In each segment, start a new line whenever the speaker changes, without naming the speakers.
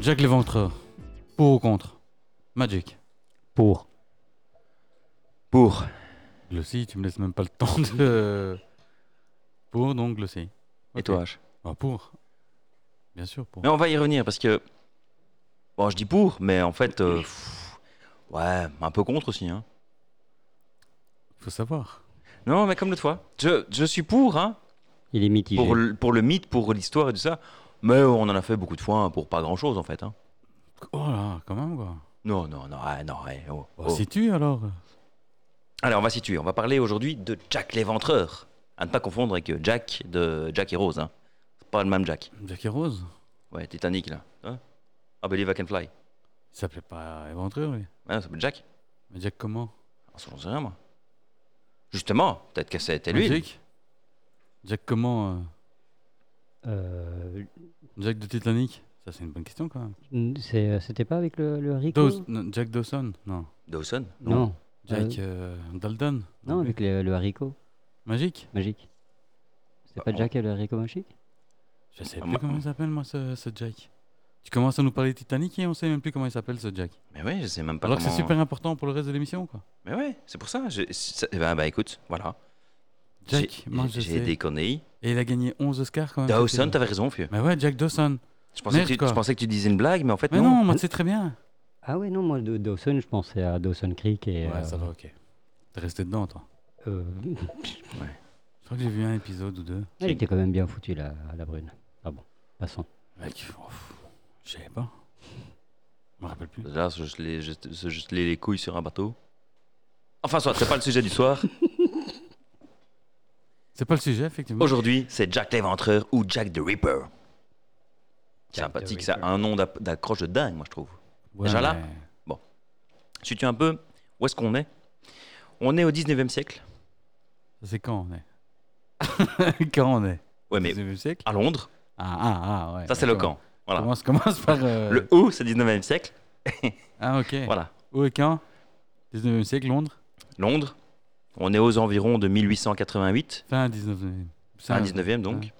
Jack Léventreur. Pour ou contre Magic.
Pour. Pour.
Glossy, tu me laisses même pas le temps de. Pour, donc Glossy.
Et toi, H
Ah, Pour. Bien sûr, pour.
Mais on va y revenir parce que. Bon, je dis pour, mais en fait. euh, pff, ouais, un peu contre aussi. Hein.
Faut savoir.
Non, mais comme l'autre fois. Je, je suis pour, hein.
Il est mitigé.
Pour, le- pour le mythe, pour l'histoire et tout ça. Mais on en a fait beaucoup de fois hein, pour pas grand chose en fait. Hein.
Oh là, quand même, quoi.
Non, non, non, ah, non. eh, oh,
Bah,
oh.
Si tu alors.
Allez, on va situer. On va parler aujourd'hui de Jack l'éventreur. À ne pas confondre avec euh, Jack de Jack et Rose. Hein. C'est pas le même Jack.
Jack et Rose.
Ouais, Titanic là. Hein I believe I can fly.
Il s'appelait pas Éventreur, lui.
Ouais, c'est pas Jack.
Mais Jack comment
Ah, ça, J'en sais rien moi. Justement, peut-être que c'était lui.
Magic Jack comment euh,
Euh,
Jack de Titanic Ça, c'est une bonne question quand même.
c'est- euh, C'était pas avec le, le Rico
Daws- non, Jack Dawson Non.
Dawson.
Non. Non,
Jack euh, Dalton plus.
avec le, le haricot
Magic
magique. C'est
Ah,
pas
on-
Jack et le haricot magique
Je sais
Ah,
plus
moi-
comment il s'appelle, moi, ce, ce Jack. Tu commences à nous parler de Titanic et on sait même plus comment il s'appelle, ce Jack.
Mais ouais, je sais même pas
Alors que
comment.
c'est super important pour le reste de l'émission, quoi.
Mais ouais, c'est pour ça. je- ça- eh ben, bah écoute, voilà.
Jack,
J'ai-
moi, je
J'ai
sais.
des conneries.
Et il a gagné 11 Oscars quand même.
Dawson,
c'était-
t'avais raison, vieux.
Mais ouais, Jack Dawson.
Je pensais,
Merde,
que tu,
quoi.
je pensais que tu disais une blague, mais en fait,
Mais
non.
non, moi, c'est très bien.
Ah ouais, non, moi, de Dawson, je pensais à Dawson Creek et.
Ouais,
euh,
ça va, ok. T'es resté dedans, toi.
euh,
Je crois que j'ai vu un épisode ou deux.
elle était quand même bien foutue, la, la brune. Ah bon, passons.
Mec, ouf, je sais pas. Je me rappelle plus.
Là, c'est juste les, juste- c'est juste les- les couilles sur un bateau. Enfin, soit, c'est pas le sujet du soir.
C'est pas le sujet, effectivement.
Aujourd'hui, c'est Jack l'Éventreur ou Jack the Ripper.
Jack
Sympathique,
the
ça
Ripper.
a un nom d'app- d'accroche de dingue, moi, je trouve.
Ouais,
déjà là
mais-
Si tu un peu, où est-ce qu'on est On est au 19e siècle.
Ça, C'est quand on est Quand on est
Ouais, mais
19e siècle
à Londres,
Ah, ah, ah, ouais.
ça, c'est le
d'accord.
camp. Voilà.
Commence, commence par. euh,
Le où, c'est 19e siècle.
Ah, ok.
Voilà.
Où et quand 19e siècle, Londres
Londres, on est aux environs de 1888.
Fin 19e.
Fin
Fin-
19e donc.
ouais.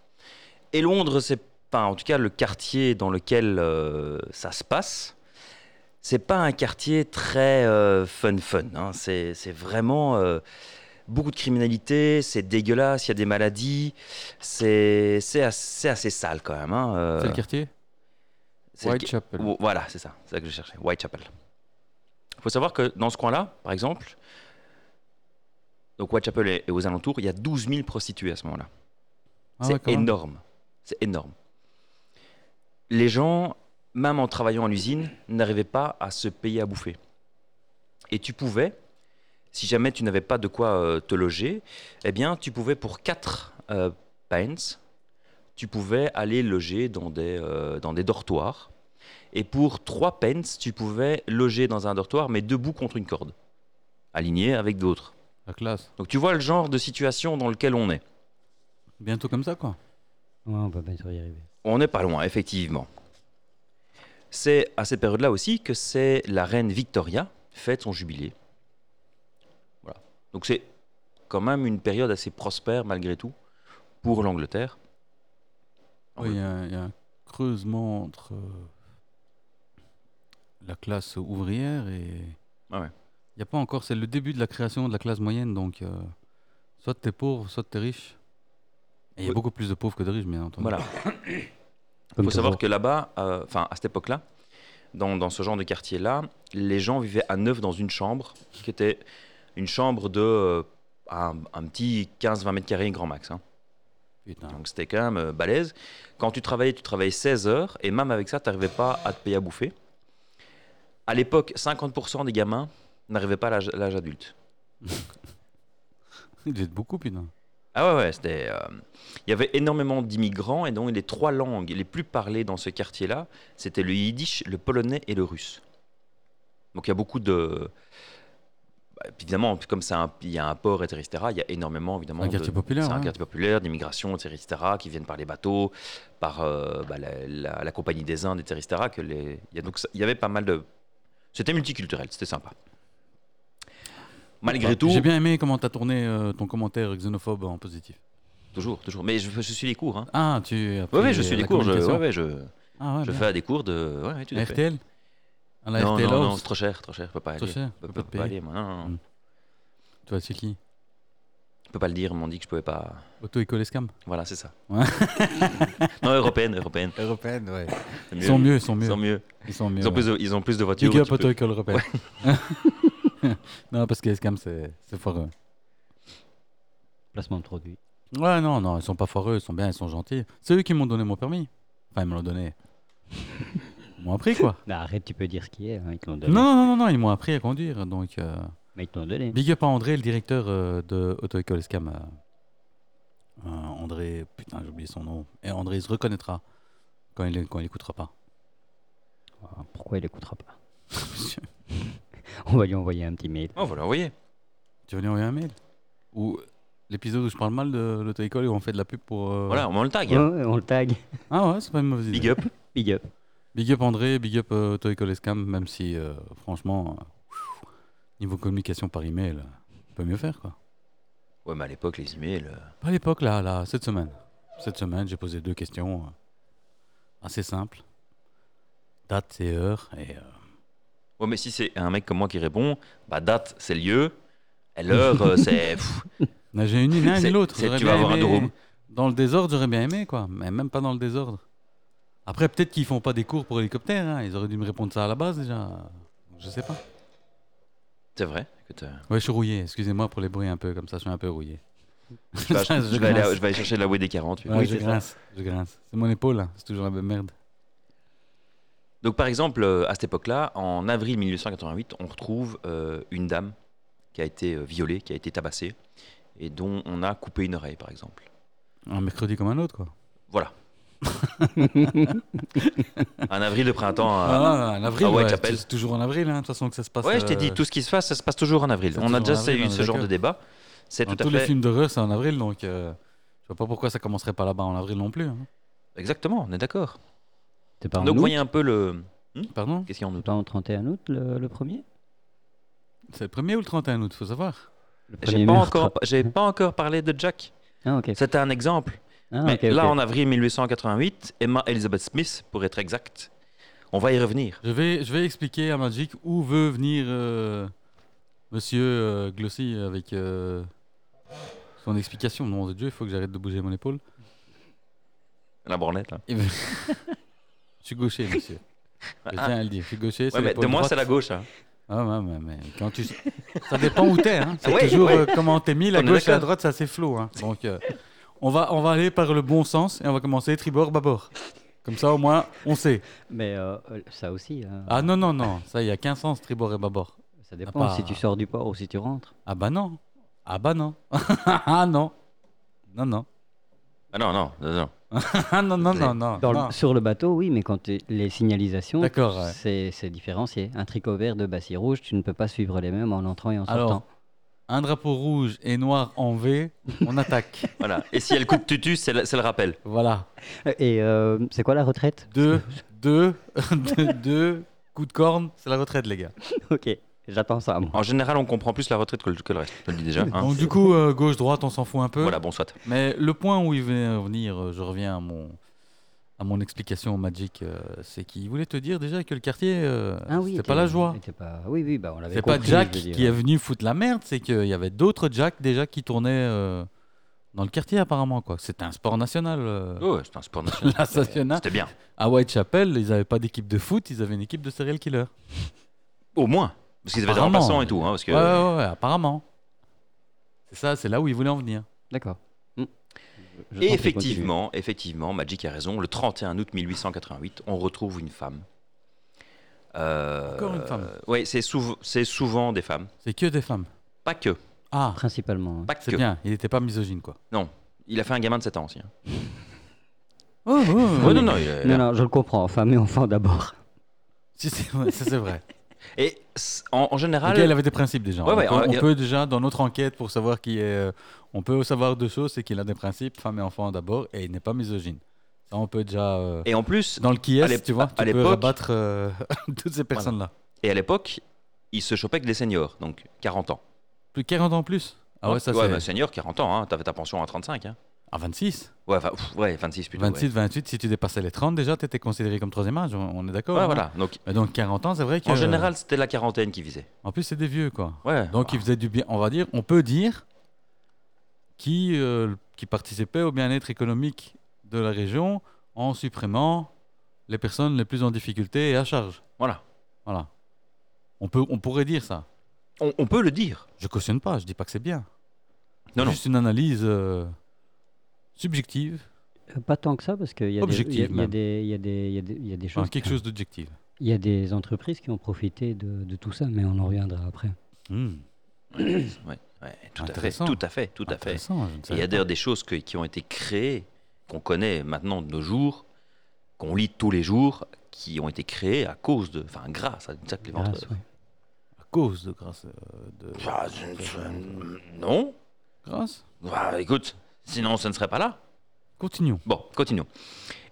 Et Londres, c'est pas, en tout cas le quartier dans lequel euh, ça se passe, c'est pas un quartier très euh, fun fun. hein. C'est c'est vraiment euh, beaucoup de criminalité, c'est dégueulasse, il y a des maladies, c'est c'est assez, assez sale quand même. hein, euh,
C'est le quartier
c'est le qui-
Whitechapel.
Wo- Voilà, c'est ça, c'est ça que je cherchais, Whitechapel. Il faut savoir que dans ce coin-là, par exemple, donc Whitechapel et et aux alentours, il y a 12 000 prostituées à ce moment-là.
Ah, ouais,
C'est
quand même.
énorme. C'est énorme. Les gens, même en travaillant en usine, n'arrivaient pas à se payer à bouffer. Et tu pouvais, si jamais tu n'avais pas de quoi euh, te loger, eh bien, tu pouvais pour 4 pence, tu pouvais aller loger dans des, euh, dans des dortoirs. Et pour 3 pence, tu pouvais loger dans un dortoir, mais debout contre une corde, aligné avec d'autres.
La classe.
Donc tu vois le genre de situation dans lequel on est.
Bientôt comme ça, quoi.
Ouais, on va bien sûr y arriver.
On n'est pas loin, effectivement. C'est à cette période-là aussi que c'est la reine Victoria fête son jubilé. Voilà. Donc c'est quand même une période assez prospère malgré tout pour l'Angleterre.
Ouais, Il y, a un- il y a un creusement entre euh, la classe ouvrière et.
Ah ouais.
Il n'y a pas encore. C'est le début de la création de la classe moyenne, donc. euh, soit t'es pauvre, soit t'es riche. Et il y a
Ouais.
beaucoup plus de pauvres que de riches, bien entendu.
Voilà. Il faut savoir que là-bas, euh, enfin à cette époque-là, dans, dans ce genre de quartier-là, les gens vivaient à neuf dans une chambre qui était une chambre de euh, un, un petit 15-20 mètres carrés grand max. hein.
Putain.
Donc c'était quand même euh, balèze. Quand tu travaillais, tu travaillais 16 heures et même avec ça, tu n'arrivais pas à te payer à bouffer. À l'époque, 50% des gamins n'arrivaient pas à l'âge- l'âge adulte.
Vous êtes beaucoup, putain.
Ah ouais, ouais, c'était. euh, Il y avait énormément d'immigrants et donc les trois langues les plus parlées dans ce quartier-là, c'était le yiddish, le polonais et le russe. Donc il y a beaucoup de. bah, Évidemment, comme c'est un- il y a un port, etc., il y a énormément, évidemment.
Un
de-
quartier populaire, hein.
C'est un
ouais.
quartier populaire, d'immigration, etc., qui viennent par les bateaux, par euh, bah, la, la- la compagnie des Indes, etc. Que les... il, y a donc, ça- il y avait pas mal de. C'était multiculturel, c'était sympa. Malgré tout.
Bah, J'ai bien aimé comment t'as tourné euh, ton commentaire xénophobe en positif.
Toujours, toujours. Mais je, je suis les cours, hein.
Ah, tu. as
Ouais,
pris
ouais, je suis
euh, la
les cours. Je,
communication.
ouais, ouais, je-
Ah ouais,
je
bien.
fais des cours de. Ouais, ouais, tout à fait.
RTL À Ah, la
non,
RTL
non,
House
non, c'est trop cher, trop cher, je peux pas
Trop
aller.
cher,
Je
faut pas
peux pas
payer.
aller, moi, non, non, non.
Mm. Tu vois, c'est qui
Je peux pas le dire, ils m'ont dit que je pouvais pas.
Auto-école Escam
Voilà, c'est ça.
Ouais.
non, européenne, européenne.
Européenne, ouais.
c'est
Ils sont mieux, ils sont
Ils
mieux.
sont mieux.
Ils sont mieux.
Ils ont
ouais.
plus de, ils ont plus de voitures.
Big up
tu peux-
auto-école européenne. non, parce que Escam, c'est c'est foireux.
Placement de produit.
Ouais, non, non, ils sont pas foireux, ils sont bien, ils sont gentils. C'est eux qui m'ont donné mon permis. Enfin, ils me l'ont donné. Ils m'ont appris, quoi.
Bah, arrête, tu peux dire ce qui est. hein, ils te l'ont
Non,
donné.
non, non, non, non, ils m'ont appris à conduire. Donc, euh,
Mais ils te l'ont donné.
big up à André, le directeur euh, de Auto-école Escam. euh, euh, André, putain, j'ai oublié son nom. Et André, il se reconnaîtra quand il, quand il écoutera pas.
Ah, Pourquoi il écoutera pas On va lui envoyer un petit mail.
Oh, voilà, vous voyez.
Tu veux lui envoyer un mail Ou l'épisode où je parle mal de l'auto-école et on fait de la pub pour. euh,
Voilà, on le tag. hein.
Ouais, ouais, on le tag.
Ah ouais, c'est pas une mauvaise idée.
Big up.
Big up.
Big up André, big up euh, Auto-école Escam, même si euh, franchement, euh, pfff, niveau communication par email, euh, on peut mieux faire quoi.
Ouais, mais à l'époque, les emails. euh,
Pas à l'époque là, là, cette semaine. Cette semaine, j'ai posé deux questions euh, assez simples. Date et heure. Et, euh,
Ouais, mais si c'est un mec comme moi qui répond, bah date, c'est lieu. Et l'heure, euh, c'est. pff,
là, J'ai une ni l'un
C'est-
ni l'autre.
c'est-
J'aurais
tu vas
bien
avoir un
aimé-
drôme.
Dans le désordre, j'aurais bien aimé quoi, mais même pas dans le désordre. Après, peut-être qu'ils font pas des cours pour hélicoptère. hein, Ils auraient dû me répondre ça à la base déjà. Je sais pas.
C'est vrai. écoute, euh,
Ouais, je suis rouillé. Excusez-moi pour les bruits un peu comme ça. Je suis un peu rouillé.
je, vais,
Ça,
je
je
vais aller,
grince.
je vais aller chercher de la WD 40.
Ouais, je grince, je grince. C'est mon épaule, hein, c'est toujours la même merde.
Donc, par exemple, euh, à cette époque-là, en avril 1888, on retrouve euh, une dame qui a été euh, violée, qui a été tabassée, et dont on a coupé une oreille, par exemple.
Un mercredi comme un autre, quoi.
Voilà. un avril de printemps. euh,
Ah, en avril,
ah ouais,
ouais,
t'appelles.
c'est toujours en avril, hein, de toute façon que ça se passe.
Ouais, je t'ai
euh,
dit, tout ce qui se passe, ça se passe toujours en avril.
c'est
On
toujours
a déjà
en avril,
eu
on est
ce genre de
d'accord.
débat. C'est
dans
tout à
tous les
fait.
films d'horreur, c'est en avril, donc euh, je vois pas pourquoi ça commencerait pas là-bas en avril non plus. hein.
Exactement, on est d'accord.
C'est pas en
Donc,
août
voyez un peu le.
Pardon
Qu'est-ce qu'il y a en août
C'est pas en 31 août, le, le premier
C'est le 1er ou le 31 août, faut savoir.
Le premier
J'ai pas,
meurtre.
encore, j'ai pas encore parlé de Jack.
Ah, ok.
C'était un exemple.
Ah,
Mais
ok,
là,
ok.
en avril 1888, Emma Elizabeth Smith, pour être exact, on va y revenir.
Je vais, je vais expliquer à Magic où veut venir euh, monsieur euh, Glossy avec euh, son explication. Nom de Dieu, il faut que j'arrête de bouger mon épaule.
La bornette. là.
Il veut- je suis gaucher, monsieur. Je tiens à le dire, je suis gaucher. c'est
Ah, Ouais, mais
l'épaule
de moi,
droite.
c'est la gauche. hein.
Ah ouais, mais, mais quand tu... ça dépend où t'es. Hein. C'est
Ouais,
toujours
ouais.
euh, comment t'es mis. La
On est
gauche et la
d'accord.
droite, c'est assez flou. Hein. Donc, euh, on, va, on va aller par le bon sens et on va commencer tribord, bâbord. Comme ça, au moins, on sait.
Mais euh, euh, ça aussi, hein,
Ah bah. non, non, non. Ça, il n'y a qu'un sens, tribord et bâbord.
ça dépend
pas-
si tu sors du port ou si tu rentres.
Ah bah non. Ah bah non. ah non. Non, non.
Ah non, non, non, non.
Ah non, non, non, non.
Dans le-
non.
sur le bateau, oui, mais quand t'es- les signalisations,
D'accord, ouais.
c'est c'est différencié. Un tricot vert de bassi rouge, tu ne peux pas suivre les mêmes en entrant et en sortant.
Alors, un drapeau rouge et noir en V, on attaque.
Voilà. Et si elle coupe tutu, c'est le, c'est le rappel.
voilà.
Et euh, c'est quoi la retraite
Deux, deux, deux, deux coups de corne, c'est la retraite, les gars.
Ok, j'attends ça. moi.
En général, on comprend plus la retraite que le, que le reste. Je le dis déjà. hein.
Donc du coup, euh, gauche-droite, on s'en fout un peu.
Voilà, bon, soit.
Mais le point où il venait en venir, euh, je reviens à mon, à mon explication au Magic, euh, c'est qu'il voulait te dire déjà que le quartier, euh,
Ah oui,
c'était
t'es-
pas la joie.
t'es pas- Oui, oui, bah on l'avait
C'est pas
compris,
Jack
je veux dire.
qui est venu foutre la merde, c'est qu'il y avait d'autres Jack déjà qui tournaient euh, dans le quartier apparemment. quoi. C'était un sport national. euh,
Oh, c'est un sport national.
la Sationa.
C'était bien.
À Whitechapel, ils n'avaient pas d'équipe de foot, ils avaient une équipe de serial killer.
Au moins. Parce qu'ils avaient des
Apparemment.
remplaçants et tout. hein, parce que...
Ouais, ouais, ouais, apparemment. C'est ça, c'est là où ils voulaient en venir.
D'accord. Hmm. Je- je
Et
t'en prie, continue.
effectivement, effectivement, Magic a raison. Le 31 août 1888, on retrouve une femme. Euh,
Encore une femme.
Oui, c'est souv- c'est souvent des femmes.
C'est que des femmes.
Pas que.
Ah,
Principalement. hein.
Pas que.
c'est bien, il n'était pas misogyne quoi.
Il a fait un gamin de 7 ans aussi. hein.
Oh, oh, oh.
Ouais, non, non, il est-
Non, non, je le comprends. Femme et enfant d'abord.
Si, c'est ouais, ça, c'est vrai.
Et s- en, en
Ok,
général,
elle avait des principes déjà.
Ah, Ouais, ouais,
on peut,
euh,
on
y a-
peut déjà, dans notre enquête, pour savoir qui est. euh, on peut savoir deux choses c'est qu'il a des principes, femme et enfant d'abord, et il n'est pas misogyne. Ça, on peut déjà. euh,
et en plus,
Dans le qui
à l'ép-
est, tu vois,
à
tu peux
l'époque-
rabattre euh, toutes ces personnes-là.
et à l'époque, il se chopait avec des seniors, donc 40 ans.
Plus de 40 ans plus Ah ouais, ça
ouais,
c'est.
bah, senior, 40 ans, hein, t'avais ta pension à 35. hein.
À 26
Ouais, enfin, pff, ouais, 26 plutôt. ouais.
26, 28, si tu dépassais les 30 déjà, tu étais considéré comme troisième âge, on, on est d'accord
Ouais,
hein
voilà. Donc,
Mais donc 40 ans, c'est vrai que.
en général, c'était la quarantaine qui visait.
En plus, c'est des vieux, quoi.
Ouais. Ah,
Donc ils faisaient du bien, on va dire, on peut dire qui, euh, qui participait au bien-être économique de la région en supprimant les personnes les plus en difficulté et à charge.
Voilà.
Voilà. On, peut, on pourrait dire ça.
On, on peut le dire.
Je cautionne pas, je dis pas que c'est bien.
Non, non.
Juste une analyse euh, subjective,
Euh, Pas tant que ça, parce qu'il y a des- il y a-
Objectif,
il y a
même.
des- il y a des- il y a des- il y a des
enfin,
choses.
quelque chose d'objectif.
Il y a des entreprises qui ont profité de, de tout ça, mais on en reviendra après.
Hmm,
Ouais, ouais, tout à fait.
Intéressant.
Tout à fait. Tout à fait.
intéressant, je ne
Il y
savais
a d'ailleurs des choses que- qui ont été créées, qu'on connaît maintenant de nos jours, qu'on lit tous les jours, qui ont été créées à cause de, enfin grâce à Jack Léventreur.
Grâce, ouais.
pas. à cause de grâce. euh, de...
Ah, je- je- non,
Grâce
Bah, écoute, sinon ce ne serait pas là.
Continuons.
Bon, continuons.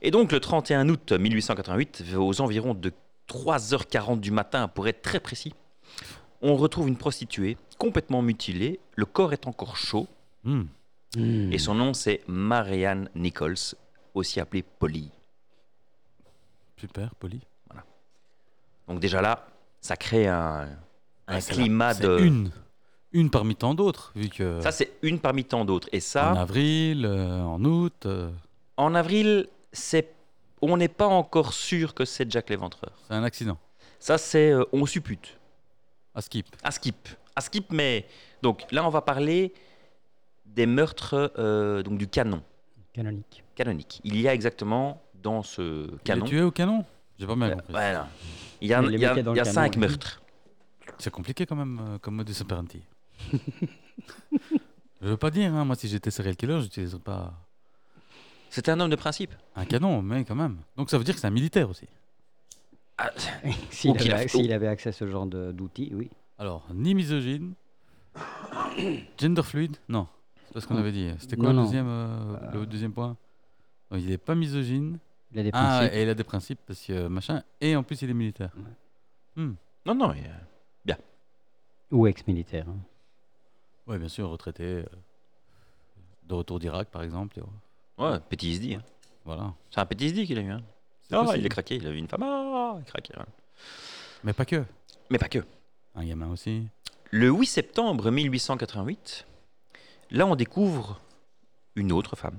Et donc le 31 août 1888, aux environs de 3h40 du matin, pour être très précis, on retrouve une prostituée complètement mutilée, le corps est encore chaud,
Hmm,
Hmm.
et son nom c'est Marianne Nichols, aussi appelée Polly.
Super, poli.
Donc déjà là, ça crée un, un
Ouais, Ah, c'est la-
climat
c'est
de...
Une. Une parmi tant d'autres, vu que.
Ça, c'est une parmi tant d'autres. Et
En
ça,
avril, euh, en août, euh,
en avril, c'est... on n'est pas encore sûr que c'est Jack l'Éventreur.
c'est un accident.
Ça, c'est... euh, on suppute.
À skip.
À skip. À skip, mais... Donc là, on va parler des meurtres euh, donc du canon,
Canonique.
canonique. Il y a exactement dans ce
Il est
canon... Euh,
tué au canon J'ai pas mal compris.
Voilà. Il y a,
Il les
il y a-
mettait dans
il y a
le canon,
cinq
ouais.
meurtres.
C'est compliqué quand même euh, comme modus operandi. Je veux pas dire, hein, moi si j'étais serial killer, j'utiliserais pas
C'était un homme de principe.
un canon, mais quand même. Donc ça veut dire que c'est un militaire aussi.
Ah, Ou
S'il
qu'il a
avait,
fait-
s'il avait accès à ce genre de- d'outils, oui.
Alors, ni misogyne, gender fluid, non. C'est pas ce qu'on avait dit. C'était quoi
Non,
le,
non.
deuxième, euh, le deuxième point Donc, Il est pas misogyne.
Il a des
Ah,
principes.
et il a des principes, parce que euh, machin. Et en plus, il est militaire.
non, non. il y a-
Ou ex-militaire. hein.
Oui, bien sûr, retraité. euh, de retour d'Irak, par exemple. tu vois.
Ouais, petit se dit. hein.
Voilà.
C'est un petit se dit qu'il a eu. hein.
C'est
Ah,
possible.
il est craqué, il a vu une femme, ah, il craque. hein.
Mais pas que.
Mais pas que.
Un gamin aussi.
Le 8 septembre 1888, là on découvre une autre femme,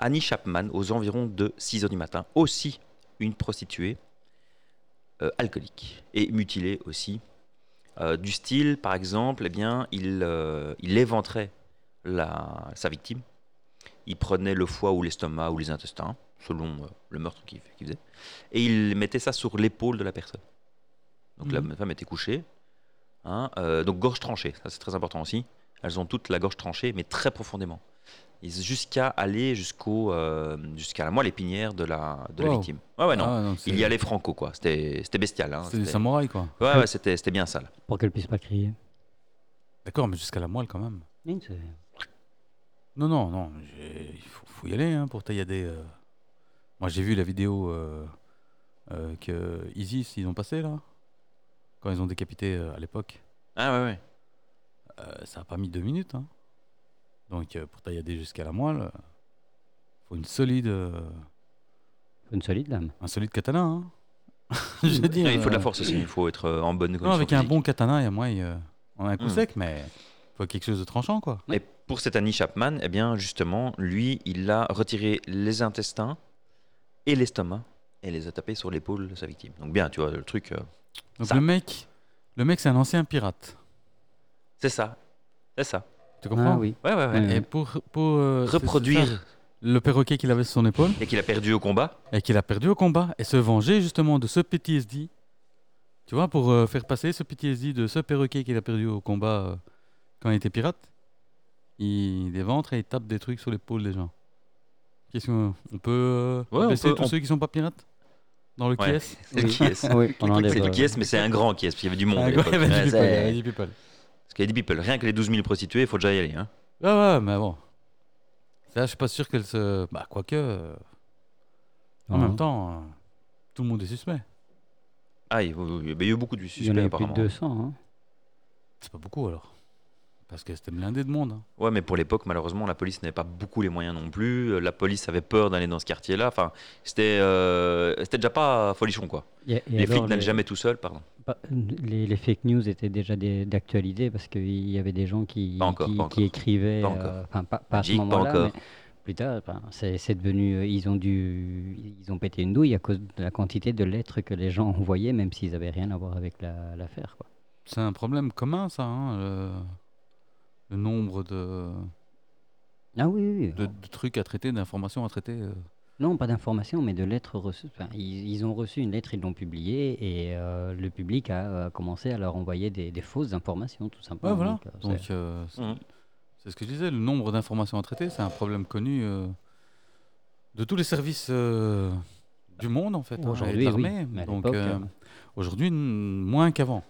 Annie Chapman, aux environs de 6 heures du matin, aussi une prostituée euh, alcoolique et mutilée aussi. Euh, du style, par exemple, eh bien, il, euh, il éventrait la, sa victime. Il prenait le foie ou l'estomac ou les intestins, selon euh, le meurtre qu'il qu'il faisait, et il mettait ça sur l'épaule de la personne. Donc
Mhm.
la femme était couchée, Hein, euh, donc gorge tranchée, ça c'est très important aussi. Elles ont toutes la gorge tranchée, mais très profondément. Ils- Jusqu'à aller jusqu'au euh, jusqu'à la moelle épinière de la, de la
Wow.
victime. Ouais, ouais, non.
Ah, non, c'est-
Il y allait franco, quoi. C'était c'était bestial. Hein.
C'est des
C'était-
samouraïs, quoi.
Ouais, ouais, c'était c'était bien sale.
Pour qu'elle puisse pas crier.
D'accord, mais jusqu'à la moelle, quand même.
Oui, c'est-
Non, non, non. j'ai- Il faut, faut y aller hein, pour taillader. euh. Moi, j'ai vu la vidéo euh, euh, que Isis, ils ont passé là. Quand ils ont décapité euh, à l'époque.
Ah, ouais, ouais.
Euh, ça a pas mis deux minutes. hein. Donc, euh, pour taillader jusqu'à la moelle, euh, faut une solide, euh,
faut Une solide dame.
un solide katana. hein. Je veux dire.
il faut de la
euh,
force aussi. Il faut être euh, en bonne condition.
Non, avec un
physique.
bon katana, il y a moyen. euh, on a un coup
Hmm.
sec, mais faut quelque chose de tranchant, quoi.
Et pour cette Annie Chapman, eh bien, justement, lui, il a retiré les intestins et l'estomac et les a tapés sur l'épaule de sa victime. Donc, bien, tu vois, le truc. euh,
Donc
Ça.
le mec, le mec, c'est un ancien pirate.
c'est ça. C'est ça.
Tu comprends
Ah oui.
Ouais, ouais, ouais.
Ouais.
Et pour, pour euh, c'est- c'est ça,
Reproduire
le perroquet qu'il avait sur son épaule
et qu'il a perdu au combat.
et qu'il a perdu au combat et se venger justement de ce PTSD. Tu vois, pour euh, faire passer ce PTSD de ce perroquet qu'il a perdu au combat euh, quand il était pirate, il déventre et il tape des trucs sur l'épaule des gens. Qu'est-ce qu'on on peut euh,
Ouais, on
baisser
peut-
tous
on-
ceux qui sont pas pirates dans le
Ouais.
KS
C'est le
Oui.
qui est. C'est
Oui, on enlève,
le
euh,
qui est, mais c'est un grand qui est, parce qu'il y avait du monde. à
Ah, ouais,
l'époque.
il y avait
Ouais,
du people, il y avait du
c'est-
people.
Parce qu'il y a des people. Rien que les 12 000 prostituées, il faut déjà y aller. hein.
Ouais, ouais, mais bon. Ça, je suis pas sûr qu'elle se. Bah, quoique. euh, En
Non.
même temps, euh, tout le monde est suspect.
Ah, il y a- il y a eu beaucoup de
Il y en
suspects,
avait plus de
apparemment.
200. hein.
C'est pas beaucoup alors. Parce que c'était blindé de monde. hein.
Ouais, mais pour l'époque, malheureusement, la police n'avait pas beaucoup les moyens non plus. Euh, La police avait peur d'aller dans ce quartier-là. Enfin, c'était euh, c'était déjà pas folichon, quoi.
Et- et
les
alors,
flics n'allaient
les-
jamais tout seuls, pardon.
Bah, les, les fake news étaient déjà des- d'actualité parce qu'il y avait des gens qui,
Pas encore,
qui,
pas encore.
qui écrivaient,
Pas encore.
euh, enfin pas, pas à ce
Magic, pas
moment-là,
encore.
mais plus tard, enfin, c'est c'est devenu, euh, ils ont dû, ils ont pété une douille à cause de la quantité de lettres que les gens envoyaient, même s'ils n'avaient rien à voir avec la- l'affaire. quoi.
C'est un problème commun, ça. hein, le... le nombre de...
ah oui, oui, oui.
de- de trucs à traiter, d'informations à traiter. euh.
non, pas d'informations, mais de lettres reçues. Enfin, ils, ils ont reçu une lettre, ils l'ont publiée et euh, le public a euh, commencé à leur envoyer des, des fausses informations, tout simplement.
Ouais, voilà.
Donc, euh, c'est-
Donc, euh, c'est
Mhm.
c'est ce que je disais, le nombre d'informations à traiter, c'est un problème connu euh, de tous les services euh, du monde, en fait. hein, et de
Aujourd'hui, oui,
l'armée.
mais à
Donc,
l'époque,
euh,
euh,
aujourd'hui, n- moins qu'avant.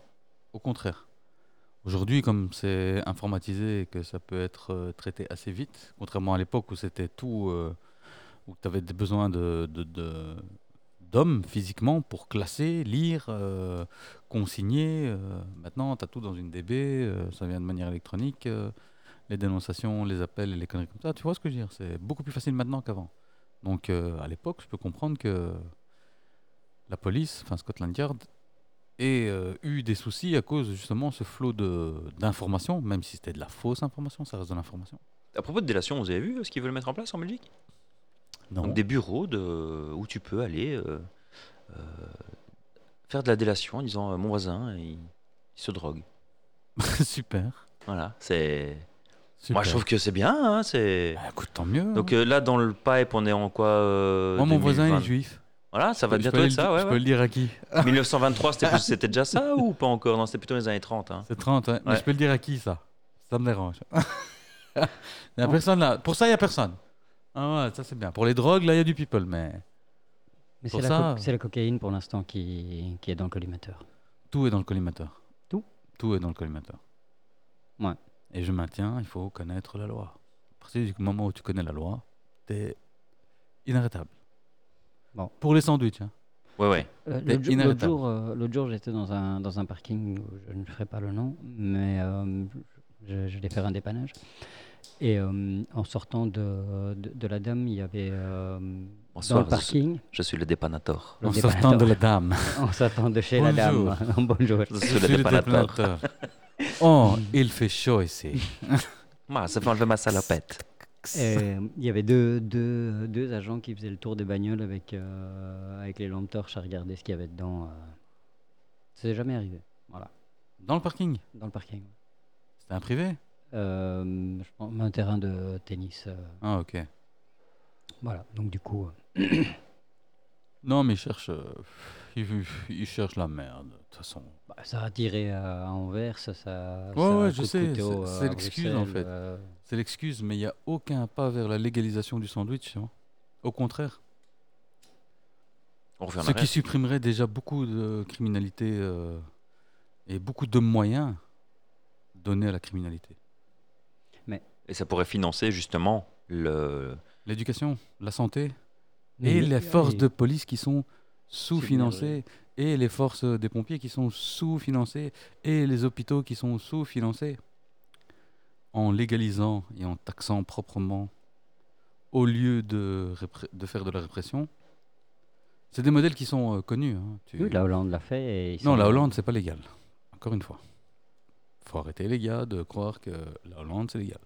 Au contraire. Aujourd'hui, comme c'est informatisé et que ça peut être euh, traité assez vite, contrairement à l'époque où c'était tout, euh, où tu avais des besoins de, de- de- d'hommes physiquement pour classer, lire, euh, consigner. euh, maintenant, tu as tout dans une DB, euh, ça vient de manière électronique. euh, les dénonciations, les appels et les conneries comme ça, tu vois ce que je veux dire C'est beaucoup plus facile maintenant qu'avant. Donc, euh, à l'époque, je peux comprendre que la police, enfin Scotland Yard, et euh, eu des soucis à cause justement ce flot de d'informations, même si c'était de la fausse information, ça reste de l'information.
À propos de délation, vous avez vu euh, ce qu'ils veulent mettre en place en Belgique
Non.
Donc, des bureaux de, où tu peux aller euh, euh, faire de la délation en disant euh, Mon voisin, il, il se drogue.
super.
Voilà, c'est.
super.
Moi, je trouve que c'est bien, hein, c'est.
Bah, écoute, tant mieux.
Donc
hein.
euh, là, dans le pipe, on est en quoi euh,
Moi, mon voisin, il
2020.
est juif.
Voilà, ça va
Je peux
bientôt
aller
être
le-
ça, ouais.
Je
ouais.
peux le dire à qui
1923, c'était plus- c'était déjà ça ou pas encore Non, c'était plutôt les années 30. hein.
C'est 30, ouais. Mais
Ouais.
je peux le dire à qui, ça Ça me dérange. y a
Non.
personne là. Pour ça, il n'y a personne. Ah ouais, ça c'est bien. Pour les drogues, là, il y a du people, mais
Mais
Pour
c'est la, co-
ça- euh,
c'est la cocaïne pour l'instant qui, qui est dans le collimateur.
tout est dans le collimateur.
Tout
Tout est dans le collimateur.
Ouais.
Et je maintiens, il faut connaître la loi. À partir du moment où tu connais la loi, t'es inarrêtable.
Bon.
Pour les sandwichs, hein.
Ouais, ouais.
Euh,
Mais
L'autre jou- l'autre
inarrêtable.
jour, euh, l'autre jour, j'étais dans un, dans un parking, où je ne ferai pas le nom, mais euh, je, je vais faire un dépannage. Et euh, en sortant de, de, de la dame, il y avait euh, dans
Bonsoir,
le parking,
Je suis le dépanateur.
le
en sortant de
dépannateur.
la dame.
on s'attend de chez la dame. Bonjour.
Je
Je
suis le
suis le
dépanateur.
déplanateur. Oh, il fait chaud ici.
Moi, ça fait enlever ma salopette.
Eh,
Et Il y avait deux, deux, deux agents qui faisaient le tour des bagnoles avec, euh, avec les lampes torches à regarder ce qu'il y avait dedans. euh. C'est jamais arrivé. Voilà,
Dans le parking,
dans le parking.
c'était un privé.
Euh, je pense, un terrain de tennis. euh,
Ah ok.
voilà, donc du coup, euh,
Non, mais il cherche, euh, il, il cherche la merde. De toute façon,
bah, ça a tiré à Anvers, ça. ça
Ouais,
un
ouais,
coup
je
de
sais,
couteau,
c'est-
euh,
c'est
à
l'excuse, en
Bruxelles,
fait.
euh,
c'est l'excuse, mais il n'y a aucun pas vers la légalisation du sandwich. hein. Au contraire,
On revient en
ce qui
arrière.
supprimerait déjà beaucoup de criminalité euh, et beaucoup de moyens donnés à la criminalité.
Et ça pourrait financer justement le.
L'éducation, la santé
mais-
et les forces
et-
de police qui sont sous-financées et les forces des pompiers qui sont sous-financées et les hôpitaux qui sont sous-financés. En légalisant et en taxant proprement au lieu de, répré- de faire de la répression, c'est des modèles qui sont euh, connus. hein. Tu-
Oui, la Hollande l'a fait. et ils
Non,
sont-
la Hollande, c'est pas légal. Encore une fois. Faut arrêter les gars de croire que la Hollande, c'est légal.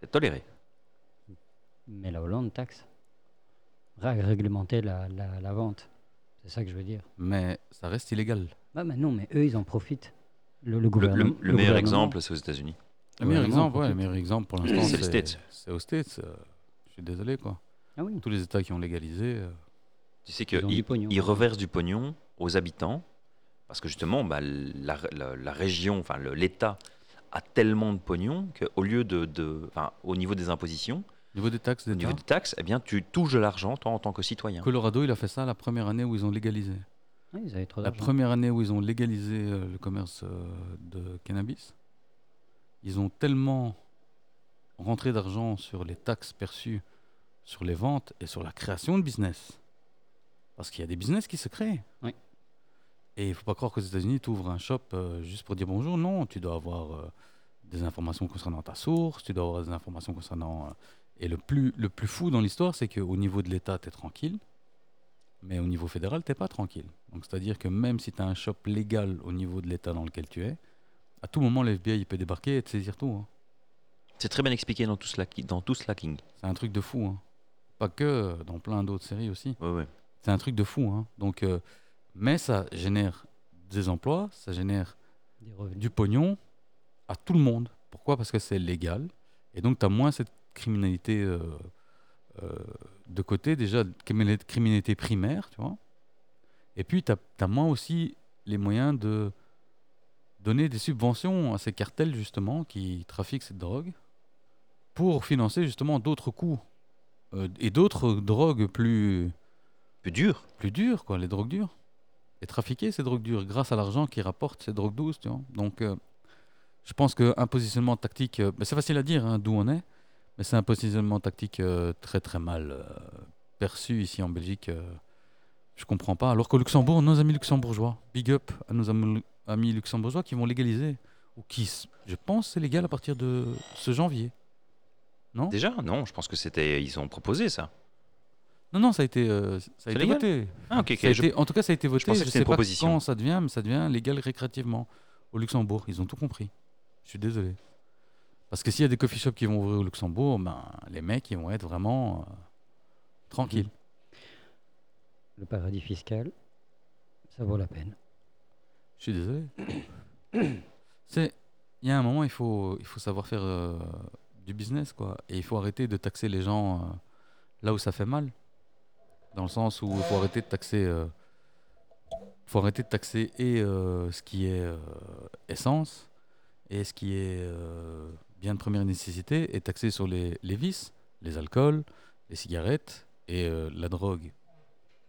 C'est toléré.
Mais la Hollande taxe. Ré- Réglementer la, la, la vente. C'est ça que je veux dire.
Mais ça reste illégal.
Bah, mais non, mais eux, ils en profitent. Le, le
Le, le-
gouvernement.
le meilleur
gouvernement-
exemple, c'est aux États-Unis.
Le meilleur
Ouais, non,
exemple,
pour
ouais,
tout.
le meilleur exemple pour l'instant,
C'est les States.
C'est aux States. euh, je suis désolé, quoi.
Ah oui.
Tous les États qui ont légalisé. euh,
Tu sais
Ils ont du
qu'ils
pognon.
ils reversent du pognon aux habitants parce que justement, bah, la, la- la région, enfin le- l'État a tellement de pognon qu'au lieu de, de enfin, au niveau des impositions,
niveau des taxes,
au
des
niveau des taxes, eh bien tu touches de l'argent toi en tant que citoyen.
Colorado, il a fait ça la première année où ils ont légalisé.
Oui, Ah, ils avaient trop
La
d'argent.
première année où ils ont légalisé euh, le commerce euh, de cannabis, ils ont tellement rentré d'argent sur les taxes perçues sur les ventes et sur la création de business. Parce qu'il y a des business qui se créent.
Oui.
Et il faut pas croire qu'aux États-Unis, tu ouvres un shop euh, juste pour dire bonjour. Non, tu dois avoir euh, des informations concernant ta source, tu dois avoir des informations concernant. euh, et le plus, le plus fou dans l'histoire, c'est qu'au niveau de l'État, tu es tranquille, mais au niveau fédéral, tu pas tranquille. Donc, c'est-à-dire que même si tu as un shop légal au niveau de l'État dans lequel tu es, à tout moment, l'FBI il peut débarquer et te saisir tout. hein.
C'est très bien expliqué dans tout, Slack- dans tout Slacking.
C'est un truc de fou. hein. Pas que, euh, dans plein d'autres séries aussi.
Ouais, ouais.
C'est un truc de fou. hein. Donc, euh, mais ça génère des emplois, ça génère
des revenus.
euh, du pognon à tout le monde. Pourquoi Parce que c'est légal. Et donc, tu as moins cette criminalité euh, euh, de côté, déjà, criminali- criminalité primaire, tu vois. Et puis, tu as, moins aussi les moyens de donner des subventions à ces cartels, justement, qui trafiquent cette drogue, pour financer, justement, d'autres coûts euh, et d'autres drogues plus,
Plus dur.
plus dures, quoi, les drogues dures. Et trafiquer ces drogues dures grâce à l'argent qu'ils rapportent ces drogues douces, tu vois. Donc, euh, je pense qu'un positionnement tactique, euh, ben, c'est facile à dire hein, d'où on est, mais c'est un positionnement tactique euh, très très mal euh, perçu ici en Belgique. euh, je comprends pas. Alors qu'au Luxembourg, nos amis luxembourgeois, big up à nos am- amis luxembourgeois qui vont légaliser, ou qui, s- je pense, c'est légal à partir de ce janvier.
Déjà, non, je pense que c'était. Ils ont proposé ça.
Non, non, ça a été, euh, ça a
C'est
été
légal
voté.
Ah, ok, ok.
Ça a
je-
été- en tout cas, ça a été voté.
pensais
Je,
que c'était
sais
une
pas
proposition.
quand ça devient, mais ça devient légal récréativement au Luxembourg. Ils ont tout compris. Je suis désolé. Parce que s'il y a des coffee shops qui vont ouvrir au Luxembourg, ben, les mecs, ils vont être vraiment euh, tranquilles.
Le paradis fiscal, ça vaut la peine.
Je suis désolé. C'est, il y a un moment, il faut, il faut savoir faire euh, du business, quoi. Et il faut arrêter de taxer les gens euh, là où ça fait mal. Dans le sens où il faut arrêter de taxer, euh, faut arrêter de taxer et euh, ce qui est euh, essence et ce qui est euh, bien de première nécessité et taxer sur les, les vices, les alcools, les cigarettes et euh, la drogue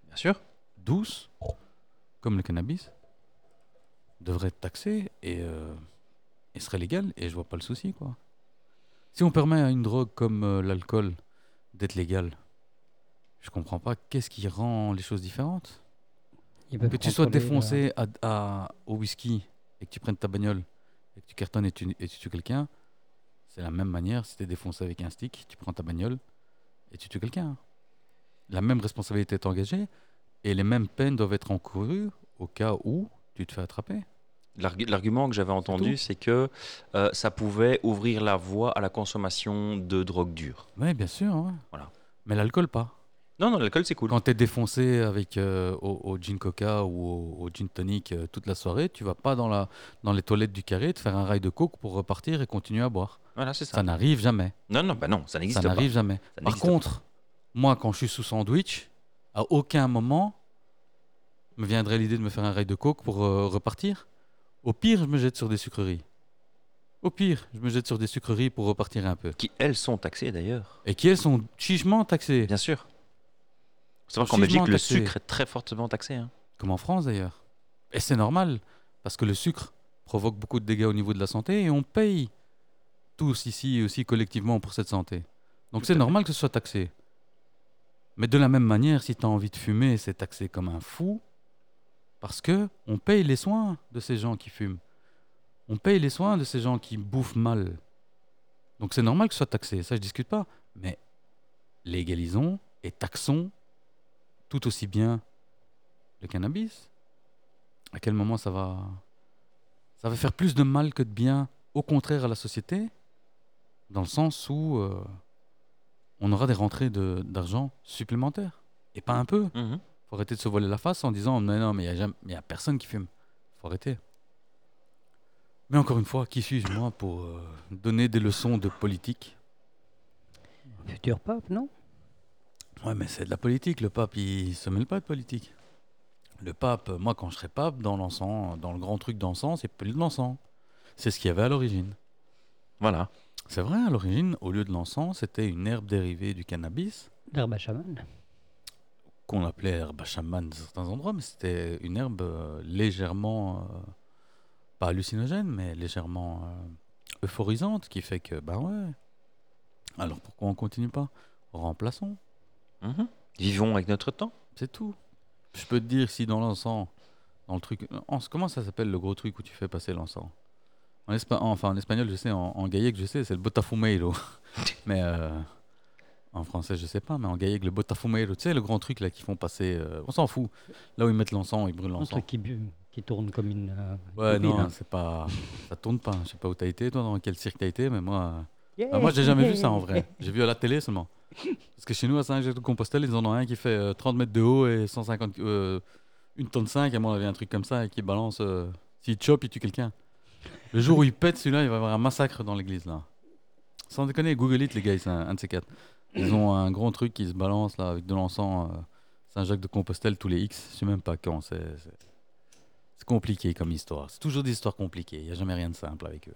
Bien sûr.
douce, comme le cannabis, devrait être taxée et, euh, et serait légale, et je vois pas le souci, quoi. Si on permet à une drogue comme euh, l'alcool d'être légale, je comprends pas qu'est-ce qui rend les choses différentes.
Ils peuvent
Que tu sois
contrôler, euh,
défoncé à, à- au whisky et que tu prennes ta bagnole et que tu cartonnes et tu, et tu tues quelqu'un, c'est la même manière si tu es défoncé avec un stick, tu prends ta bagnole et tu tues quelqu'un. La même responsabilité est engagée et les mêmes peines doivent être encourues au cas où tu te fais attraper.
L'argu- L'argument que j'avais entendu, c'est que euh, ça pouvait ouvrir la voie à la consommation de drogue dure.
Oui, bien sûr. ouais.
Voilà.
Mais l'alcool, pas.
Non, non, l'alcool, c'est cool.
Quand tu es défoncé avec, euh, au, au gin coca ou au, au gin tonic euh, toute la soirée, tu vas pas dans, la, dans les toilettes du carré te faire un rail de coke pour repartir et continuer à boire.
Voilà, c'est ça.
Ça n'arrive jamais.
Non, non, bah non, ça
Ça
n'existe pas.
n'arrive jamais.
Ça
Par
n'existe
contre, moi, quand je suis sous sandwich, à aucun moment me viendrait l'idée de me faire un rail de coke pour euh, repartir. Au pire, je me jette sur des sucreries. Au pire, je me jette sur des sucreries pour repartir un peu.
Qui, elles, sont taxées d'ailleurs.
Et qui, elles, sont chichement taxées.
Bien sûr. Faut savoir qu'en
Chichement
Belgique, le
taxé.
sucre est très fortement taxé. hein.
Comme en France, d'ailleurs. Et c'est normal, parce que le sucre provoque beaucoup de dégâts au niveau de la santé et on paye tous ici aussi collectivement pour cette santé. Donc
Tout
c'est
à fait.
normal que ce soit taxé. Mais de la même manière, si tu as envie de fumer, c'est taxé comme un fou parce que on paye les soins de ces gens qui fument. On paye les soins de ces gens qui bouffent mal. Donc c'est normal que ce soit taxé, ça je discute pas, mais légalisons et taxons tout aussi bien le cannabis. À quel moment ça va ça va faire plus de mal que de bien, au contraire à la société, dans le sens où euh, on aura des rentrées de- d'argent supplémentaires. Et pas un peu.
Mhm.
Faut arrêter de se voler la face en disant Mais non, mais il n'y a, jamais- mais y a personne qui fume. Faut arrêter. Mais encore une fois, qui suis-je moi pour euh, donner des leçons de politique
euh, Futur pape, non
Ouais, mais c'est de la politique. Le pape, il se mêle pas de politique. Le pape, moi, quand je serai pape, dans l'encens, dans le grand truc d'encens, c'est plus de l'encens. C'est ce qu'il y avait à l'origine.
Voilà.
C'est vrai, à l'origine, au lieu de l'encens, c'était une herbe dérivée du cannabis,
L'herbe à chaman.
qu'on appelait herbe à chaman dans certains endroits, mais c'était une herbe euh, légèrement, euh, pas hallucinogène, mais légèrement euh, euphorisante, qui fait que, ben ouais, alors pourquoi on continue pas Remplaçons,
Mhm. Vivons avec notre temps.
c'est tout. Je peux te dire si dans l'encens, dans le truc, en- comment ça s'appelle le gros truc où tu fais passer l'encens En, espa- enfin, en espagnol, je sais, en, en gaillec, je sais, c'est le botafumeiro. mais euh, en français, je sais pas, mais en gaillec, le botafumeiro, tu sais, le grand truc là qu'ils font passer, euh, on s'en fout. Là où ils mettent l'encens, ils brûlent
Un
l'encens.
truc qui, bu- qui tourne comme une. euh,
Ouais,
bobine,
non,
hein.
c'est pas. Ça tourne pas. hein. Je sais pas où t'as été, toi, dans quel cirque t'as été, mais moi. euh, bah, moi, j'ai jamais vu ça en vrai. J'ai vu à la télé seulement. Parce que chez nous, à Saint-Jacques-de-Compostelle, ils en ont un qui fait euh, 30 mètres de haut et 150. euh, une tonne 5, à mon avis, un truc comme ça, et qui balance. euh, S'il chope, il tue quelqu'un. Le jour où il pète, celui-là, il va y avoir un massacre dans l'église, là. Sans déconner, Google it, les gars, c'est un, un de ces quatre. Ils ont un grand truc qui se balance, là, avec de l'encens. euh, Saint-Jacques-de-Compostelle, tous les X. Je sais même pas quand. c'est- c'est- c'est compliqué comme histoire. C'est toujours des histoires compliquées. Il n'y a jamais rien de simple avec eux.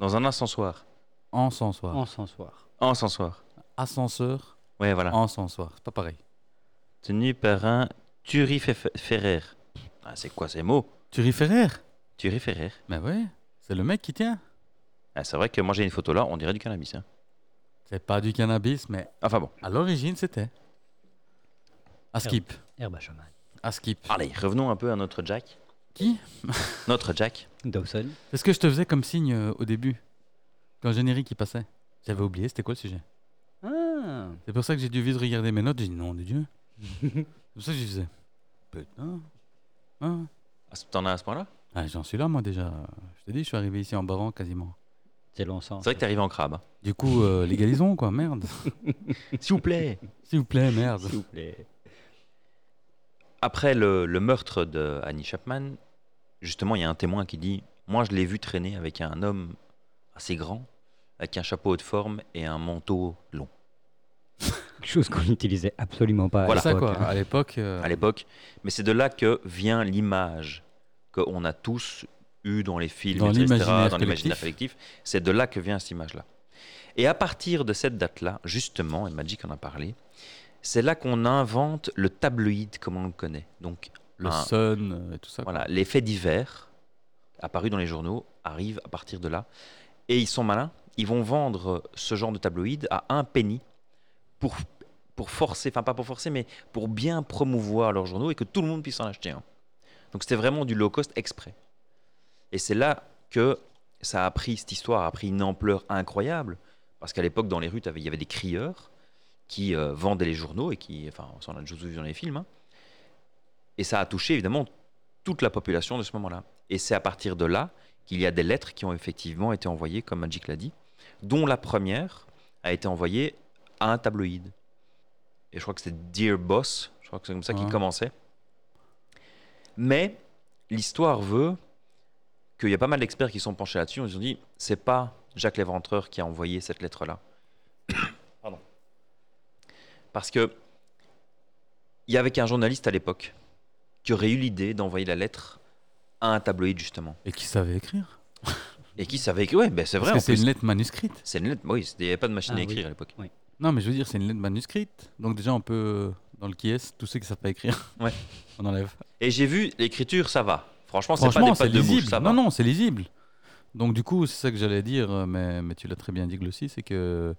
Dans un ascensoir.
Encensoir.
En sensoir.
Encensoir.
Ascenseur,
Ouais, voilà.
encensoir. C'est pas pareil.
Tenu par un turiféraire. Ah, c'est quoi ces mots
Thierry Ferrer
Turiféraire.
Mais Ben ouais, c'est le mec qui tient.
Ah, c'est vrai que moi j'ai une photo là, on dirait du cannabis. hein.
C'est pas du cannabis, mais
Enfin bon,
à l'origine, c'était. À skip.
Herbe à chemin.
À skip.
allez, revenons un peu à notre Jack.
Qui
Notre Jack.
Dawson.
C'est ce que je te faisais comme signe euh, au début, quand le générique il passait. J'avais oublié, c'était quoi le sujet
Ah
C'est pour ça que j'ai dû vite regarder mes notes. J'ai dit, non, de Dieu. c'est pour ça que je faisais. Putain. Ah.
Ah, c'est- T'en as à ce point-là
Ah, J'en suis là, moi, déjà. Je te dis, je suis arrivé ici en barrant quasiment.
C'est l'encens.
C'est vrai que t'es arrivé en crabe. hein.
Du coup, euh, légalisons, quoi, merde.
S'il vous plaît.
S'il vous plaît, merde.
S'il vous plaît.
Après le, le meurtre de Annie Chapman, justement, il y a un témoin qui dit Moi, je l'ai vu traîner avec un homme assez grand, avec un chapeau haut de forme et un manteau long.
Quelque chose qu'on n'utilisait absolument pas. à
C'est ça,
l'époque,
quoi.
hein.
À l'époque, euh,
à l'époque. Mais c'est de là que vient l'image qu'on a tous eue dans les films,
Dans
etc.,
l'imaginaire
dans l'imaginaire collectif. C'est de là que vient cette image-là. Et à partir de cette date-là, justement, et Magic en a parlé, c'est là qu'on invente le tabloïd comme on le connaît. Donc,
le
un-
Sun euh, et tout ça. quoi.
Ah. voilà, les faits divers apparus dans les journaux arrivent à partir de là. Et ils sont malins. Ils vont vendre ce genre de tabloïd à un penny pour, pour forcer, enfin pas pour forcer, mais pour bien promouvoir leurs journaux et que tout le monde puisse en acheter un. Donc c'était vraiment du low cost exprès. Et c'est là que ça a pris, cette histoire a pris une ampleur incroyable. Parce qu'à l'époque, dans les rues, t'avais- il y avait des crieurs qui euh, vendaient les journaux et qui, enfin, on en a déjà vu dans les films. hein. Et ça a touché évidemment toute la population de ce moment-là. Et c'est à partir de là qu'il y a des lettres qui ont effectivement été envoyées, comme Magic l'a dit, dont la première a été envoyée à un tabloïd. Et je crois que c'était Dear Boss, je crois que c'est comme ça qu'il
Ouais.
commençait. Mais l'histoire veut qu'il y a pas mal d'experts qui sont penchés là-dessus. Ils ont dit, c'est pas Jacques Léventreur qui a envoyé cette lettre-là. Pardon. Parce que il y avait qu'un journaliste à l'époque qui aurait eu l'idée d'envoyer la lettre à un tabloïd justement.
Et qui savait écrire.
Et qui savait que ouais, ben c'est
Parce
vrai.
que
en
c'est
plus.
une lettre manuscrite.
C'est une lettre. Oui, c'était- il n'y avait pas de machine
Ah
à
oui.
écrire à l'époque.
Non, mais je veux dire, c'est une lettre manuscrite. Donc, déjà, on peut, euh, dans le qui est, tous ceux qui savent pas écrire,
Ouais.
on enlève.
Et j'ai vu l'écriture, ça va. Franchement, c'est pas des
Franchement, c'est
pattes de mouche,
lisible.
ça va.
non, non, c'est lisible. Donc, du coup, c'est ça que j'allais dire, euh, mais, mais tu l'as très bien dit, Glossy, c'est que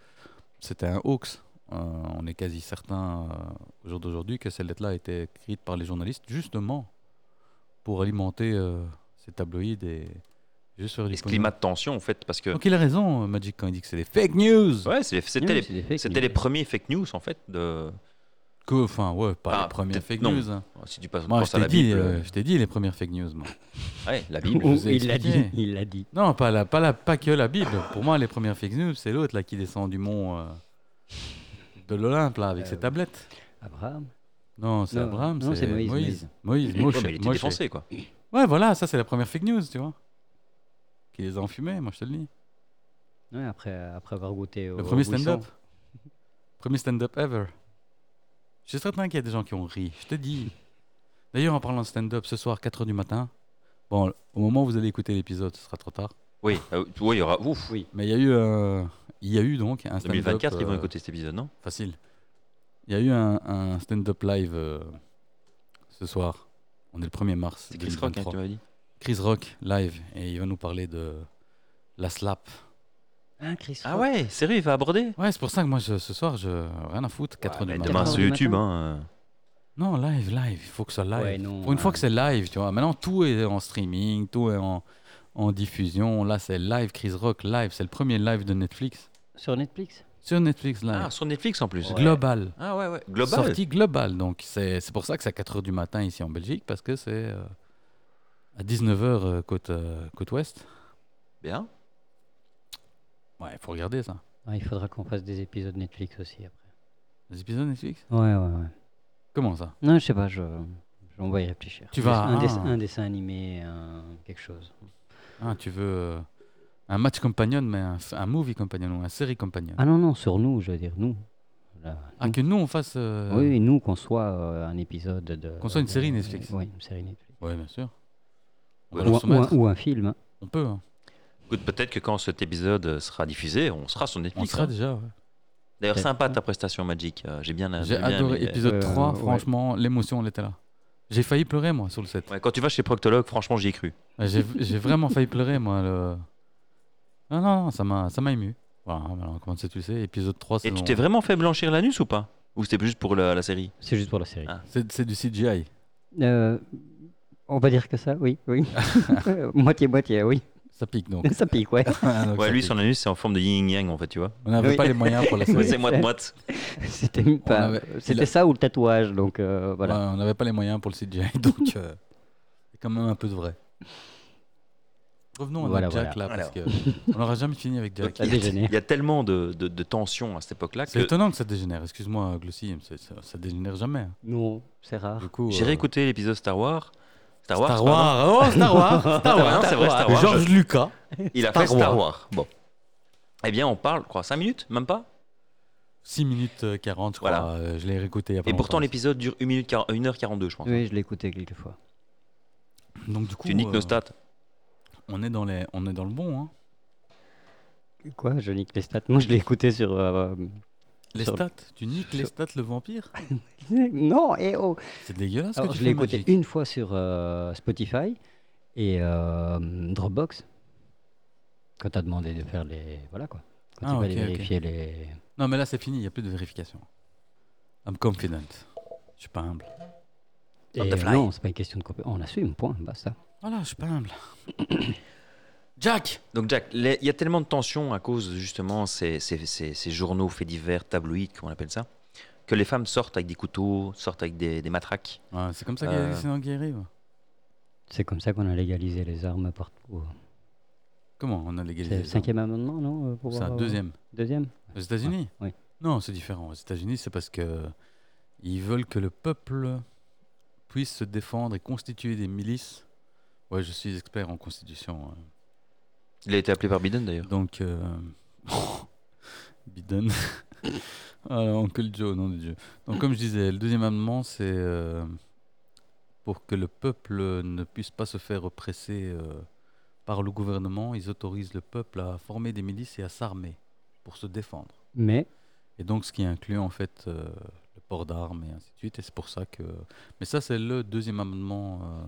c'était un hoax. Euh, on est quasi certain, euh, au jour d'aujourd'hui, que cette lettre-là a été écrite par les journalistes, justement, pour alimenter euh, ces tabloïds et juste faire
Et
du
ce
pognon.
climat de tension en fait, parce que
Donc il a raison, euh, Magic, quand il dit que c'est des fake news.
ouais, c'est- c'était
Oui,
les,
c'est des fake
c'était
news.
les premiers fake news en fait. De...
Que, enfin, ouais, pas
Ah,
les premières
peut-être
fake
non.
news. hein.
Si tu passes
Moi,
penses
je
à la
t'ai dit,
Bible,
euh, je t'ai dit les premières fake news. moi.
ouais, la Bible.
je
Oh,
vous ai
il l'a dit.
expliqué.
Il l'a dit.
Non, pas, la, pas, la, pas que la Bible. Pour moi, les premières fake news, c'est l'autre là qui descend du mont euh, de l'Olympe là, avec
Euh,
ses tablettes.
Abraham.
Non, c'est
non,
Abraham,
non,
c'est
c'est Moïse,
Moïse. Moïse,
Ouais,
Moshe,
mais il était
Moshe.
défoncé quoi.
Ouais, voilà, ça c'est la première fake news, tu vois. Qui les a enfumés, moi je te le dis.
Ouais, après, après avoir goûté
Euh,
au.
Le premier
au buisson.
stand-up. Premier stand-up ever. Je suis certain qu'il y a des gens qui ont ri, je te dis. D'ailleurs, en parlant de stand-up, ce soir, 4h du matin, bon, au moment où vous allez écouter l'épisode, ce sera trop tard.
Oui, euh, oui, il y aura. Ouf.
Oui.
Mais il y a eu, euh, il y a eu donc un stand-up.
2024, ils vont
euh,
écouter cet épisode, non
Facile. Il y a eu un, un stand-up live euh, ce soir. On est le 1er mars.
C'est Chris Rock, hein,
2023.
tu m'as dit.
Chris Rock live et il va nous parler de la slap.
Hein, Chris
Ah
Rock
ouais, sérieux, il va aborder
Ouais, c'est pour ça que moi je- ce soir je rien à foutre. 4 heures
Mais
du matin.
Demain
demain, Quatre
sur
heures du
YouTube,
matin.
hein. euh.
Non, live, live, il faut que ça live.
Ouais, non,
Pour une fois
euh,
que c'est live, tu vois. Maintenant, tout est en streaming, tout est en, en diffusion. Là, c'est live, Chris Rock live. C'est le premier live de Netflix.
Sur Netflix
Sur Netflix live.
Ah, sur Netflix en plus.
Ouais.
Global.
Ah ouais, ouais. Global.
Sortie globale. Donc, c'est c'est pour ça que c'est à 4h du matin ici en Belgique, parce que c'est euh, à 19h côte, euh, côte ouest.
Bien.
Ouais, il faut regarder ça.
Ah, Il faudra qu'on fasse des épisodes Netflix aussi après.
Les épisodes Netflix
Ouais, ouais, ouais.
Comment ça
Non, je sais pas, je... je- On va y réfléchir.
Tu
Un
vas-
dess- un, dess-
ah.
un dessin animé, un- quelque chose.
ah, Tu veux euh, un match compagnon, mais un, f- un movie compagnon ou un série compagnon.
Ah non, non, sur nous, je veux dire, nous. Là,
Ah,
nous.
que nous, on fasse. euh,
Mm. Oui, oui, nous, qu'on soit euh, un épisode de.
Qu'on soit une
de-
série Netflix.
Oui, une série Netflix.
Ouais, bien sûr. On
Ouais.
va leur
Ou un, ou un-
soumettre.
ou un film. hein.
On peut. hein.
Écoute, peut-être que quand cet épisode sera diffusé, on sera sur
On
Netflix.
sera
hein.
déjà. ouais.
D'ailleurs,
Peut-être.
sympa ta prestation Magic. Euh, J'ai bien
J'ai
bien
adoré
aimé.
épisode
Euh,
3.
ouais.
Franchement, l'émotion, elle était là. J'ai failli pleurer, moi, sur le set.
Ouais, quand tu vas chez Proctologue, franchement, j'y ai cru.
Ouais, J'ai j'ai vraiment failli pleurer, moi. Le... Non, non, non, ça m'a ça m'a ému. Voilà, hein, voilà, comment ça, tu le sais, épisode 3,
Et tu
saison-
t'es vraiment fait blanchir l'anus ou pas Ou c'était juste pour la, la série
C'est juste pour la série.
Ah.
c'est c'est du CGI.
Euh, on va dire que ça, oui, oui. Moitié-moitié, oui.
Ça pique donc.
Ça pique, ouais.
Donc,
Ouais,
Ah, ça
lui,
pique.
son anus, c'est en forme de yin-yang en fait, tu vois.
On n'avait
Oui.
pas les moyens pour la
Ouais,
série.
c'est moite-moite.
C'était une
On
part- Euh,
avait- il a-
C'était ça ou le tatouage, donc euh, voilà.
Ouais, on n'avait pas les moyens pour le CGI, donc euh, c'est quand même un peu de vrai. Revenons à
Voilà,
notre Jack là, parce que on n'aura jamais fini avec Jack.
Ça
Il y a-
dégénère.
il y a tellement de, de, de tensions à cette époque-là
C'est
que
étonnant que ça dégénère. Excuse-moi, Glossy, c'est- ça, ça dégénère jamais. hein.
Non, c'est rare.
Du coup,
Ah, j'ai
euh,
réécouté l'épisode Star Wars. Star Wars,
Star
pardon.
Wars, oh Star Wars, Star
Ah,
Wars.
non, c'est vrai, Star Wars.
Georges Lucas.
Il a
Star
fait Star Wars. Bon. Eh bien, on parle, quoi, 5 minutes Même pas
6 minutes euh, 40, je crois.
Voilà.
euh, Je l'ai réécouté il y a pas
Et pourtant,
longtemps.
l'épisode dure 1 minute 40 1h42, je pense.
Oui, je l'ai écouté quelques fois.
Donc, du coup,
Tu niques
euh,
nos stats. hein.
on, est dans les... on est dans le bon. Hein.
Quoi Je nique les stats Moi, je l'ai écouté sur. euh,
Les
Sur-
stats, tu niques les stats, le vampire
Non, et oh
C'est dégueulasse
Alors,
que tu
Je l'ai
fais,
écouté
Magic.
une fois sur euh, Spotify et euh, Dropbox. Quand t'as demandé de faire les. Voilà quoi. Quand
Ah,
tu vas
ok,
les
ok.
vérifier les.
Non, mais là, c'est fini, il n'y a plus de vérification. I'm confident. Je suis pas humble.
Top
Et,
the
euh,
fly.
non, c'est pas une question de compé- On assume, point, basta.
Voilà, je suis pas humble. Jack
Donc Jack, les- il y a tellement de tensions à cause de, justement ces, ces- ces- ces journaux faits divers, tabloïds, comme on appelle ça, que les femmes sortent avec des couteaux, sortent avec des, des matraques.
Ouais, C'est comme ça qu'il y a
Euh.
des accidents qui arrivent.
C'est comme ça qu'on a légalisé les armes partout. Oh.
Comment on a
C'est
légalisé
le
ça
cinquième amendement, non euh, pour
C'est un
avoir-
deuxième.
Deuxième
Aux États-Unis
Ouais, ouais.
Non, c'est différent. Aux États-Unis, c'est parce que ils veulent que le peuple puisse se défendre et constituer des milices. Ouais, je suis expert en constitution. hein.
Il a été appelé par Biden d'ailleurs.
Donc, euh... Biden. Ah, Uncle Joe, nom de Dieu. Donc, comme je disais, le deuxième amendement, c'est euh, pour que le peuple ne puisse pas se faire oppresser euh, par le gouvernement. Ils autorisent le peuple à former des milices et à s'armer pour se défendre.
Mais
Et donc, ce qui inclut en fait euh, le port d'armes et ainsi de suite. Et c'est pour ça que. Mais ça, c'est le deuxième amendement. euh,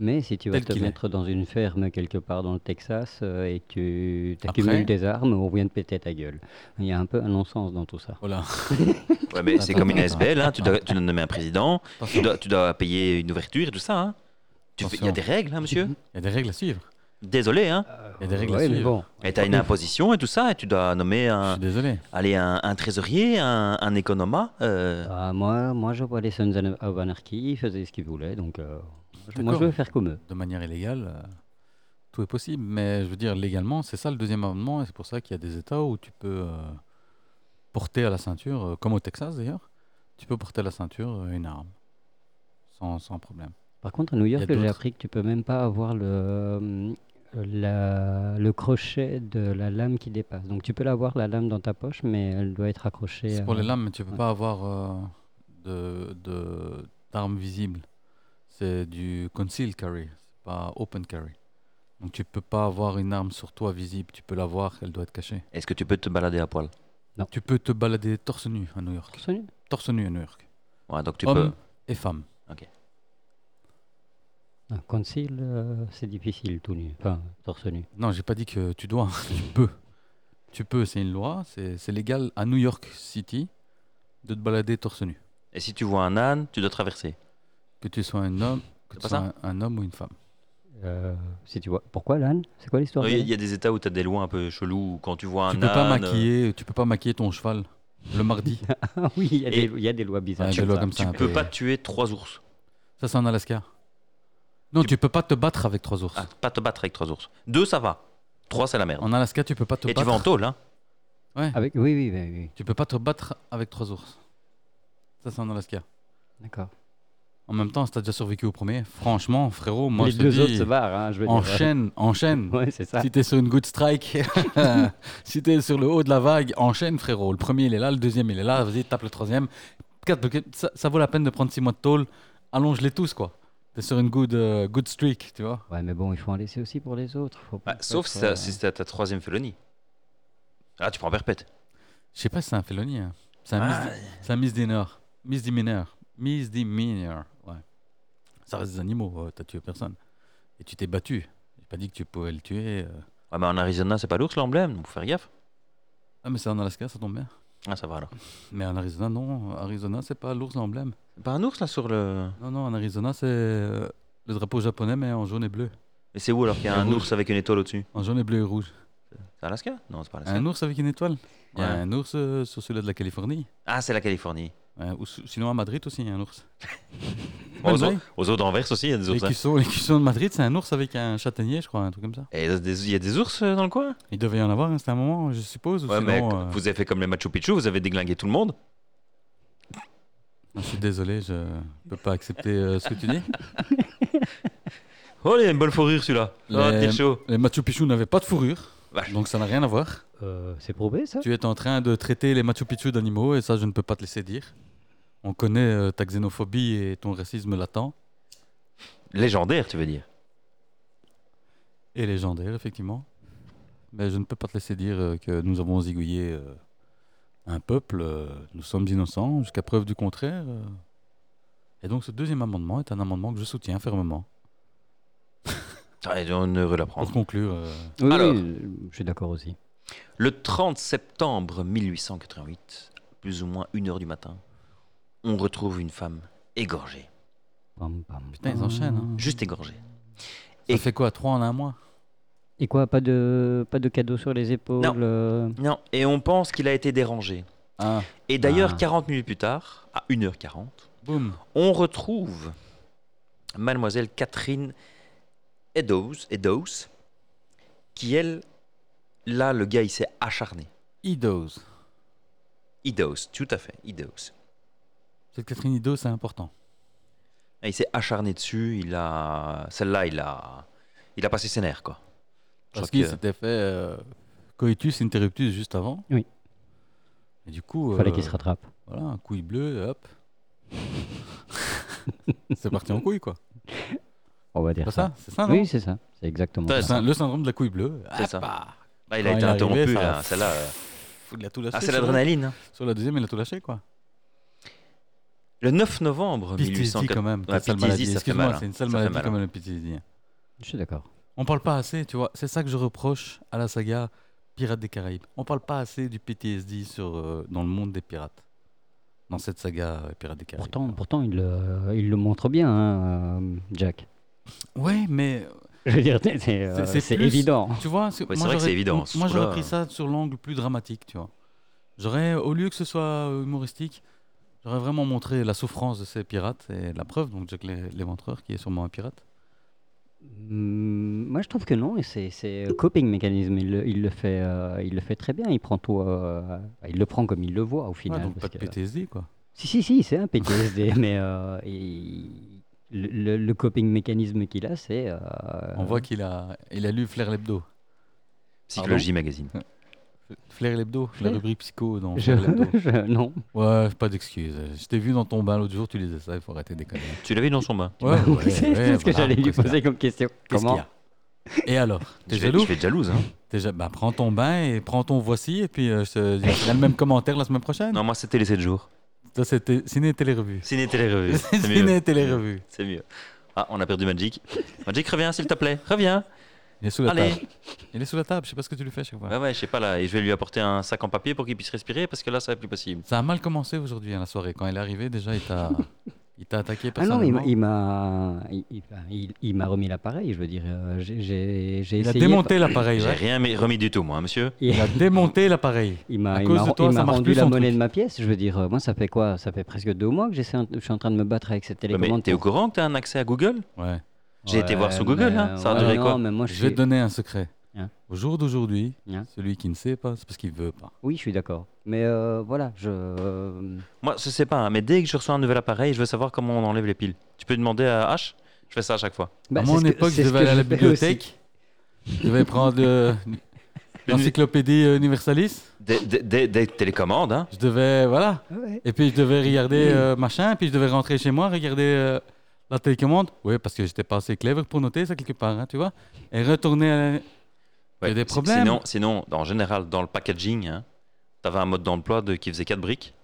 Mais si tu vas
Tel
te
qu'il est.
mettre dans une ferme quelque part dans le Texas euh, et que tu
Après-
accumules des armes, on vient de péter ta gueule. Il y a un peu un non-sens dans tout ça.
Voilà.
Ouais, mais c'est
Attends,
comme une
attends.
SBL, hein, tu, dois, tu dois nommer un président, tu
Attention,
dois, tu dois payer une ouverture et tout ça. hein. Tu fais- Il y a
Attention.
des règles, hein, monsieur.
il y a des règles à suivre.
Désolé. Hein.
Il y a des règles à
Euh, Ouais, mais
suivre.
bon.
Et tu as une imposition et tout ça, et tu dois nommer
Je suis
un,
désolé.
allez, un, un trésorier, un, un économa. euh,
Ah, moi, moi, je vois les Sons of Anarchy, ils faisaient ce qu'ils voulaient, donc euh, moi,
D'accord.
je veux faire comme eux.
de manière illégale, euh, tout est possible. Mais je veux dire, légalement, c'est ça le deuxième amendement. Et c'est pour ça qu'il y a des États où tu peux euh, porter à la ceinture, euh, comme au Texas d'ailleurs, tu peux porter à la ceinture euh, une arme. Sans, sans problème.
Par contre, à New
Il
York,
y a
j'ai
d'autres.
appris que tu peux même pas avoir le, euh, la- le crochet de la lame qui dépasse. Donc, tu peux l'avoir, la lame, dans ta poche, mais elle doit être accrochée. euh,
C'est pour
à-
les lames, mais tu peux
ouais.
pas avoir euh, de de- d'armes visibles. C'est du concealed carry, c'est pas open carry. Donc tu peux pas avoir une arme sur toi visible, tu peux l'avoir, elle doit être cachée.
Est-ce que tu peux te balader à poil
Tu peux te balader torse nu à New York.
Torse nu
Torse nu à New York.
Ouais, Donc tu
Homme
peux.
et femme.
Un conceal, euh, Ah, c'est difficile, tout nu. Enfin, torse nu.
Non, j'ai pas dit que tu dois, tu peux. Tu peux, c'est une loi, c'est c'est légal à New York City de te balader torse nu.
Et si tu vois un âne, tu dois traverser.
Que tu sois un homme, que
C'est
tu
pas
sois un, un homme ou une femme.
Euh, si tu vois. Pourquoi l'âne C'est quoi l'histoire
Non,
de
Il y, a-
l'âne
il y a des états où tu as des lois un peu chelous, où quand tu vois un
Tu peux
âne,
pas
euh,
maquiller, tu peux pas maquiller ton cheval le mardi.
Ah oui, il y, a
Et-
des- il y a des lois bizarres.
Ouais, des lois comme ça,
tu
un
peux
peu.
pas tuer trois ours.
Ça c'est en Alaska. Non, tu...
Tu-
peux pas te battre avec trois ours.
Ah, pas te battre avec trois ours. Deux, ça va. Trois, c'est la merde.
En Alaska, tu peux pas te
Et tu
battre.
vas en tôle, hein
Avec... Oui, oui, oui, oui.
Tu peux pas te battre avec trois ours. Ça c'est en Alaska.
D'accord.
En même temps, si t'as déjà survécu au premier, franchement, frérot, moi
Les
je te
deux
dis,
autres se barrent, hein, je veux dire.
enchaîne, enchaîne.
Ouais, c'est ça.
Si t'es sur une good strike, si t'es sur le haut de la vague, enchaîne, frérot. Le premier, il est là, le deuxième, il est là, vas-y, tape le troisième. Quatre, buckets, ça, ça vaut la peine de prendre six mois de tôle. Allonge-les tous, quoi. T'es sur une good, euh, good streak, tu vois.
Ouais, mais bon, il faut en laisser aussi pour les autres. Faut pas
Bah, Sauf
être,
si t'as-
euh,
si c'est ta, ta troisième félonie. Ah, tu prends perpète.
Je sais pas si c'est un felony. hein. C'est un,
Ah,
mis- c'est un misdemeanor. Misdemeanor. Misdemeanor. Ouais. Ça reste des animaux, euh, t'as tué personne. Et tu t'es battu. J'ai pas dit que tu pouvais le tuer. euh.
ouais, mais en Arizona, c'est pas l'ours l'emblème, donc faut faire gaffe.
Ah, mais c'est en Alaska, ça tombe bien.
Ah, ça va alors.
Mais en Arizona, non. Arizona, c'est pas l'ours l'emblème.
C'est pas un ours là sur le.
Non, non, en Arizona, c'est euh, le drapeau japonais, mais en jaune et bleu.
Mais c'est où alors qu'il y a
Le
un
rouge.
ours avec une étoile au-dessus
En jaune et bleu et rouge.
C'est Alaska Non, Ah, c'est pas Alaska.
Un ours avec une étoile. Il y a
Ouais.
un ours euh, sur celui-là de la Californie.
Ah, c'est la Californie.
Ouais, ou s- sinon, à Madrid aussi, il y a un ours.
Aux,
Belle blague.
eaux- aux eaux d'Anvers aussi, il y a des
Les
ours. hein.
cuissons, les cuissons de Madrid, c'est un ours avec un châtaignier, je crois, un truc comme ça.
Et il y a des- il y a des ours euh, dans le coin
Il devait y en avoir, hein, c'était un moment, je suppose. Ou
Ouais, mais
sinon,
c-
euh,
vous avez fait comme les Machu Picchu, vous avez déglingué tout le monde.
Je suis désolé, je peux pas accepter euh, ce que tu dis.
Oh, il y a une bonne fourrure celui-là. Oh,
Les-
t'es chaud.
Les Machu Picchu n'avaient pas de fourrure,
Vache.
donc ça n'a rien à voir.
euh, c'est probé, ça
Tu es en train de traiter les Machu Picchu d'animaux, et ça, je ne peux pas te laisser dire. On connaît euh, ta xénophobie et ton racisme latent.
Légendaire, tu veux dire.
Et légendaire, effectivement. Mais je ne peux pas te laisser dire euh, que nous avons zigouillé euh, un peuple. euh, nous sommes innocents jusqu'à preuve du contraire. euh. Et donc ce deuxième amendement est un amendement que je soutiens fermement.
Ah, et on est heureux
Pour
l'apprendre.
conclure, euh,
Oui,
Alors.
oui, je suis d'accord aussi.
Le 30 septembre 1888, plus ou moins 1h du matin, on retrouve une femme égorgée.
Pam, pam,
Putain, ils
pam.
enchaînent, hein.
Juste égorgée.
ça
Et-
fait quoi Trois en un mois
Et quoi, pas de, pas de cadeau sur les épaules
Non.
euh,
Non, et on pense qu'il a été dérangé.
Ah,
Et d'ailleurs,
Ah.
40 minutes plus tard, à 1h40,
boum
on retrouve mademoiselle Catherine Eddowes, Eddowes, qui elle, là, le gars, il s'est acharné.
Idos.
Eddowes, tout à fait, Eddowes.
Cette Catherine Idos, c'est important.
Et Il s'est acharné dessus, il a... Celle-là, il a... Il a passé ses nerfs, quoi. Je
Parce
crois
qu'il
que-
s'était fait euh, coitus interruptus juste avant.
Oui.
Et du coup,
Fallait
euh,
qu'il se rattrape.
voilà, un couille bleu, et hop. c'est parti en couille, quoi.
On va dire
C'est
ça.
ça C'est ça, non
Oui, c'est ça. C'est exactement
Ça,
Le
ça.
syn- le syndrome de la couille bleue.
C'est ça.
bah.
Bah, Ah, il a
Quand
été
est
interrompu,
arrivé, ça-
là, celle-là. euh.
Il a tout lâché.
Ah, c'est
sur-
l'adrénaline. hein.
Sur la deuxième, il a tout lâché, quoi.
Le 9 novembre
PTSD, quand
1880.
même.
Ouais,
quelle sale
PTSD,
maladie.
ça fait
Excuse-moi,
mal, hein.
c'est une sale
Ça fait
maladie
mal,
comme le PTSD.
Je suis d'accord.
On parle pas assez, tu vois. C'est ça que je reproche à la saga Pirates des Caraïbes. On parle pas assez du PTSD sur, euh, dans le monde des pirates. Dans cette saga euh, Pirates des Caraïbes.
Pourtant, pourtant il, le, il le montre bien, hein, euh, Jack.
Ouais, mais
Je veux dire, c'est- c'est euh,
C'est- c'est
c'est
plus-
évident.
tu vois, c'est
Ouais, c'est
moi,
vrai que
j'aurais-
c'est évident, ce
Moi, j'aurais
coup-là.
pris ça sur l'angle plus dramatique, tu vois. J'aurais, au lieu que ce soit euh, humoristique, j'aurais vraiment montré la souffrance de ces pirates et la preuve, donc Jack l'é- l'éventreur, qui est sûrement un pirate.
Hmm, Moi, je trouve que non, et c'est- c'est euh, coping mécanisme. Il, le- il le fait, euh, il le fait très bien. Il prend tout, euh, il le prend comme il le voit au
Ouais,
final.
donc pas
parce
de
que-
PTSD, quoi.
Si, si, si, c'est un PTSD, mais euh, il- le, le- le coping mécanisme qu'il a, c'est. euh,
On voit qu'il a, il a lu Flair l'hebdo.
Psychologie Magazine.
Flair l'hebdo, la
Flair
rubrique psycho dans
je-
Flair l'hebdo.
je- non.
Ouais, pas d'excuses. Je t'ai vu dans ton bain l'autre jour, tu lisais ça, il faut arrêter de déconner.
Tu l'avais dans son bain.
Ouais, ouais,
c'est c'est
ouais,
ce que
voilà,
j'allais lui
qu'est-ce qu'il y a
poser comme question.
Qu'est-ce qu'il y
Comment
a Et alors T'es
Je vais,
jaloux
je vais être jalouse. Hein.
T'es ja- bah, Prends ton bain et prends ton voici, et puis euh, je te dirai le même commentaire la semaine prochaine.
Non, moi, c'était les 7 jours.
Ça, c'était Ciné-Télé-Revue.
Ciné télé-revue. C'est mieux.
Ciné-Télé-Revue.
C'est mieux. Ah, on a perdu Magic. Magic, reviens, s'il te plaît. Reviens.
Il est sous la
Allez.
table. Il est sous la table, je sais pas ce que tu lui fais à chaque fois.
Ouais, ouais, je sais pas là. Et je vais lui apporter un sac en papier pour qu'il puisse respirer parce que là, ça va être plus possible.
Ça a mal commencé aujourd'hui, hein, la soirée. Quand il est arrivé, déjà, il t'a Il t'a attaqué
Ah non, mais il
personnellement
m'a- il m'a il, il- il- il m'a remis l'appareil, je veux dire. euh, j'ai- J'ai j'ai
Ah, Il a
essayé.
démonté l'appareil,
J'ai
ouais.
rien mis- remis du tout, moi, hein, monsieur.
Il a démonté l'appareil.
Il
À
m'a il
cause
m'a
de
ren-
toi,
il
ça
m'a
marche
rendu
plus,
la
son
monnaie
truc.
de ma pièce. Je veux dire, euh, moi, ça fait quoi Ça fait presque deux mois que j'essaie un- je suis en train de me battre avec cette
Ouais, mais
télécommande.
t'es au courant que t'as un accès à Google
Ouais.
J'ai été voir sur Google,
mais, euh,
hein, ça a
ouais,
duré
non,
quoi
mais moi, je
Je vais
suis-
te donner un secret.
Hein.
Au jour d'aujourd'hui,
Hein.
celui qui ne sait pas, c'est parce qu'il veut pas.
Oui, je suis d'accord. Mais euh, voilà, je. euh,
Moi, je sais pas, hein, mais dès que je reçois un nouvel appareil, je veux savoir comment on enlève les piles. Tu peux demander à H Je fais ça à chaque fois.
bah,
à
c'est
mon
ce que-
époque,
c'est
je
ce
devais
que
aller à la
fais aussi.
bibliothèque. Je devais prendre euh, l'encyclopédie euh, Universalis.
Des, des- des- des télécommandes, hein
Je devais, voilà.
Ouais.
Et puis je devais regarder euh, machin, puis je devais rentrer chez moi, regarder euh, la télécommande. Oui, parce que j'étais pas assez clever pour noter ça quelque part, hein, tu vois. Et retourner à la- Il y a des
si-
problèmes.
Sinon, sinon, en général, dans le packaging, hein, t'avais un mode d'emploi de- qui faisait 4 briques.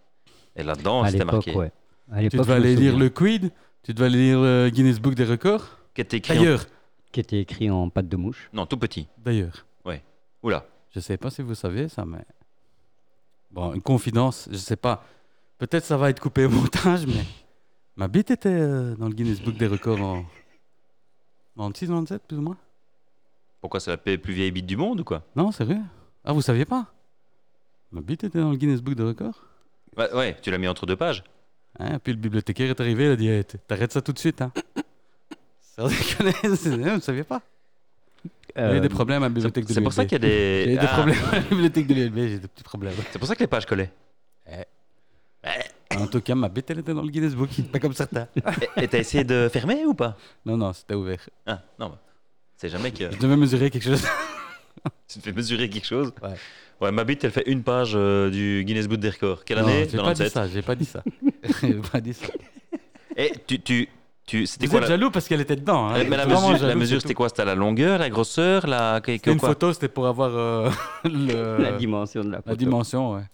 Et là-dedans,
À
c'était
l'époque,
marqué.
ouais. À
Tu
l'époque,
devais
je me
aller lire
souviens,
le quid, tu devais aller lire le Guinness Book des records.
Qui était écrit en-
D'ailleurs,
Qui était écrit en pâte de mouche.
Non, tout petit.
d'ailleurs,
Oula.
je sais pas si vous savez ça, mais. Bon, une confidence, je sais pas. Peut-être ça va être coupé au montage, mais. Ma bite était euh, dans le Guinness Book des records en. 96, 97, plus ou moins.
Pourquoi c'est la p- plus vieille bite du monde ou quoi
Non, sérieux Ah, vous saviez pas Ma bite était dans le Guinness Book des records
ouais, ouais, tu l'as mis entre deux pages.
Hein, puis le bibliothécaire est arrivé, il a dit Hey, t- T'arrêtes ça tout de suite. Hein. Sans déconner, c'est- vous ne saviez pas. Il y a eu
Euh,
des problèmes à la bibliothèque de
C'est pour ça qu'il y a
J'ai
des.
eu des
Ah,
problèmes à la bibliothèque de l'ULB, j'ai eu des petits problèmes.
C'est pour ça que les pages collaient.
En tout cas, ma bête, elle était dans le Guinness Book, pas comme certains.
Et et t'as essayé de fermer ou pas
Non, non, c'était ouvert.
Ah, non. bah, C'est jamais que
Je devais mesurer quelque chose.
tu te fais mesurer quelque chose.
Ouais.
Ouais, ma bite, elle fait une page euh, du Guinness Book des records. Quelle
Non,
année
j'ai pas dit
97.
ça, j'ai pas dit ça. j'ai pas dit ça.
Et Eh, tu. tu, tu c'était
Vous
quoi
êtes
la...
jaloux parce qu'elle était dedans. hein.
Eh, Mais la
Vraiment
mesure, la
jaloux,
mesure
c'est
c'était
tout.
quoi C'était la longueur, la grosseur, la. que- que-
C'était une
quoi
photo, c'était pour avoir euh, le-
La dimension de la photo.
la dimension, ouais.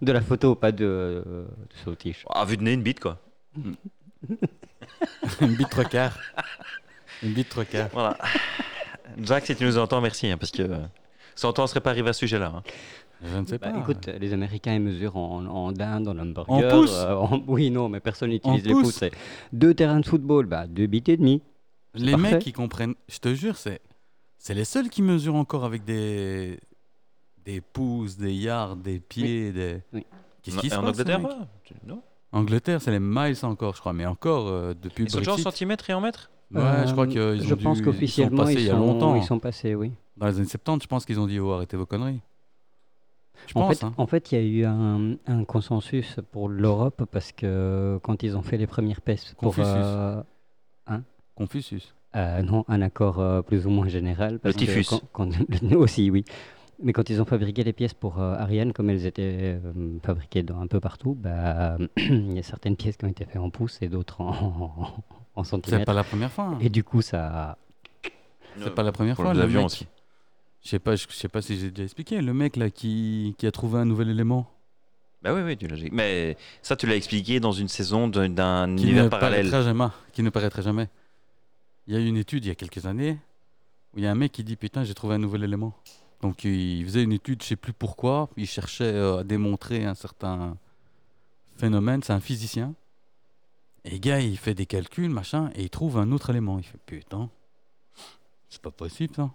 De la photo, pas de, euh, de sautiche.
Ah, vu de nez, une bite, quoi.
Une bite trois quarts. Une bite trois quarts.
Voilà. Jack, si tu nous entends, merci, hein, parce que euh, sans toi, on serait pas arrivé à ce sujet-là. hein.
Je ne sais
Bah,
pas.
écoute, les Américains ils mesurent en, en dinde, en hamburger.
En pouces
euh, en- Oui, non, mais personne n'utilise les
pouces
pouces. c'est Deux terrains de football, bah, deux bites et demi.
les
parfait.
mecs qui comprennent, je te jure, c'est c'est les seuls qui mesurent encore avec des des pouces, des yards, des pieds, des.
Oui.
Qu'est-ce qui
Et
se
en
passe
Angleterre,
mec
ouais, tu- non
Angleterre, c'est les miles encore, je crois, mais encore euh, depuis
Ils sont
Brexit.
déjà en centimètres et en mètres
Ouais, je crois qu'ils
Euh, Je pense qu'officiellement,
passés
ils,
il y a
sont-
longtemps. hein.
ils sont passés, oui.
Dans les années 70, je pense qu'ils ont dit oh arrêtez vos conneries. Je
En
pense.
fait,
hein.
en fait, il y a eu un, un consensus pour l'Europe parce que quand ils ont fait les premières pèses pour
Confucius.
euh,
Confucius.
euh, non, un accord euh, plus ou moins général. Parce que
typhus.
quand- quand- le- aussi, oui. Mais quand ils ont fabriqué les pièces pour euh, Ariane, comme elles étaient euh, fabriquées dans, un peu partout, bah, il y a certaines pièces qui ont été faites en pouces et d'autres en, en- en
C'est
centimètres.
pas la première fois. hein.
Et du coup, ça.
C'est pas la première
Pour
fois.
les
le
avions
mec-
aussi.
Je sais pas, je je sais pas si j'ai déjà expliqué. Le mec là qui, qui a trouvé un nouvel élément
Bah oui, oui, tu l'as dit. Mais ça, tu l'as expliqué dans une saison d'un- d'un
qui ne
univers parallèle.
paraîtra jamais, qui ne paraîtra jamais. Il y a eu une étude il y a quelques années où il y a un mec qui dit putain j'ai trouvé un nouvel élément. Donc il faisait une étude, je sais plus pourquoi, il cherchait euh, à démontrer un certain phénomène. C'est un physicien. Et le gars il fait des calculs machin et il trouve un autre élément. Il fait putain, c'est pas possible ça.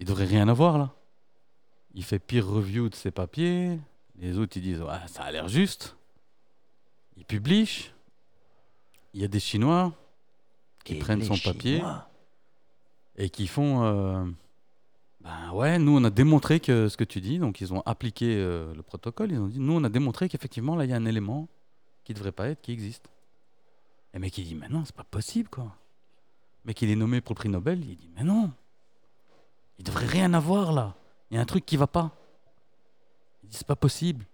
Il devrait rien avoir là. Il fait peer review de ses papiers. Les autres ils disent ouais ça a l'air juste. Il publie. Il y a des Chinois qui
Et
prennent son
les
papier.
Chinois.
et qui font euh, ben ouais nous on a démontré que ce que tu dis donc ils ont appliqué euh, le protocole ils ont dit nous on a démontré qu'effectivement là il y a un élément qui devrait pas être qui existe et mec il dit mais non c'est pas possible quoi mec il est nommé pour le prix Nobel il dit mais non il devrait rien avoir là il y a un truc qui va pas il dit c'est pas possible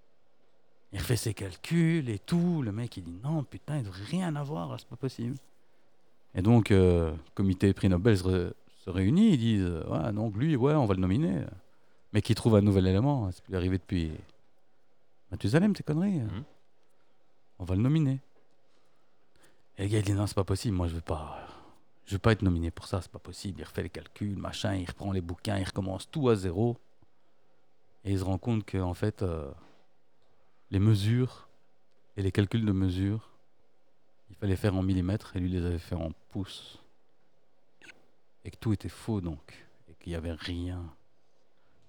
il refait ses calculs et tout le mec il dit non putain il devrait rien avoir là c'est pas possible et donc, euh, le comité prix Nobel se, ré- se réunit, ils disent euh, ouais, donc lui, ouais, on va le nominer. Mais qui trouve un nouvel élément, hein, c'est plus arrivé depuis Mathusalem, tes conneries.
Mhm.
On va le nominer. Et le gars, il dit non, c'est pas possible, moi je veux pas. Je veux pas être nominé pour ça, c'est pas possible. Il refait les calculs, machin, il reprend les bouquins, il recommence tout à zéro. Et il se rend compte que, en fait, euh, les mesures et les calculs de mesures Il fallait faire en millimètres et lui les avait fait en pouces. Et que tout était faux donc. Et qu'il n'y avait rien.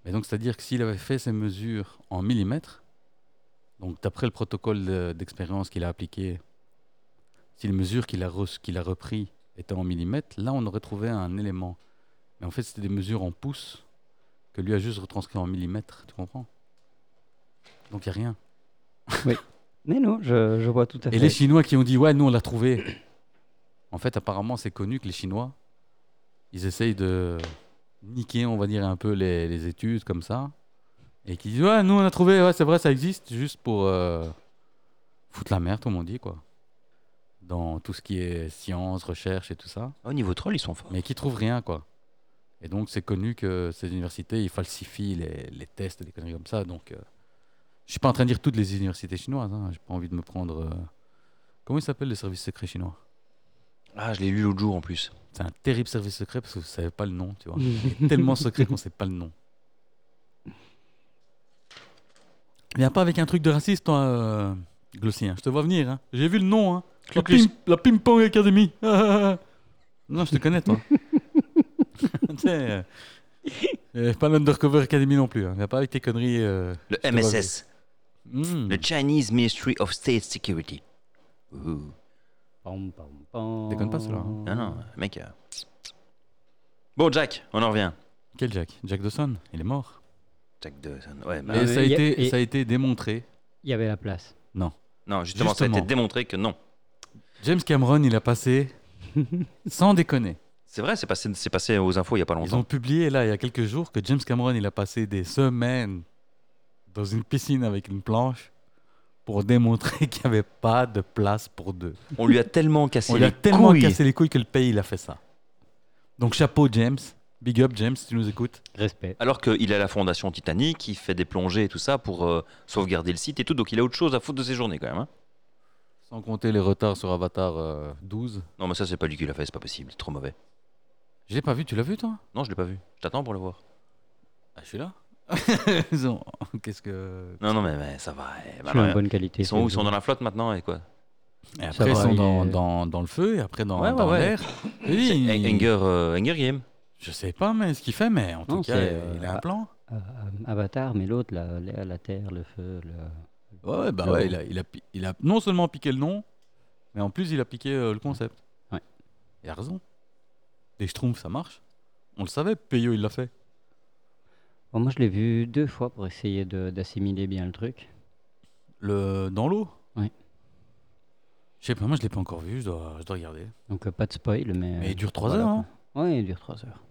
Mais donc c'est-à-dire que s'il avait fait ses mesures en millimètres, donc d'après le protocole de- d'expérience qu'il a appliqué, si les mesures qu'il a, re- qu'il a repris étaient en millimètres, là on aurait trouvé un élément. Mais en fait c'était des mesures en pouces que lui a juste retranscrit en millimètres, tu comprends Donc il n'y a rien.
Mais non, je, je vois tout à
Et
fait.
les Chinois qui ont dit ouais, nous on l'a trouvé. En fait, apparemment, c'est connu que les Chinois, ils essayent de niquer, on va dire, un peu les, les études comme ça. Et qui disent ouais, nous on a trouvé, ouais, c'est vrai, ça existe, juste pour euh, foutre la merde, comme on dit, quoi. Dans tout ce qui est science, recherche et tout ça.
Au Oh, niveau troll, ils sont forts.
Mais qui trouvent rien, quoi. Et donc, c'est connu que ces universités, ils falsifient les, les tests, des conneries comme ça. Donc, euh, je suis pas en train de dire toutes les universités chinoises. Hein. J'ai pas envie de me prendre. euh, Comment il s'appelle le service secret chinois
Ah, je l'ai lu l'autre jour en plus.
C'est un terrible service secret parce que vous savez pas le nom, tu vois. Il est tellement secret qu'on sait pas le nom. Viens pas avec un truc de raciste, toi, euh, Glossy. hein. Je te vois venir. hein. J'ai vu le nom. Hein. La,
Cluclus.
pim- la Ping Pong Academy. Ah, ah, ah. non, je te connais, toi. Tu sais, euh, euh, pas l'Undercover Academy non plus. Hein. Viens pas avec tes conneries. euh, je
Le
te vois venir.
MSS,
Hmm.
le Chinese Ministry of State Security. Ouh.
Pam, pam, pam.
Déconne pas, celui-là, hein.
Non, non, mec. euh. Bon, Jack, on en revient.
Quel Jack Jack Dawson, il est mort.
Jack Dawson. Ouais, bah,
Ah,
Et, ça, a
mais il y a-
été,
et-
ça a été démontré.
Il y avait la place.
non, justement, ça a été
Justement.
démontré que non.
James Cameron, il a passé, sans déconner,
C'est vrai, c'est passé, c'est passé aux infos il y a pas
Ils
longtemps.
ont publié là il y a quelques jours que James Cameron il a passé des semaines dans une piscine avec une planche pour démontrer qu'il n'y avait pas de place pour deux.
On lui a tellement cassé
On lui
les
a tellement
couilles.
cassé les couilles que le pays il a fait ça. Donc chapeau James, big up James, si tu nous écoutes.
Respect.
Alors qu'il a la fondation Titanic, il fait des plongées et tout ça pour euh, sauvegarder le site et tout, donc il a autre chose à foutre de ses journées quand même. hein.
Sans compter les retards sur Avatar euh, 12.
Non, mais ça, c'est pas lui qui l'a fait, c'est pas possible, c'est trop mauvais.
Je l'ai pas vu, tu l'as vu toi
Non, je l'ai pas vu. Je t'attends pour le voir.
Ah je suis là. Qu'est-ce que...
Non, non, mais, mais ça va. eh,
Je suis
maintenant,
en bonne qualité.
ils sont où Ils sont dans la flotte maintenant et quoi
Et après ils
va,
sont
il
dans,
est-
dans- dans le feu et après dans,
Ouais, ouais,
dans
ouais.
l'air. Oui,
C'est
il-
Hanger, euh, Hanger Game.
Je sais pas mais ce qu'il fait mais en tout
Non,
cas
c'est, euh,
il a un plan.
Euh, euh, Avatar, mais l'autre, la, la, la terre, le feu, le...
Ouais, ouais, bah
Ah
ouais,
bon.
il, a, il, a, pi- il a non seulement piqué le nom, mais en plus il a piqué euh, le concept.
Ouais.
Il a raison. Les schtroumpfs, ça marche. On le savait, Peyo il l'a fait.
Bon, moi, je l'ai vu deux fois pour essayer de- d'assimiler bien le truc.
Le, dans l'eau
Ouais.
Je sais pas, moi je l'ai pas encore vu, je dois, je dois regarder.
Donc, euh, pas de spoil, mais...
Mais
euh,
il dure 3
voilà,
heures,
quoi.
hein.
Ouais, il dure 3 heures.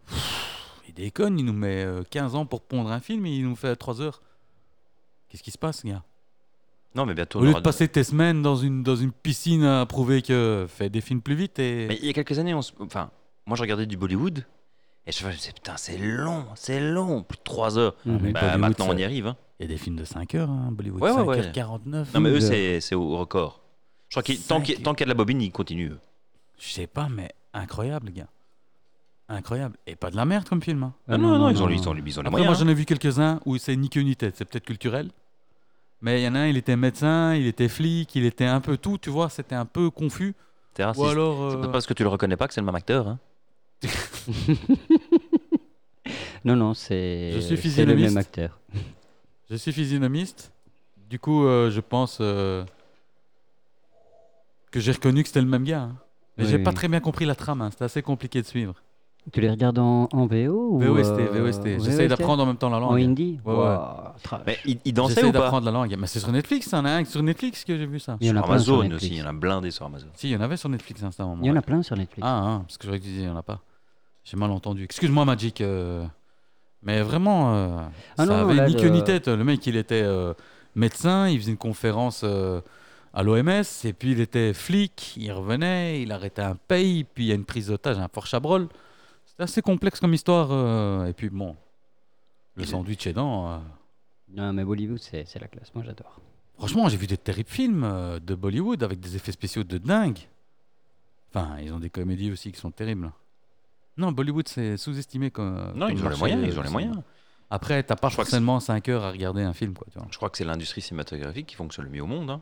Il déconne, il nous met euh, 15 ans pour pondre un film et il nous fait 3 heures. Qu'est-ce qui se passe, gars
Non, mais bientôt.
Au lieu
on aura
de passer tes semaines dans une, dans une piscine à prouver que fais des films plus vite et.
Mais il y a quelques années, on se- enfin, moi, je regardais du Bollywood et je me disais, putain, c'est long, c'est long, plus de 3 heures.
Ah, mais
Mhm.
Bah,
Bollywood,
maintenant,
ça-
on y arrive. hein.
Il y a des films de 5 heures, hein, Bollywood.
Ouais, ouais,
5
ouais.
heures 49.
Non, mais eux,
de-
c'est c'est au record. Je crois qu'il tant
Cinq-
qu'il tant qu'il y a de la bobine, ils continuent. eux.
Je sais pas, mais incroyable, gars. Incroyable. Et pas de la merde comme film. hein.
Ah,
Ah non, non, ils ont, ils ont, ils ont les
Après, moi,
moyens. hein.
j'en ai vu quelques-uns où c'est ni queue ni tête. C'est peut-être culturel. Mais il y en a un, il était médecin, il était flic, il était un peu tout, tu vois, c'était un peu confus.
T'es
Ou
raciste.
alors.
Ah, C'est
euh,
pas parce que tu le reconnais pas que c'est le même acteur. hein.
Non, non, c'est...
Je suis
C'est le
physionomiste.
même acteur.
Je suis physionomiste. Du coup, euh, je pense euh, que j'ai reconnu que c'était le même gars. hein. Mais
Oui,
j'ai
oui,
pas
oui.
très bien compris la trame, hein. c'était assez compliqué de suivre.
Tu les regardes en, en VO ou...
VOST,
euh,
VOST. J'essaye
VOST?
d'apprendre en même temps la
En
langue.
hindi
Ouais, ouais.
Ouah, tra-
Mais ils ils dansaient
J'essaie
ou pas
d'apprendre la langue. Mais c'est sur Netflix, ça. Il y en a un sur Netflix que j'ai vu ça.
Il y en a
Sur
plein sur
Amazon
Netflix.
aussi, il y en a blindé sur Amazon.
Si, il y en avait sur Netflix à un moment.
Il y en a plein sur Netflix.
Ah, hein, parce que j'aurais dû dire, il n'y en a pas. J'ai mal entendu. Excuse-moi, Magic. euh, Mais vraiment, euh,
Ah
ça
non, non,
avait
là,
ni queue
le-
ni tête. Le mec, il était euh, médecin, il faisait une conférence euh, à l'OMS, et puis il était flic, il revenait, il arrêtait un pays, puis il y a une prise d'otage, un fort chabrol. C'est assez complexe comme histoire. euh, Et puis bon, le
Il-
sandwich aidant. euh,
Non, mais Bollywood, c'est c'est la classe. Moi, j'adore.
Franchement, j'ai vu des terribles films euh, de Bollywood avec des effets spéciaux de dingue. Enfin, ils ont des comédies aussi qui sont terribles. Non, Bollywood, c'est sous-estimé comme.
Non,
comme
ils ont les
marché
moyens,
de-
ils ont les
du
moyens.
cinéma. Après, t'as pas
Je crois que
forcément 5 heures à regarder un film, quoi. Tu vois.
Je crois que c'est l'industrie cinématographique qui fonctionne le mieux au monde. hein.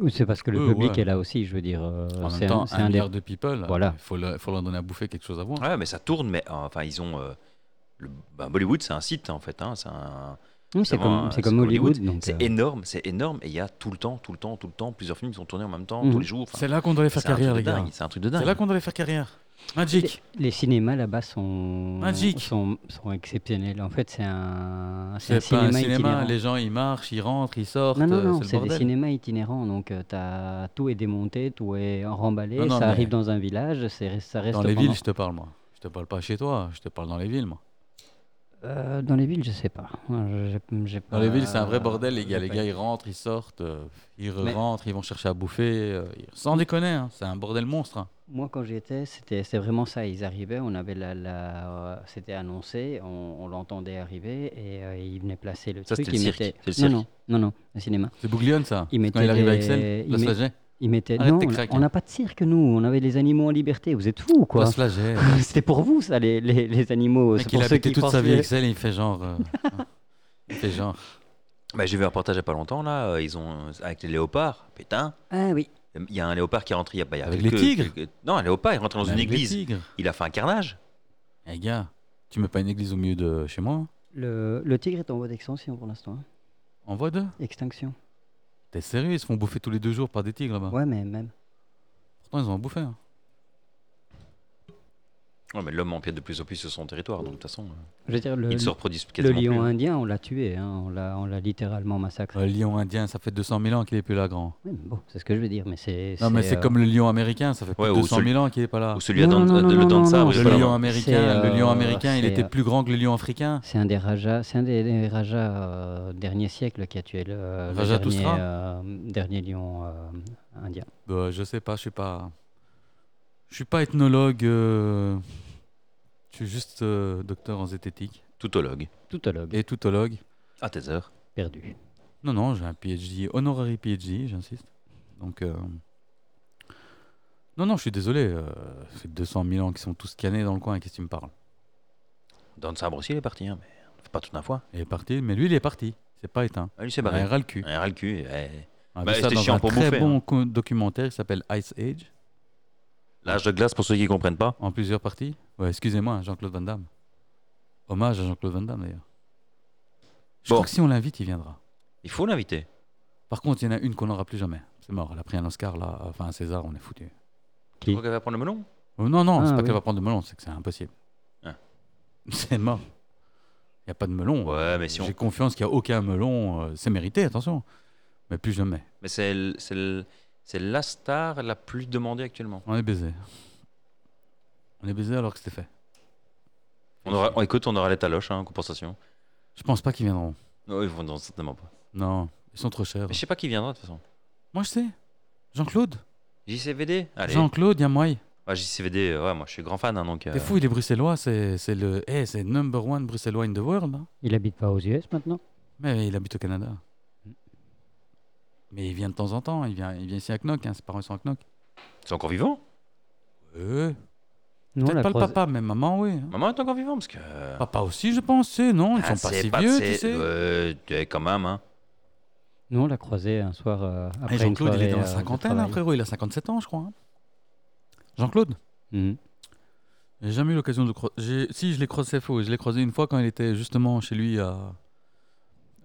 Ou C'est parce que le
Eux,
public
ouais.
est là aussi, je veux dire. euh,
En
c'est
même temps,
c'est
un,
des-
milliard de people,
Voilà.
il faut, le- faut leur donner à bouffer quelque chose à voir.
Ouais, mais ça tourne, mais euh, enfin, ils ont. euh, le- ben, Bollywood, c'est un site, en fait. hein, c'est un-
Oui, c'est
vraiment,
comme,
euh,
c'est comme Hollywood. donc,
C'est
euh,
énorme, c'est énorme. Et il y a tout le temps, tout le temps, tout le temps, plusieurs films qui sont tournés en même temps,
Mhm.
tous les jours. enfin,
C'est là qu'on devrait faire
c'est un
carrière,
truc
les
de
gars.
dingue, C'est un truc de dingue.
C'est là qu'on devrait faire carrière. Magic.
Les, les cinémas là-bas sont,
Magique.
sont, sont exceptionnels. En fait, c'est un, c'est un
C'est pas
cinéma,
un cinéma,
itinérant.
les gens ils marchent, ils rentrent, ils sortent.
Non, non,
euh,
non,
c'est
c'est
le
des
bordel.
cinémas itinérants. Donc, euh, t'as- tout est démonté, tout est remballé.
Non, non,
ça
mais-
arrive dans un village, c'est- ça reste
Dans les
pendant-
villes, je te parle, moi. Je te parle pas chez toi, je te parle dans les villes, moi.
Euh, dans les villes, je sais pas. Euh, j'ai- j'ai
Dans les
pas-
villes, c'est un vrai bordel, les gars.
j'ai
Les
pas
gars,
été.
ils rentrent, ils sortent, euh, ils
Mais-
rentrent, ils vont chercher à bouffer. euh, ils- Sans déconner, hein, c'est un bordel monstre. hein.
Moi, quand j'y étais, c'était c'était vraiment ça. Ils arrivaient, on avait la, la- euh, c'était annoncé, on, on l'entendait arriver et euh, ils venaient placer le
Ça,
truc.
c'était le
ils
cirque,
mettaient-
c'est le
Non, non, non, non, le cinéma.
C'est Bouglione, ça.
Ils
Quand il
mettaient
arrive avec
des-
celle,
ils
la
met-
slageait.
Ils mettaient.
Arrête
non,
tes
on a-
craques,
on
hein.
n'a pas de cirque nous. On avait les animaux en liberté. Vous êtes fous,
La
quoi.
slageait.
C'était pour vous, ça, les, les, les animaux.
Mec,
C'est
il
pour
a
ceux
habité
qui
toute sa vie
pensaient-
avec celle et il fait genre. euh, il fait genre.
Bah, J'ai vu un reportage il n'y a pas longtemps, là. euh, Ils ont, avec les léopards, pétain.
Ah oui.
Il y a un léopard qui est rentré. il y a- bah, il y a
Avec
quelques-
les tigres
quelques- Non, un léopard, il est rentré dans
Mais
une
avec les
église.
tigres.
Il a fait un carnage.
Eh, gars, tu mets pas une église au milieu de chez moi hein
Le, le tigre est en voie d'extinction pour l'instant. hein.
En voie de
Extinction.
T'es sérieux Ils se font bouffer tous les deux jours par des tigres là-bas.
Ouais, mais même.
Pourtant, ils ont à bouffer. hein.
Ouais, mais l'homme empiète de plus en plus sur son territoire, donc de toute façon, euh,
Je veux dire, le,
ils se reproduisent
le
quasiment
lion
plus.
indien, on l'a tué. hein, On l'a on l'a littéralement massacré.
Le lion indien, ça fait 200 000 ans qu'il est plus là, grand.
Oui, mais bon, c'est ce que je veux dire. Mais c'est.
Non, mais c'est
euh,
comme le lion américain, ça fait plus
Ouais,
de
ou
200
celui-
000 ans qu'il est pas là.
Ou celui à
Non,
dents-
non,
euh,
non,
de
non,
le dent de
non,
sabre,
non,
il est
Le
pas
lion
là.
américain,
C'est,
le lion
euh,
américain, il
c'est,
était
euh,
plus grand que le lion africain.
C'est un des rajas, c'est un des, des rajas euh, dernier siècle qui a tué le, euh, le
Raja
dernier,
Tusra
euh, dernier lion euh, indien.
Bah, je sais pas, je suis pas, je suis pas ethnologue. euh, Je suis juste euh, docteur en zététique
Toutologue.
Toutologue
et toutologue.
À tes heures.
perdu.
Non, non, j'ai un PhD, honorary PhD, j'insiste. Donc, euh, non, non, je suis désolé. euh, C'est 200 000 ans qui sont tous scannés dans le coin. Qu'est-ce que tu me parles
Dent de sabre aussi, il est parti, hein, mais faut pas tout d'un fois.
Il est parti, mais lui, il est parti. C'est pas éteint.
Ah, lui, c'est
Il a
barré.
ras le cul.
Il a ras le cul. eh.
On a
Bah,
vu ça
c'était
dans
chiant
un
pour
très
bouffer,
bon co- documentaire qui s'appelle Ice Age,
L'âge de glace, pour ceux qui ne comprennent pas.
en plusieurs parties. Ouais, excusez-moi, Jean-Claude Van Damme. Hommage à Jean-Claude Van Damme, d'ailleurs. Je
Bon.
crois que si on l'invite, il viendra.
Il faut l'inviter.
Par contre, il y en a une qu'on n'aura plus jamais. C'est mort, elle a pris un Oscar, là. Enfin, un César, on est foutu.
Tu crois qu'elle va prendre le melon
Oh, non, non,
Ah,
c'est pas
oui.
qu'elle va prendre de melon, c'est que c'est impossible.
Ah.
C'est mort. Il n'y a pas de melon.
Ouais, mais si on.
J'ai confiance qu'il n'y a aucun melon. euh, c'est mérité, attention. Mais plus jamais.
Mais c'est l- c'est l- c'est la star la plus demandée actuellement.
On est baisé. On est baisé alors que c'était fait.
On aura, on- écoute, on aura les taloches hein, en compensation.
Je pense pas qu'ils viendront.
Non, ils vont certainement pas.
Non, ils sont trop chers.
Mais je sais pas qui viendra de toute façon.
Moi, je sais. Jean-Claude.
JCVD Allez.
Jean-Claude Yamoy.
Ouais, JCVD, euh, ouais, moi je suis grand fan. hein, donc, euh,
T'es fou, il est bruxellois. C'est c'est le eh, c'est number one bruxellois in the world. hein.
Il habite pas aux US maintenant
Mais il habite au Canada. Mais il vient de temps en temps. Il vient, il vient ici à Knock. Hein. Ses parents sont à Knock.
C'est encore vivant
Euh,
Nous, on
Peut-être
l'a
pas le
croisé-
papa, mais maman, oui. hein.
Maman est encore vivant parce que. euh,
Papa aussi, je pense. c'est- Non, ils
ah,
sont pas
c'est
si vieux,
c'est-
tu sais.
euh, t'es quand même, hein.
nous, on l'a croisé un soir euh, après
Et
une
Jean-Claude, il est
soirée,
dans la
euh, de
cinquantaine, hein,
travail.
frérot. Il a 57 ans, je crois. hein. Jean-Claude
Mhm.
J'ai jamais eu l'occasion de le croiser. Si, je l'ai croisé, c'est faux. Je l'ai croisé une fois quand il était justement chez lui à,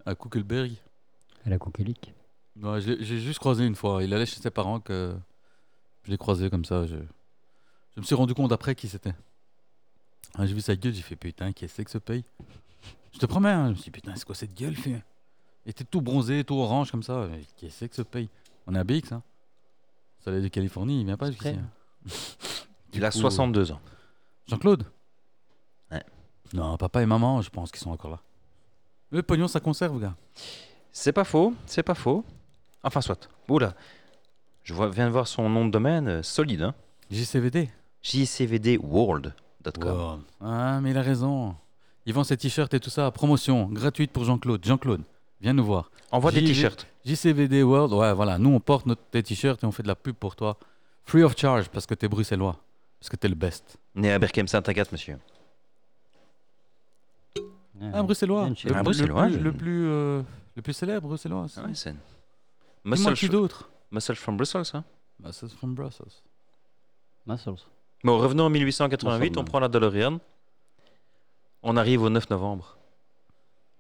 à Kuckelberg.
À la coquelique.
Ouais, je l'ai- j'ai juste croisé une fois. Il allait chez ses parents que je l'ai croisé comme ça. Je, je me suis rendu compte après qui c'était. Ah, j'ai vu sa gueule, j'ai fait putain, qui est-ce que ce pays Je te promets, hein, je me suis dit putain, c'est quoi cette gueule fait Il était tout bronzé, tout orange comme ça. Mais Qui est-ce que ce pays On est à BX, hein Soleil de Californie, il vient pas
C'est
jusqu'ici.
près.
hein. Du
Il a
coup,
62 ans.
Jean-Claude
Ouais.
Non, papa et maman, je pense qu'ils sont encore là. Le pognon, ça conserve, gars.
C'est pas faux, c'est pas faux. Enfin, soit. Oula. Je vois- viens de voir son nom de domaine, euh, solide. Hein.
JCVD
jcvdworld.com.
Wow. Ah, mais il a raison. Ils vendent ses t-shirts et tout ça. Promotion gratuite pour Jean-Claude. Jean-Claude, viens nous voir.
Envoie des
J'y vais.
t-shirts.
JCVD World, ouais, voilà. Nous, on porte notre, tes t-shirts et on fait de la pub pour toi. Free of charge parce que t'es bruxellois. Parce que t'es le best.
Né à Berkem Saint-Agathe, monsieur. Ah,
Un bruxellois.
bien
Le,
sûr.
Un
le
Bruxellois,
plus-
je-
le plus, euh, le plus célèbre bruxellois. c'est-
Ah ouais, c'est.
Dis-moi
Muscle,
qui
Sh-
d'autre
Muscle from Brussels. Hein.
Muscles from Brussels.
Muscles.
Bon, revenons en 1888, on
Ensemble.
prend la DeLorean. On arrive au 9 novembre.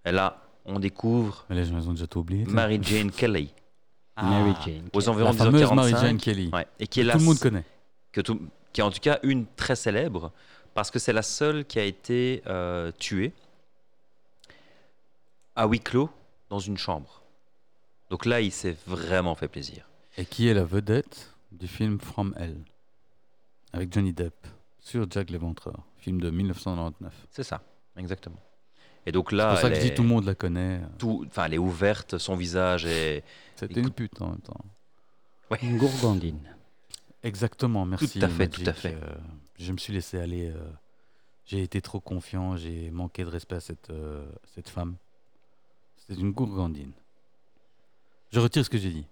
Et là, on découvre
Mais les gens, ils ont déjà tout oublié. ça.
Mary Jane Kelly,
Ah,
Mary Jane.
aux environs
La
de
fameuse
1945.
Mary Jane Kelly.
Ouais, et qui
que
est là,
tout le monde connaît.
que tout- qui est en tout cas une très célèbre, parce que c'est la seule qui a été euh, tuée à huis clos dans une chambre. Donc là, il s'est vraiment fait plaisir.
Et qui est la vedette du film From Hell avec Johnny Depp sur Jack l'Éventreur, film de 1999.
C'est ça, exactement. Et donc
C'est
là,
pour ça
Ah, elle,
que je dis
est
tout le monde la connaît.
tout- enfin, elle est ouverte, son visage est
C'était une pute en même temps.
Une gourgandine.
Exactement, merci.
à fait, tout à
Magic.
fait.
Euh, je me suis laissé aller. euh, j'ai été trop confiant, j'ai manqué de respect à cette, euh, cette femme. C'était une gourgandine. Je retire ce que j'ai dit.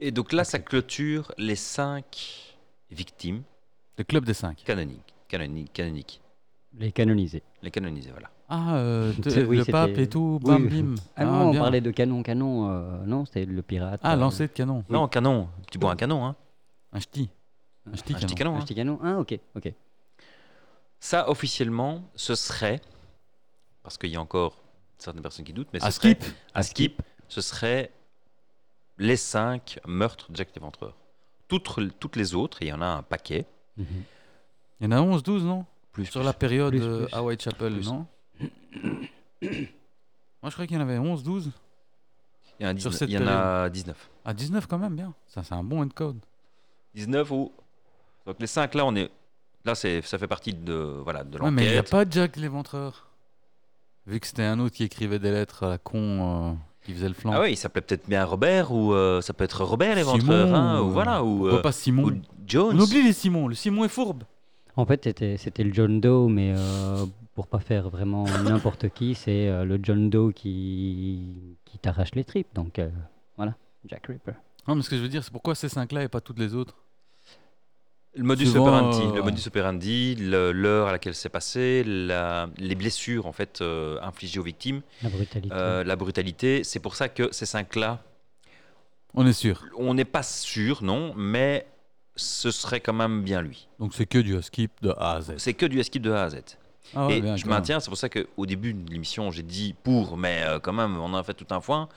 Et donc là, ça clôture les cinq victimes
Le club des cinq.
canoniques. Canoniques, canoniques.
Les canonisés.
Les canonisées, voilà.
Ah, euh, te-
C'est- oui,
le
c'était-
pape et tout,
Oui,
bam,
oui.
bim.
Ah, non, on
bien.
parlait de canon, canon. euh, non, c'était le pirate.
Ah,
euh,
lancer de canon.
Non, canon. Tu bois un canon, hein
Un ch'ti. Un ch'ti
Un petit
canon.
canon,
Un
hein
petit canon. Ah, ok, ok.
Ça, officiellement, ce serait, parce qu'il y a encore certaines personnes qui doutent, mais ce
Ah,
serait,
skip.
à skip, ce serait les cinq meurtres de Jack l'Éventreur. Toutes, toutes les autres, il y en a un paquet.
Mhm.
Il y en a 11, 12, non
Plus,
Sur la période
plus,
euh,
plus.
Hawaii Chapel,
Plus.
non Moi, je croyais qu'il y en avait 11, 12.
il y en a,
sur
19,
cette
il y en a 19.
Ah, 19 quand même, bien. Ça, c'est un bon endcode.
19 ou... Donc les cinq, là, on est... Là, c'est, ça fait partie de, voilà, de
Ouais, mais il n'y a
l'enquête.
pas Jack l'éventreur. Vu que c'était un autre qui écrivait des lettres à la con euh, qui faisait le flanc.
ah ouais, il s'appelait peut-être bien Robert, ou euh, ça peut être Robert l'éventreur,
Simon,
hein,
euh,
ou voilà, ou,
Pourquoi
euh,
pas Simon
ou Jones.
On oublie les Simons. Le Simon est fourbe.
En fait, c'était c'était le John Doe, mais euh, pour pas faire vraiment n'importe qui, c'est euh, le John Doe qui, qui t'arrache les tripes. Donc euh, voilà, Jack Ripper.
Non, mais ce que je veux dire, c'est pourquoi ces cinq-là et pas toutes les autres
Le modus
Souvent,
operandi,
euh,
le modus operandi, le- l'heure à laquelle c'est passé, la- les blessures en fait euh, infligées aux victimes,
La brutalité.
euh, la brutalité. C'est pour ça que ces cinq-là,
On est sûr.
on n'est pas sûr, non, mais ce serait quand même bien lui.
Donc c'est que du skip de A à Z.
C'est que du esquive de A à Z.
Ah ouais,
Et
bien,
je
quand même.
maintiens, c'est pour ça qu'au début de l'émission, j'ai dit pour, mais euh, quand même, on en a fait tout un foin.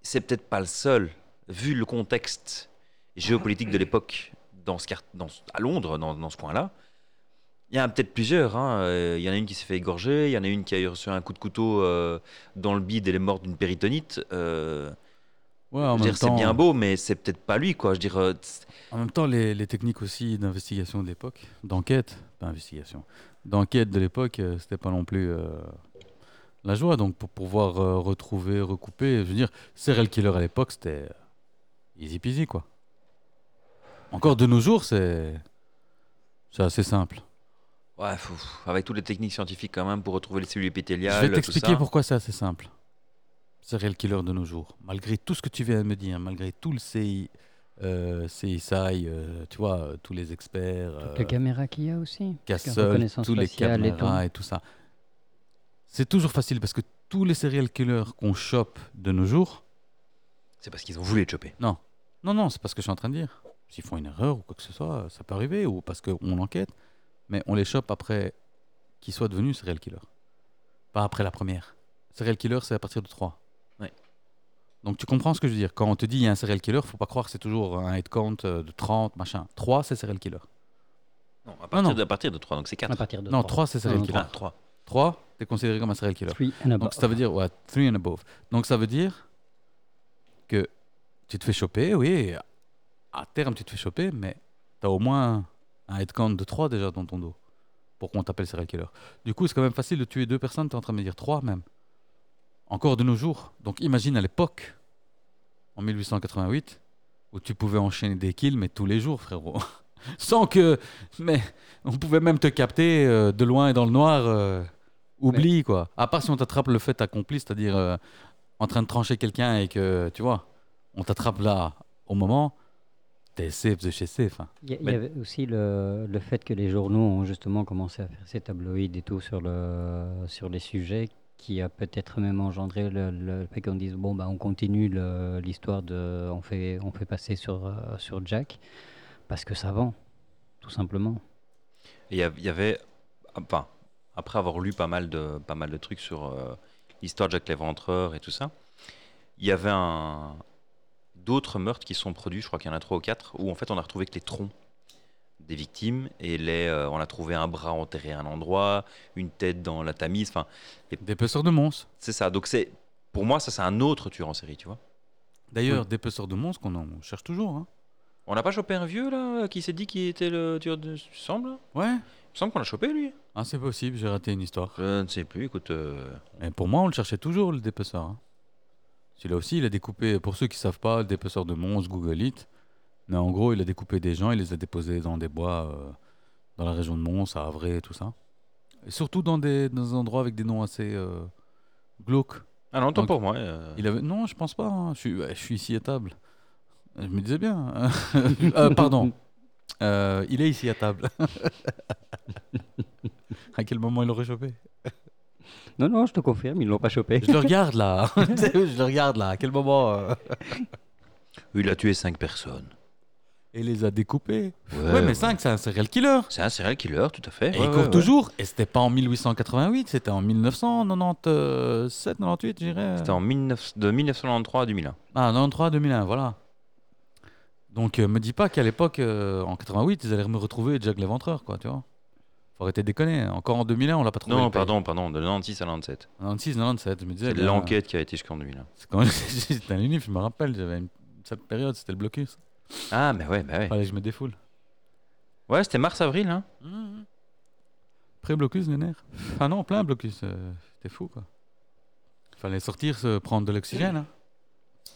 C'est peut-être pas le seul, vu le contexte géopolitique de l'époque dans ce quart- dans ce- à Londres, dans, dans ce coin-là. Il y en a peut-être plusieurs. hein. Euh, Il y en a une qui s'est fait égorger, il y en a une qui a eu reçu un coup de couteau euh, dans le bide, elle est morte d'une péritonite. Euh,
Ouais,
je
en
veux
même
dire, c'est
temps- hein.
bien beau, mais c'est peut-être pas lui, quoi. Je veux dire, euh, tss,
En même temps, les, les techniques aussi d'investigation de l'époque, d'enquête, pas investigation, d'enquête de l'époque, euh, c'était pas non plus euh, la joie. Donc pour pouvoir euh, retrouver, recouper, je veux dire, serial killer à l'époque, c'était euh, easy peasy quoi. Encore de nos jours, c'est c'est assez simple.
ouais, faut- avec toutes les techniques scientifiques quand même pour retrouver les cellules
Je
épithéliales,
vais
tout
t'expliquer
ça.
pourquoi c'est assez simple. Serial killer de nos jours. Malgré tout ce que tu viens de me dire, malgré tout le CI, euh, CSI, euh, tu vois, euh, tous les experts.
Toutes
euh,
les caméras qu'il y a aussi. parce que
Castle,
reconnaissance
tous les
faciale et tout.
caméras et tout ça. C'est toujours facile parce que tous les serial killers qu'on chope de nos jours,
C'est parce qu'ils ont voulu le choper.
non, non, c'est pas ce que je suis en train de dire. S'ils font une erreur ou quoi que ce soit, ça peut arriver, ou parce qu'on enquête, mais on les chope après qu'ils soient devenus serial killers. Pas après la première. Serial killer, c'est à partir de 3.
Ouais.
Donc tu comprends ce que je veux dire. Quand on te dit il y a un serial killer, faut pas croire que c'est toujours un headcount euh, de 30, machin. 3, c'est serial killer.
Non, à partir,
non.
De, à partir de 3, donc c'est 4.
À partir de
Non, 3,
trois.
c'est serial
Non,
killer.
3.
3, t'es considéré comme un serial killer.
Three and
Donc
above.
ça veut dire, ouais, three and above. Donc ça veut dire que tu te fais choper, oui, à terme tu te fais choper, mais t'as au moins un headcount de 3 déjà dans ton dos pour qu'on t'appelle serial killer. Du coup, c'est quand même facile de tuer deux personnes, t'es en train de me dire trois même. Encore de nos jours. Donc imagine à l'époque, en 1888, où tu pouvais enchaîner des kills, mais tous les jours, frérot. Sans que. Mais on pouvait même te capter euh, de loin et dans le noir. euh, oublie, quoi. À part si on t'attrape le fait accompli, c'est-à-dire euh, en train de trancher quelqu'un et que, tu vois, on t'attrape là au moment, t'es safe de chez safe. hein.
Il y, a- il y
Mais-
avait aussi le, le fait que les journaux ont justement commencé à faire ces tabloïds et tout sur, le, sur les sujets qui a peut-être même engendré le, le fait qu'on dise bon bah on continue le- l'histoire de on fait on fait passer sur euh, sur Jack parce que ça vend tout simplement.
Et il y av- il y avait, enfin, après avoir lu pas mal de, pas mal de trucs sur euh, l'histoire de Jack l'Éventreur et tout ça, il y avait un- d'autres meurtres qui sont produits, je crois qu'il y en a trois ou quatre, où en fait on a retrouvé que les troncs des victimes et les, euh, on a trouvé un bras enterré à un endroit, une tête dans la tamise, enfin,
Dépeceur de monstres.
c'est ça. Donc c'est, pour moi, ça c'est un autre tueur en série, tu vois.
D'ailleurs, dépeceur de monstres qu'on en cherche toujours. Hein.
On n'a pas chopé un vieux là qui s'est dit qu'il était le tueur de. Il me semble, hein.
Ouais.
il me semble qu'on l'a chopé lui.
Ah, c'est possible, j'ai raté une histoire.
Je ne sais plus, écoute. euh,
Mais pour moi, on le cherchait toujours, le dépeceur. hein. Celui-là aussi, il a découpé, pour ceux qui savent pas, le dépeceur de monstres, Google It. Mais en gros, il a découpé des gens, il les a déposés dans des bois, euh, dans la région de Mons, à Havre, tout ça. Et surtout dans des, dans des endroits avec des noms assez euh, glauques.
Ah non, tant
Donc,
pour moi. euh,
Il avait... Non, je pense pas. hein. Je, suis... ouais, je suis ici à table. Je me disais bien. Euh, pardon. Euh, il est ici à table. à quel moment il l'aurait chopé
Non non, je te confirme, ils l'ont pas chopé.
Je le regarde là. je le regarde là. À quel moment euh,
Il a tué cinq personnes.
Et il les a découpés.
Ouais,
Ouais, mais 5, c'est un serial killer.
C'est un serial killer, tout à fait.
Et
Ouais,
il court
ouais, ouais.
toujours. Et c'était pas en 1888, c'était en 1997, 98, je dirais.
C'était en 19 de 1993 à 2001.
Ah, 93, 2001, voilà. Donc, euh, me dis pas qu'à l'époque, euh, en 88, ils allaient me retrouver Jack l'Éventreur, quoi, tu vois. Faut arrêter de déconner. Encore en 2001, on l'a pas trouvé.
Non,
le pays.
pardon, pardon, de 96 à 97.
96, 97, je me disais.
C'est
bien,
l'enquête qui a été jusqu'en 2001.
euh, C'est quand j'étais à l'UNIF, je me rappelle, j'avais une cette période, c'était le blocus.
Ah, mais ouais, bah ouais.
Fallait que je me défoule.
Ouais, c'était mars-avril, hein.
Mmh. Pré-blocus, nerfs. Ah non, plein blocus. euh, C'était fou, quoi. Fallait sortir, se prendre de l'oxygène. hein.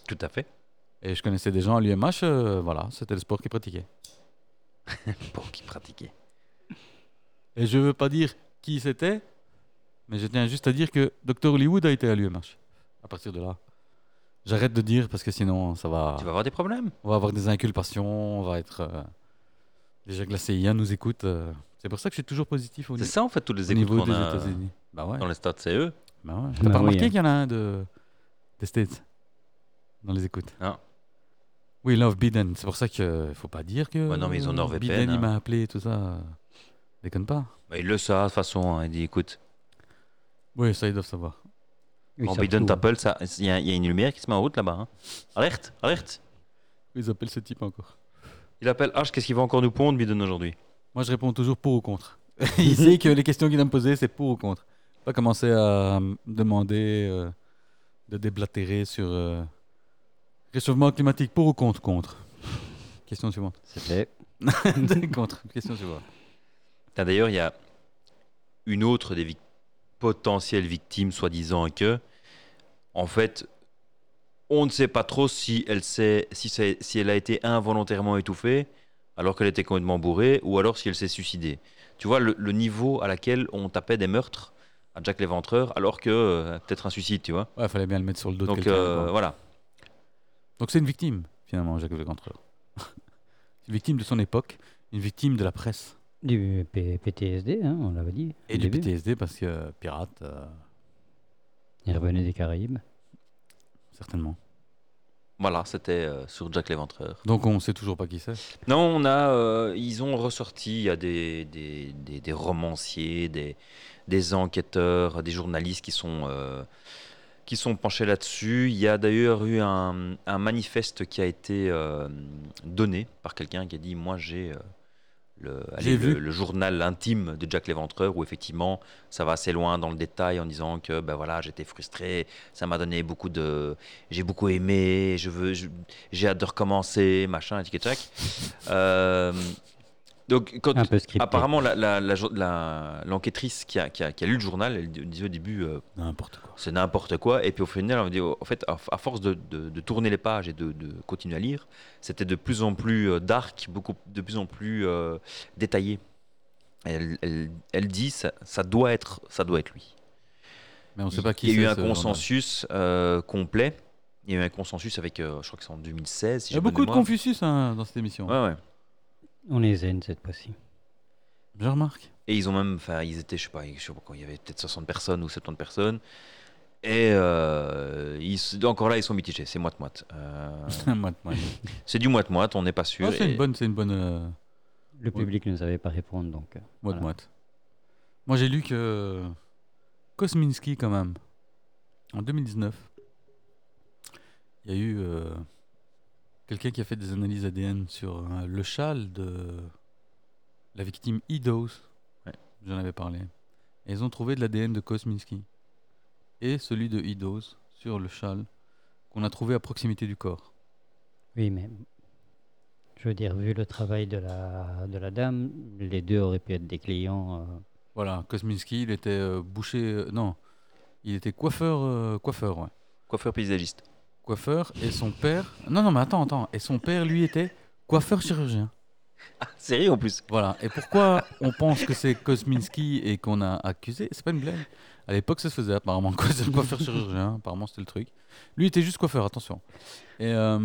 Tout à fait.
Et je connaissais des gens à l'UMH, euh, voilà, c'était le sport qu'ils pratiquaient.
Pour qui pratiquait.
Et je veux pas dire qui c'était, mais je tiens juste à dire que Dr Hollywood a été à l'UMH. À partir de là. J'arrête de dire parce que sinon ça va.
Tu vas avoir des problèmes.
On va avoir des inculpations, on va être. euh, Déjà que la CIA nous écoute. euh, C'est pour ça que je suis toujours positif au,
C'est
ni-
ça, en fait, tous les
au
écoutes
niveau
qu'on
des
a euh,
États-Unis. Bah ouais.
dans les stades, c'est eux.
Bah ouais.
Bah
T'as pas
oui,
remarqué
hein.
qu'il y en a un de... des States dans les écoutes
Non.
We love Biden. C'est pour ça qu'il faut pas dire que.
Ouais, non, mais ils ont NordVPN,
Biden,
hein.
il m'a appelé et tout ça. euh, Déconne pas.
Bah, il le savent, de toute façon. hein. Il dit, écoute,
Oui, ça, ils doivent savoir.
Ils
quand
savent
Biden
tout,
t'appelle, ça- il y, a il y a une lumière qui se met en route là-bas. hein. Alerte, alerte.
Ils appellent ce type encore.
Il appelle H, qu'est-ce qu'il va encore nous pondre, Biden, aujourd'hui
Moi, je réponds toujours pour ou contre. il sait que les questions qu'il va me poser, c'est pour ou contre. Pas commencer à me demander euh, de déblatérer sur euh, réchauffement climatique pour ou contre contre. Question suivante.
C'est fait.
contre. Question suivante.
Putain, D'ailleurs, il y a une autre des vic- potentielles victimes, soi-disant que, en fait, on ne sait pas trop si elle, s'est- si, c'est- si elle a été involontairement étouffée, alors qu'elle était complètement bourrée, ou alors si elle s'est suicidée. Tu vois, le, le niveau à laquel on tapait des meurtres à Jack l'Éventreur, alors que euh, peut-être un suicide, tu vois.
Ouais, fallait bien le mettre sur le dos de
Donc
quelqu'un.
euh,
quoi.
voilà.
Donc c'est une victime, finalement, Jacques Le Contreur. une victime de son époque, une victime de la presse.
Du P- PTSD, hein, on l'avait dit. au
Et du
début.
PTSD, parce que euh, pirate, euh,
Il revenait des Caraïbes.
certainement.
Voilà, c'était euh, sur Jack l'Éventreur.
Donc on sait toujours pas qui c'est.
Non, on a, euh, ils ont ressorti, il y a des, des, des- des romanciers, des, des enquêteurs, des journalistes qui sont, euh, qui sont penchés là-dessus. Il y a d'ailleurs eu un, un manifeste qui a été euh, donné par quelqu'un qui a dit, moi j'ai... euh, le, allez,
J'ai
le-
vu.
le journal intime de Jack l'Éventreur, où effectivement ça va assez loin dans le détail en disant que ben voilà, j'étais frustré, ça m'a donné beaucoup de. J'ai beaucoup aimé, je veux, je- j'ai hâte de recommencer, machin, et tic et tac. Euh, donc, quand,
Un peu scripté.
apparemment, la- la- la jour- la- l'enquêtrice qui a, qui, a, qui a lu le journal, elle d- disait au début, euh,
N'importe quoi.
c'est n'importe quoi. Et puis au final, on dit, en fait, à, à force de, de- de tourner les pages et de, de continuer à lire, c'était de plus en plus euh, dark, beaucoup, de plus en plus euh, détaillé. Elle, elle- elle dit, ça, ça doit être, ça doit être lui.
Mais on sait pas qui
Il y a eu
c'est,
un
ce journal.
consensus euh, complet. Il y a eu un consensus avec, euh, je crois que c'est en 2016. si
Il y
j'ai
a
bonne
beaucoup de
mémoire.
Confucius hein, dans cette émission.
Ouais, ouais.
On est zen cette fois-ci.
Je remarque.
Et ils ont même, enfin, ils étaient, je sais pas, je sais pas quand il y avait peut-être 60 personnes ou 70 personnes. Et euh, ils se- encore là, ils sont mitigés, c'est moite-moite. Euh,
Moi, moi.
c'est du moite-moite, on n'est pas sûr.
Non, Ah, c'est
et-
une bonne, c'est une bonne euh,
Le public ne savait pas répondre, donc. euh,
moite
Voilà.
moite. Moi, j'ai lu que Kosminski, quand même, en 2019, il y a eu euh, quelqu'un qui a fait des analyses ADN sur euh, le châle de la victime Eidos.
Ouais.
J'en avais parlé. Et ils ont trouvé de l'ADN de Kosminski et celui de Eidos sur le châle qu'on a trouvé à proximité du corps.
Oui, mais je veux dire, vu le travail de la, de la dame, les deux auraient pu être des clients. euh,
Voilà, Kosminski, il était euh, boucher. euh, non, il était coiffeur. euh, coiffeur, ouais.
Coiffeur paysagiste.
Coiffeur, et son père. Non, non, mais attends, attends. Et son père, lui, était coiffeur chirurgien.
Ah, sérieux en plus
Voilà. Et pourquoi on pense que c'est Kosminski et qu'on a accusé C'est pas une blague. À l'époque, ça se faisait apparemment. Quoi, c'est le coiffeur chirurgien. Apparemment, c'était le truc. Lui était juste coiffeur, attention. Et euh,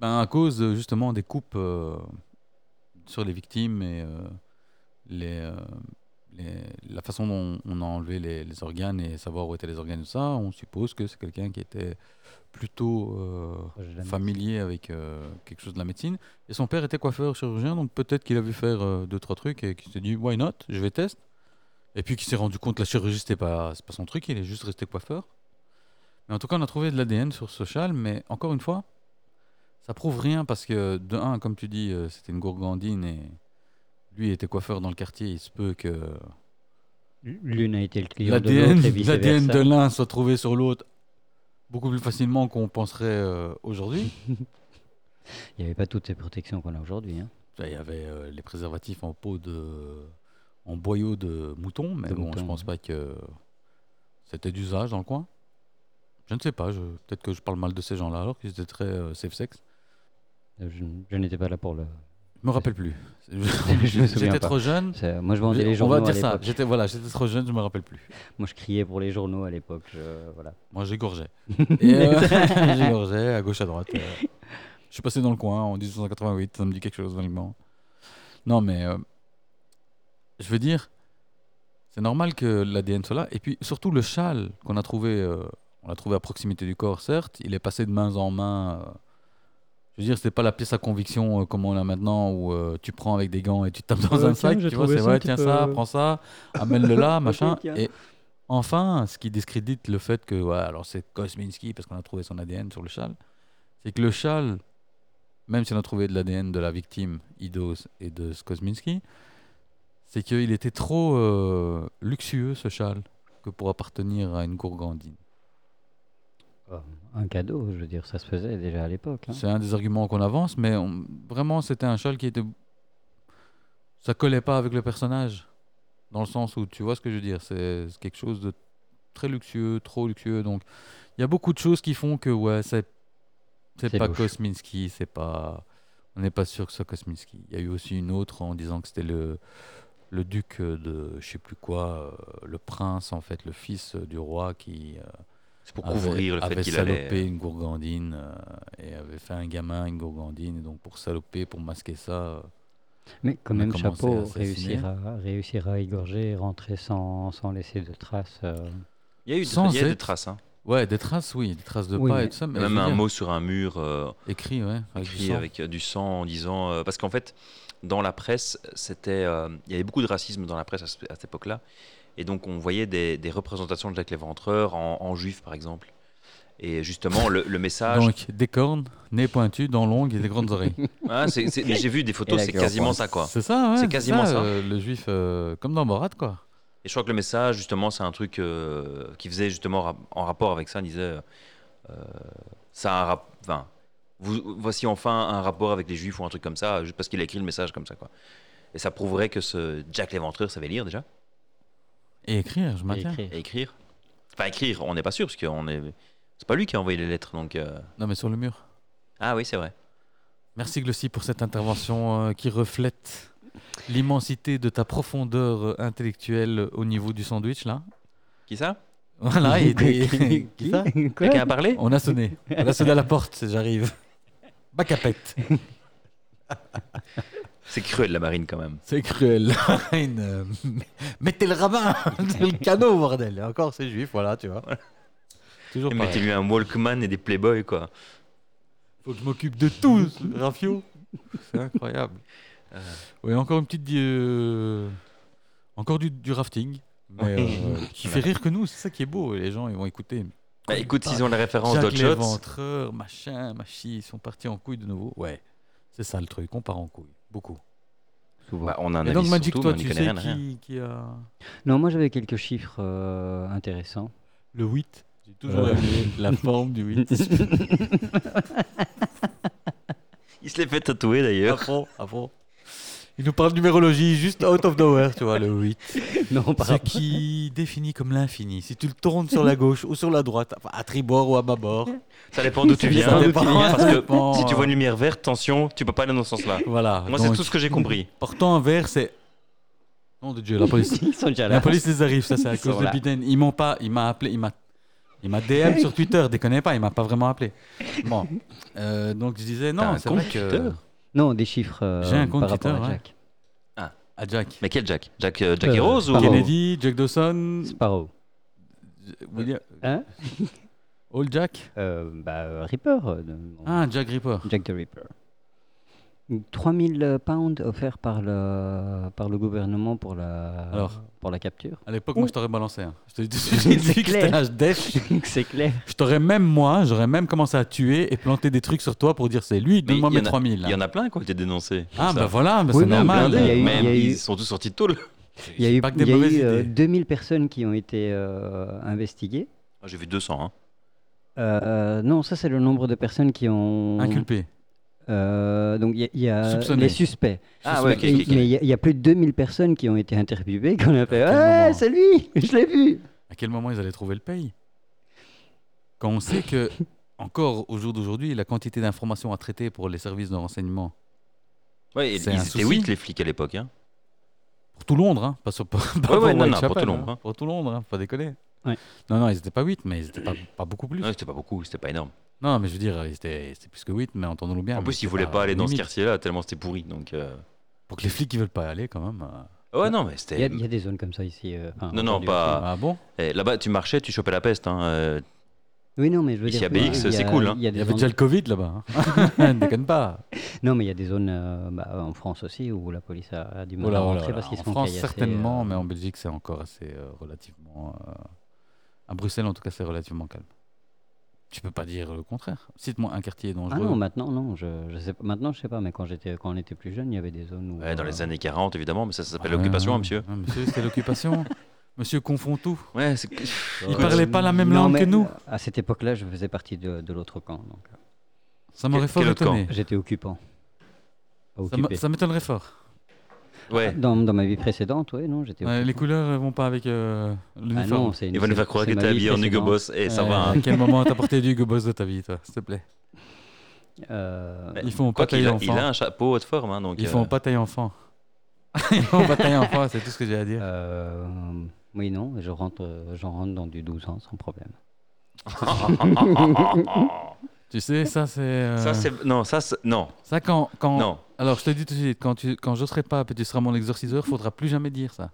ben, à cause euh, justement des coupes euh, sur les victimes et euh, les, euh, les- la façon dont on a enlevé les, les organes et savoir où étaient les organes, et tout ça, on suppose que c'est quelqu'un qui était plutôt euh,
proches de la-
familier avec euh, quelque chose de la médecine. Et son père était coiffeur chirurgien, donc peut-être qu'il a vu faire euh, deux trois trucs et qu'il s'est dit why not, je vais tester. Et puis qu'il s'est rendu compte que la chirurgie c'était pas c'est pas son truc, il est juste resté coiffeur. Mais en tout cas, on a trouvé de l'ADN sur ce châle, mais encore une fois, ça prouve rien parce que de un, comme tu dis, euh, c'était une gourgandine et lui était coiffeur dans le quartier, il se peut que
L'une a été le client de
l'ADN
l'autre et vice
l'ADN de
versa.
l'un soit trouvé sur l'autre beaucoup plus facilement qu'on penserait euh, aujourd'hui.
Il n'y avait pas toutes ces protections qu'on a aujourd'hui. hein.
Là, Il y avait euh, les préservatifs en peau de. en boyau de mouton, mais
De
bon, je
mouton,
pense
ouais.
pas que c'était d'usage dans le coin. Je ne sais pas, je... peut-être que je parle mal de ces gens-là alors qu'ils étaient très euh, safe sex.
Euh, Je, je n'étais pas là pour le.
Je me rappelle plus.
je me souviens
J'étais
pas.
trop jeune.
C'est- Moi, je vendais les
On
journaux
va
à
dire ça.
l'époque.
J'étais voilà, j'étais trop jeune, je me rappelle plus.
Moi, je criais pour les journaux à l'époque. je- Voilà.
Moi, j'égorgeais. Et, euh, j'égorgeais à gauche, à droite. euh. Je suis passé dans le coin en 1888, ça me dit quelque chose, vaguement. Non, mais euh, je veux dire, c'est normal que l'ADN soit là. Et puis, surtout, le châle qu'on a trouvé, euh, on l'a trouvé à proximité du corps, certes, il est passé de main en main. euh, je veux dire, c'était pas la pièce à conviction euh, comme on l'a maintenant où euh, tu prends avec des gants et tu tapes dans
Euh,
un
tiens,
sac.
j'ai
Tu vois,
trouvé
c'est
ça,
ouais,
tu
tiens
peux-
ça, prends ça, amène-le là,
Ok,
machin.
tiens.
et enfin, ce qui discrédite le fait que, ouais, alors c'est Kosminski parce qu'on a trouvé son ADN sur le châle, c'est que le châle, même si on a trouvé de l'ADN de la victime, Idos et de Kosminski, c'est qu'il était trop euh, luxueux ce châle que pour appartenir à une gourgandine.
Oh, Un cadeau, je veux dire, ça se faisait déjà à l'époque. hein.
C'est un des arguments qu'on avance, mais on- vraiment, c'était un châle qui était. Ça collait pas avec le personnage. Dans le sens où, tu vois ce que je veux dire, c'est c'est quelque chose de très luxueux, trop luxueux. Donc, il y a beaucoup de choses qui font que, ouais, c'est c'est
C'est
pas
louche.
Kosminski, c'est pas. On n'est pas sûr que ce soit Kosminski. Il y a eu aussi une autre en disant que c'était le, le duc de je sais plus quoi, euh, le prince, en fait, le fils du roi qui. euh,
C'est pour
avait-
couvrir le
avait
fait qu'il
salopé
allait.
une gourgandine euh, et avait fait un gamin une gourgandine. Et donc pour saloper, pour masquer ça, euh,
Mais quand
On a
même,
commencé à
chapeau,
assassiner.
réussir à, réussir à égorger, et rentrer sans, sans laisser de traces. euh,
Il y a eu,
Sans
il y a eu des
être-
traces. hein.
ouais, des traces, oui, des traces de
Oui,
pas et
mais-
tout ça, mais je
Même
veux
un
dire,
mot sur un mur euh,
écrit, ouais, avec du
écrit
sang.
avec euh, du sang en disant. euh, parce qu'en fait, dans la presse, c'était, euh, il y avait beaucoup de racisme dans la presse à, ce- à cette époque-là. Et donc, on voyait des, des représentations de Jacques Léventreur en, en juif, par exemple. Et justement, le, le message.
Donc des cornes, nez pointu, dents longues et des grandes oreilles.
Ah, c'est- c'est- mais j'ai vu des
Et
photos,
la
c'est
gueule,
quasiment
quoi.
ça, quoi.
C'est ça, ouais,
C'est quasiment ça.
euh, le juif, euh, comme dans Borat, quoi.
Et je crois que le message, justement, c'est un truc euh, qui faisait justement rap- en rapport avec ça. Il disait, euh, euh, ça a un rap- enfin, vous, voici enfin un rapport avec les juifs ou un truc comme ça, juste parce qu'il a écrit le message comme ça. Quoi. Et ça prouverait que ce Jack l'Éventreur savait lire déjà
Et écrire, je
et
maintiens.
écrire.
et écrire. Enfin, écrire, on n'est pas sûr, parce que on est... c'est pas lui qui a envoyé les lettres. Donc, euh,
Non, mais sur le mur.
Ah oui, c'est vrai.
Merci Glossy pour cette intervention euh, qui reflète l'immensité de ta profondeur euh, intellectuelle au niveau du sandwich, là.
Qui ça
Voilà, et des-
Qui-
qui ça
Quoi
Quelqu'un a parlé
On a sonné. On a sonné à la porte, j'arrive. Bac à pète.
C'est cruel la marine quand même.
C'est cruel. la reine, euh, Mettez le rabbin dans le canot, bordel. Et encore, c'est juif, voilà, tu vois. Toujours
Et
pareil.
Mettez-lui un Walkman et des Playboy quoi.
Faut que je m'occupe de tout, ce Rafio. C'est incroyable.
Euh.
Oui, encore une petite. di- euh, Encore du, du rafting. Mais,
Oui.
euh, qui fait rire que nous, c'est ça qui est beau. Et les gens, ils vont écouter.
Bah, écoute, s'ils ont la référence
Jacques
d'autres shots,
Léventreur, machin, machi, ils sont partis en couille de nouveau. Ouais, c'est ça le truc, on part en couille. Beaucoup.
souvent.
bah, on a un
Et
avis
donc, Magic,
surtout,
toi,
mais on y
tu
connaît
sais
rien à rien.
qui, qui a.
Non, moi j'avais quelques chiffres euh, intéressants.
Le 8. J'ai toujours
Euh.
aimé la forme du 8.
Il se l'est fait tatouer
à
d'ailleurs.
fond, à fond. Il nous parle numérologie juste out of nowhere, tu vois, le 8.
non, par
Ce qui définit comme l'infini. Si tu le tournes sur la gauche ou sur la droite, enfin, à tribord ou à bâbord.
Ça dépend d'où tu
Ça
viens.
dépend.
Parce que
dépend,
si tu vois
euh,
une lumière verte, attention, tu peux pas aller dans ce sens-là.
Voilà.
Moi, c'est
donc,
tout ce que j'ai compris.
Portant un verre, c'est. Nom de Dieu, la police.
Ils sont déjà là.
La police les arrive, ça c'est à
Ils
cause
sont
de
là.
Biden. Ils m'ont pas, il m'a appelé, il m'a, il m'a DM sur Twitter, déconnez pas, il m'a pas vraiment appelé. Bon, Euh, donc je disais
T'as
non,
un
c'est
compte euh,
vrai que
Twitter
Euh, Non, des chiffres euh,
euh, J'ai un compte
par rapport
Twitter,
à
ouais.
Jack.
à Ah, Jack,
Mais quel Jack Jack, euh, Jack
Euh,
et Rose ou
Pardon.
Kennedy, Jack Dawson,
Sparrow.
William-
Hein
Old Jack,
Euh, bah, euh, Reaper. euh, de- mon-
ah Jack Ripper.
Jack the Ripper. 3000 pounds offerts par le, par le gouvernement pour la,
Alors.
pour la capture.
À l'époque,
Ouh.
moi je t'aurais balancé. hein. Je te dis tout de suite,
Ah. C'est
vu que c'était
clair.
un def,
C'est clair.
je t'aurais même moi, j'aurais même commencé à tuer et planter des trucs sur toi pour dire c'est lui,
Mais
donne-moi
il y
mes
en a-
3000.
Il y en a plein qui ont été dénoncés.
Ah
Ça.
bah voilà, bah,
Oui,
c'est
mais
normal.
blindé, il y a eu-
Même,
il y a eu-
ils sont tous sortis de tôle.
Il y a eu,
pas que des
il y a eu,
mauvaises
euh,
idées.
2000 personnes qui ont été euh, investiguées.
Ah, J'ai vu 200. hein.
Euh, euh, non, ça c'est le nombre de personnes qui ont...
Inculpé.
Euh, donc il y a, il y a
Soupçonné.
les suspects.
Ah
ouais,
ouais,
ok,
Et- Mais il y a- il y, a plus de 2000 personnes qui ont été interviewées, qu'on a fait
Ah,
« Ouais,
moment
c'est lui Je l'ai vu
À quel moment ils allaient trouver le paye Quand on sait que, encore au jour d'aujourd'hui, la quantité d'informations à traiter pour les services de renseignement,
Ouais, et
C'est
ils
un
étaient
souci.
8 les flics à l'époque. hein.
pour tout Londres, hein, pas, sur, pas pas
ouais,
pour
non, non,
Whitechapel,
pour tout Londres,
hein,
hein.
pour tout Londres, hein, faut pas déconner.
Ouais.
Non, non, ils n'étaient pas 8, mais ils n'étaient pas, pas beaucoup plus.
Non, c'était pas beaucoup, c'était pas énorme.
Non, mais je veux dire, ils étaient, c'était plus que 8, mais entendons-nous bien.
En
mais
plus, ils
c'était
voulaient pas aller dans ce
limite.
quartier-là tellement c'était pourri. Donc, euh,
Pour que les flics, ils veulent pas y aller quand même. euh.
ouais, non, mais
Il y, a-
c'était.
il y a des zones comme ça ici. euh, enfin,
Non, non,
aujourd'hui
pas.
Ah bon
Eh, Là-bas, tu marchais, tu chopais la peste. hein, euh,
Oui, non, mais je veux
Ici,
dire.
à BX,
il y a-
c'est cool, hein.
il y a
Il
des
y avait
zones-
déjà le Covid là-bas. hein. Déconne pas.
Non, mais il y a des zones euh, bah, en France aussi où la police a, a du mal
Oh là,
à
oh là
rentrer
là.
parce qu'ils se
En
font
France,
caillasser,
certainement,
euh,
mais en Belgique, c'est encore assez euh, relativement. euh, À Bruxelles, en tout cas, c'est relativement calme. Tu peux pas dire le contraire. Cite-moi un quartier
Ah
dangereux.
non, maintenant, non. Je, je sais, pas- maintenant, je sais pas, mais quand, j'étais, quand on était plus jeune, il y avait des zones où.
ouais, dans
euh,
les années 40, évidemment, mais ça, ça s'appelle
Ah,
l'occupation,
ouais.
hein, monsieur.
Ah, monsieur, c'est l'occupation. monsieur confond tout.
Ouais, c'est.
Il
Écoute,
parlait pas la même
Non,
langue
mais,
que nous.
euh, À cette époque-là, je faisais partie de, de l'autre camp. Donc, euh,
Ça m'aurait
quel-
fort
quel autre camp
étonné.
j'étais occupant.
Ça
Pas
m'a-
Occupé.
Ça m'étonnerait fort.
Ouais.
Dans, dans ma vie précédente, oui, non, j'étais.
Ouais,
occupant.
les couleurs euh, vont pas avec euh,
ah non,
l'uniforme.
c'est une-
Il va nous
c'est-
faire croire
c'est
que
ma
t'es
vie
habillé en Hugo
précédente.
Boss. Et ça
Euh,
va. hein.
À quel moment t'as porté du Hugo Boss de ta vie, toi, s'il te plaît
Euh,
Ils font pas
Quoi qu'il
taille
a, il
enfant.
a un chapeau haute forme. hein, donc,
Ils
euh,
font pas taille enfant. Ils font pas taille enfant, c'est tout ce que j'ai à dire.
euh, oui, non, je rentre, euh, j'en rentre dans du 12 ans sans problème.
Tu sais, ça c'est. euh,
Ça, c'est. Non, ça, c'est. Non,
ça, quand, quand.
non.
Alors je te dis tout de suite, quand, tu, quand je serai pas, tu seras mon exorciseur, faudra plus jamais dire ça.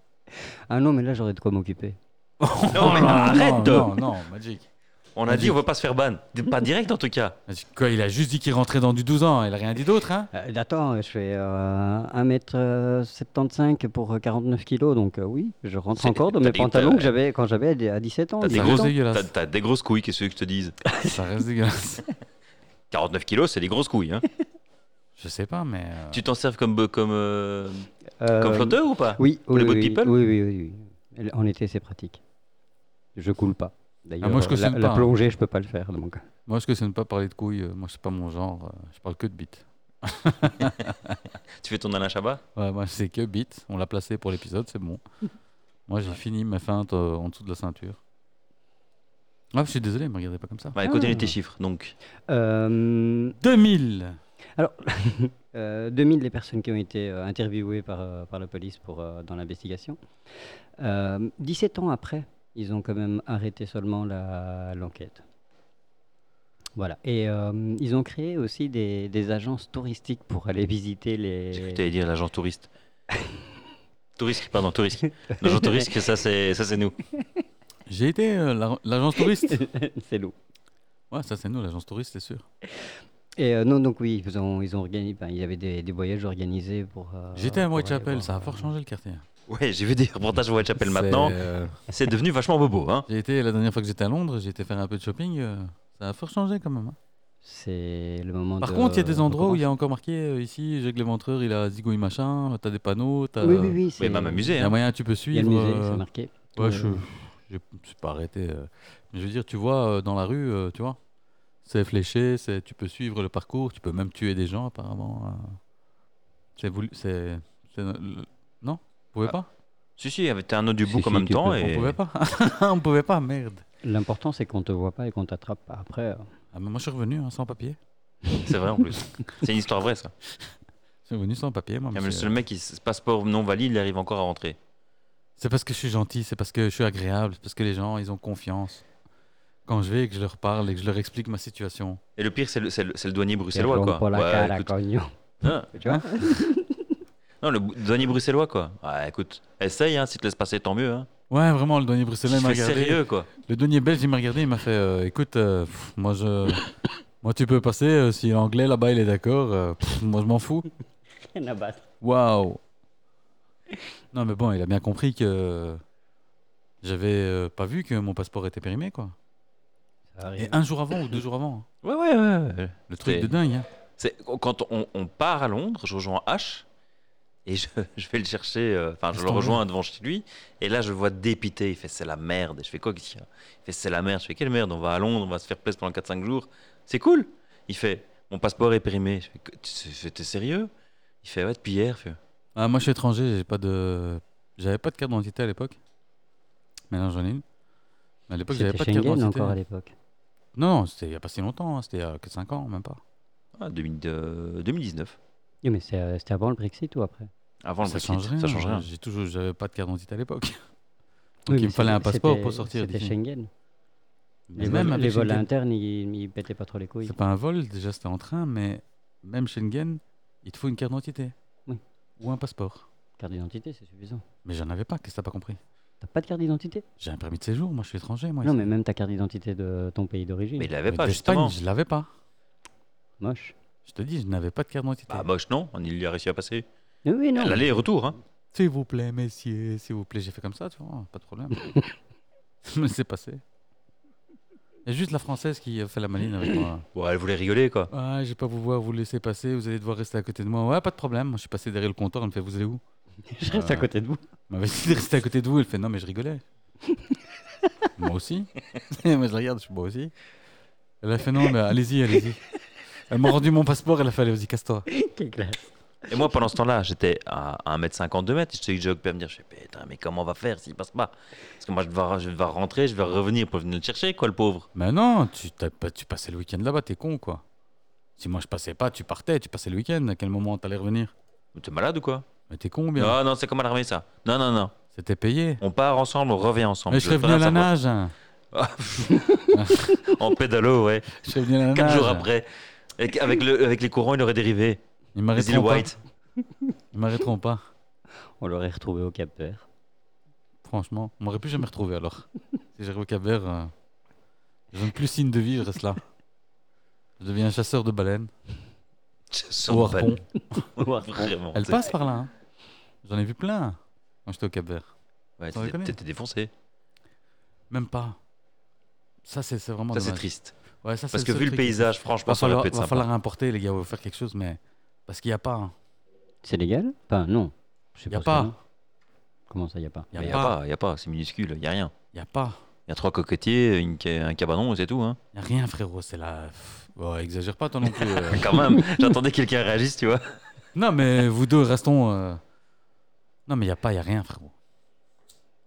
Ah non, mais là, j'aurais de quoi m'occuper.
Non, mais arrête
Oh Non, non, Magic.
On a dit, on veut pas se faire ban. Pas direct, en tout cas.
Magic, Quoi, il a juste dit qu'il rentrait dans du 12 ans, il a rien dit d'autre, hein
Euh, attends, je fais euh, 1m75 pour euh, 49 kilos, donc euh, oui, je rentre
C'est-
encore dans
t'as
mes
dit-
pantalons
t'as-
que j'avais quand j'avais à dix- à 17 ans.
T'as des
Ça
18
reste
ans.
T'as-
dégueulasse.
T'as des grosses couilles, qu'est-ce que je te dise
Ça reste dégueulasse.
49 kilos, c'est des grosses couilles. Hein.
Ah. Je sais pas, mais. euh,
Tu t'en serves comme, comme, euh,
Euh,
comme flotteur ou pas
Oui,
le
oui,
boat
oui,
people
oui, oui, oui, oui. En été, c'est pratique. Je coule pas. D'ailleurs,
Ah, moi, je
la,
cautionne
la
pas, hein.
plongée, je peux pas le faire. Donc.
Moi, je ne pas parler de couilles, euh, moi, c'est pas mon genre, euh, je parle que de bites.
Tu fais ton Alain Chabat
Ouais, moi, c'est que bites, on l'a placé pour l'épisode, c'est bon. Moi, j'ai fini ma feinte euh, en dessous de la ceinture. Ah, je suis désolé, me regardez pas comme ça.
Bah, continue tes chiffres. Donc,
Euh,
2000
Euh, 2000 les personnes qui ont été euh, interviewées par, euh, par la police pour, euh, dans l'investigation. Euh, 17 ans après, ils ont quand même arrêté seulement la- l'enquête. Voilà. Et euh, ils ont créé aussi des, des agences touristiques pour aller visiter les.
J'ai cru que t'allais dire l'agent touriste. touriste, pardon, touriste. L'agent touriste, ça c'est ça, c'est nous.
J'ai été euh, la- l'agence touriste.
C'est loup.
Ouais, ça c'est nous, l'agence touriste, c'est sûr.
Et euh, non, donc oui, ils ont, ils ont organisé, ben, il y avait des, des voyages organisés pour. euh,
J'étais à
pour aller
Whitechapel,
voir,
ça a
euh,
fort changé le quartier.
Ouais, j'ai vu des reportages au Whitechapel
C'est,
maintenant.
euh,
C'est devenu vachement bobo, hein.
J'ai été, la dernière fois que j'étais à Londres, j'ai été faire un peu de shopping. euh, ça a fort changé quand même. hein.
C'est le moment.
Par
de
contre, il y a des endroits où il
recommencer.
y a encore marqué euh, ici, Jacques Léventreur, il a zigouille machin, t'as des panneaux, t'as. euh,
Oui, oui, oui.
Oui,
c'est-
même amusé,
Il y a
hein.
moyen, tu peux
Il y a
suivre.
le musée,
euh,
c'est marqué.
Ouais, je
Euh,
je me suis pas arrêté. euh, Mais je veux dire, tu vois, euh, dans la rue, euh, tu vois, c'est fléché, c'est, tu peux suivre le parcours, tu peux même tuer des gens, apparemment. euh. C'est voulu. C'est, c'est- le- Non Vous pouvez
Ah,
pas
Si, si, t'as un audio
Si,
book en
si,
même
tu
temps.
peux.
On
Et...
pouvait pas. On pouvait pas, merde.
L'important, c'est qu'on te voit pas et qu'on t'attrape pas. Après. euh,
Ah, mais moi, je suis revenu hein, sans papier.
C'est vrai en plus. C'est une histoire vraie, ça.
Je suis revenu sans papier, moi.
Il y a même le
monsieur.
seul mec qui se passeport non valide, il arrive encore à rentrer.
C'est parce que je suis gentil, c'est parce que je suis agréable, c'est parce que les gens, ils ont confiance. Quand je vais et que je leur parle et que je leur explique ma situation.
Et le pire, c'est le, c'est le- c'est le douanier bruxellois,
Pierre-Jean
quoi.
Paul
Ouais,
Acar à
écoute.
Cognon,
Ah,
tu vois
non, le bou- douanier bruxellois, quoi. Ouais, écoute, essaye, hein, si te laisse passer, tant mieux. Hein.
Ouais, vraiment, le douanier bruxellois il m'a
C'est
regardé.
sérieux, quoi.
Le douanier belge, il m'a regardé, il m'a fait euh, Écoute, euh, pff, moi, je... moi, tu peux passer euh, si l'anglais là-bas, il est d'accord. euh, pff, moi, je m'en fous.
Rien à battre.
Waouh Non, mais bon, il a bien compris que j'avais euh, pas vu que mon passeport était périmé, quoi. Et
Ça arrive.
un jour avant ou deux jours avant. hein.
Ouais, ouais, ouais. ouais.
Le truc
C'est-
de dingue. hein.
C'est- Quand on, on part à Londres, je rejoins H. Et je, je vais le chercher, euh, enfin, je
Laisse
le
tomber.
rejoins devant chez lui. Et là, je le vois dépité. Il fait, c'est la merde. Et je fais quoi qu'est-ce qu'il y a Il fait, c'est la merde. Je fais, quelle merde On va à Londres, on va se faire plaisir pendant 4-5 jours. C'est cool. Il fait, mon passeport est périmé. Je fais, Que- tu- tu- t'es sérieux Il fait, ouais, depuis hier. Je fais,
Ah, moi, je suis étranger, j'ai pas de. J'avais pas de carte d'identité à l'époque. Maintenant, j'en ai une. Mais à l'époque, j'avais
C'était
pas de carte
Schengen
d'identité.
encore à l'époque.
Non, non, c'était il y a pas si longtemps, hein, c'était il y a que 5 ans, même pas.
ah, 2000, euh, 2019.
Oui, mais c'est, euh, c'était avant le Brexit ou après
Avant le
bah,
ça change
Brexit,
rien.
ça change rien.
J'ai toujours, j'avais pas de carte d'identité à l'époque.
Oui,
Donc il
mais
me fallait un
c'était-
passeport
c'était-
pour sortir
C'était
d'ici.
Schengen.
Mais
Les,
même
vols,
avec
les vols
Schengen,
internes, ils, ils pétaient pas trop les couilles.
c'est pas un vol, déjà c'était en train, mais même Schengen, il te faut une carte d'identité.
Oui.
Ou un passeport.
Carte d'identité, c'est suffisant.
Mais j'en avais pas, qu'est-ce que t'as pas compris
T'as pas de carte d'identité
J'ai un permis de séjour, moi je suis étranger. Moi,
Non,
ici.
mais même ta carte d'identité de ton pays d'origine.
Mais il l'avait
Mais
pas,
d'Espagne,
justement.
je l'avais pas.
Moche.
Je te dis, je n'avais pas de carte d'identité.
Bah, moche, non. On y a réussi à passer.
Oui, Oui, non.
L'aller et retour, hein.
S'il vous plaît, messieurs, s'il vous plaît. J'ai fait comme ça, tu vois, pas de problème. Mais c'est passé. Il y a juste la française qui a fait la maline avec moi.
Ouais, elle voulait rigoler, quoi.
Ouais, je vais pas pouvoir vous laisser passer, vous allez devoir rester à côté de moi. Ouais, pas de problème. Moi, je suis passé derrière le comptoir, elle me fait, vous allez où
Je reste à côté de vous.
Elle m'avait dit de rester à côté de vous, elle fait, non, mais je rigolais. moi aussi. moi, je la regarde, je suis moi aussi. Elle a fait, non, mais allez-y, allez-y. Elle m'a rendu mon passeport, elle a fait, allez, vas-y, casse-toi.
Quelle classe.
Et moi, pendant ce temps-là, j'étais à 1m50 de mètre. Je sais que Jock peut me dire je fais, Putain, mais comment on va faire s'il passe pas Parce que moi, je vais, devoir- je vais devoir rentrer, je vais revenir pour venir le chercher, quoi, le pauvre.
Mais non, tu, t'as pas- tu passais le week-end là-bas, t'es con, quoi. Si moi je passais pas, tu partais, tu passais le week-end. À quel moment t'allais revenir
Mais T'es malade ou quoi
Mais t'es con ou bien
Non, non, c'est comme à l'armée, ça. Non, non, non.
C'était payé.
On part ensemble, on revient ensemble.
Mais je
veux
serais venu à
rien
la
savoir.
nage. hein.
En pédalo, ouais.
Je serais venu à la
Quatre
nage.
jours après. Et Avec, le, avec les courants, il aurait dérivé.
Ils
Les îles
m'arrêteront pas.
White.
Ils m'arrêteront pas.
On l'aurait retrouvé au Cap Vert.
Franchement, on m'aurait plus jamais retrouvé alors. si j'arrive au Cap Vert, euh, je donne plus signe de vie, je reste là. Je deviens un chasseur de baleines.
Sans
Au harpon.
Vraiment.
Elle
c'est-
passe par là. hein. J'en ai vu plein quand j'étais au Cap Vert.
Ouais,
sans déconner. Oh,
t'étais- T'étais défoncé.
Même pas. Ça, c'est c'est vraiment
Ça, c'est
dommage.
triste.
Ouais, ça, c'est
Parce que
seul
vu le
truc.
paysage, franchement,
va
ça aurait
falloir,
pu être
va falloir
sympa.
importer, les gars, on va faire quelque chose, mais. Parce qu'il n'y a pas. hein.
C'est légal Enfin, non. Je sais
Y a
si
pas.
non. Comment ça, y a pas
Il
Il
n'y
n'y
a,
a
pas.
pas, il n'y a pas, c'est minuscule, il n'y a rien.
Il a pas.
Il y a trois coquetiers, une ca- un cabanon, et c'est tout. Hein.
Il a rien, frérot. C'est la. pff, Bon, exagère pas, toi non plus. euh.
Quand même, j'attendais que quelqu'un réagisse, tu vois.
non, mais vous deux, restons. euh. Non, mais il n'y a pas, il n'y a rien, frérot.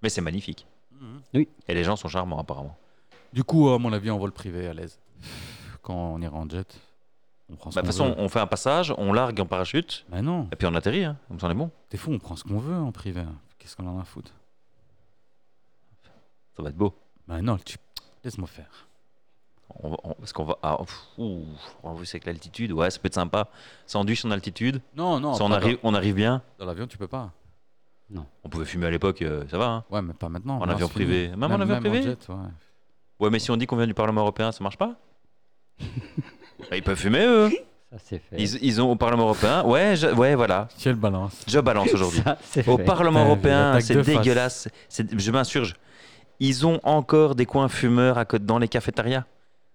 Mais c'est magnifique.
Mhm.
Et les gens sont charmants, apparemment.
Du coup, à mon avis, on vole privé à l'aise. Quand on ira en jet, on prend ce
Bah, De
qu'on
toute façon,
veut.
on fait un passage, on largue en parachute,
Mais non,
et puis on atterrit, hein. comme ça on est bon.
t'es fou, on prend ce qu'on veut en privé. Qu'est-ce qu'on en a à foutre
Ça va être beau.
Bah, Mais non, tu... laisse-moi faire.
On va- on- parce qu'on va. Ah, pff, ouh, on va avec l'altitude. Ouais, ça peut être sympa. Sandwich en altitude.
Non, non.
ça, on,
Oh, pas
arrive, on arrive bien.
Dans, dans l'avion, tu peux pas.
On pouvait fumer à l'époque, euh, ça va. hein.
Ouais, mais pas maintenant.
En
Là,
avion
Oh, c'est fini.
privé. Même en avion privé
jet, ouais.
Ouais, mais si on dit qu'on vient du Parlement européen, ça marche pas Bah, Ils peuvent fumer, eux.
Ça, c'est fait.
Ils, ils ont au Parlement européen. Ouais, je- ouais voilà.
Quelle balance.
Je balance aujourd'hui.
Ça, c'est
Au
fait.
Parlement
Putain,
européen,
l'attaque
c'est
de face.
dégueulasse. C'est- Je m'insurge. Ils ont encore des coins fumeurs à côté- dans les cafétérias,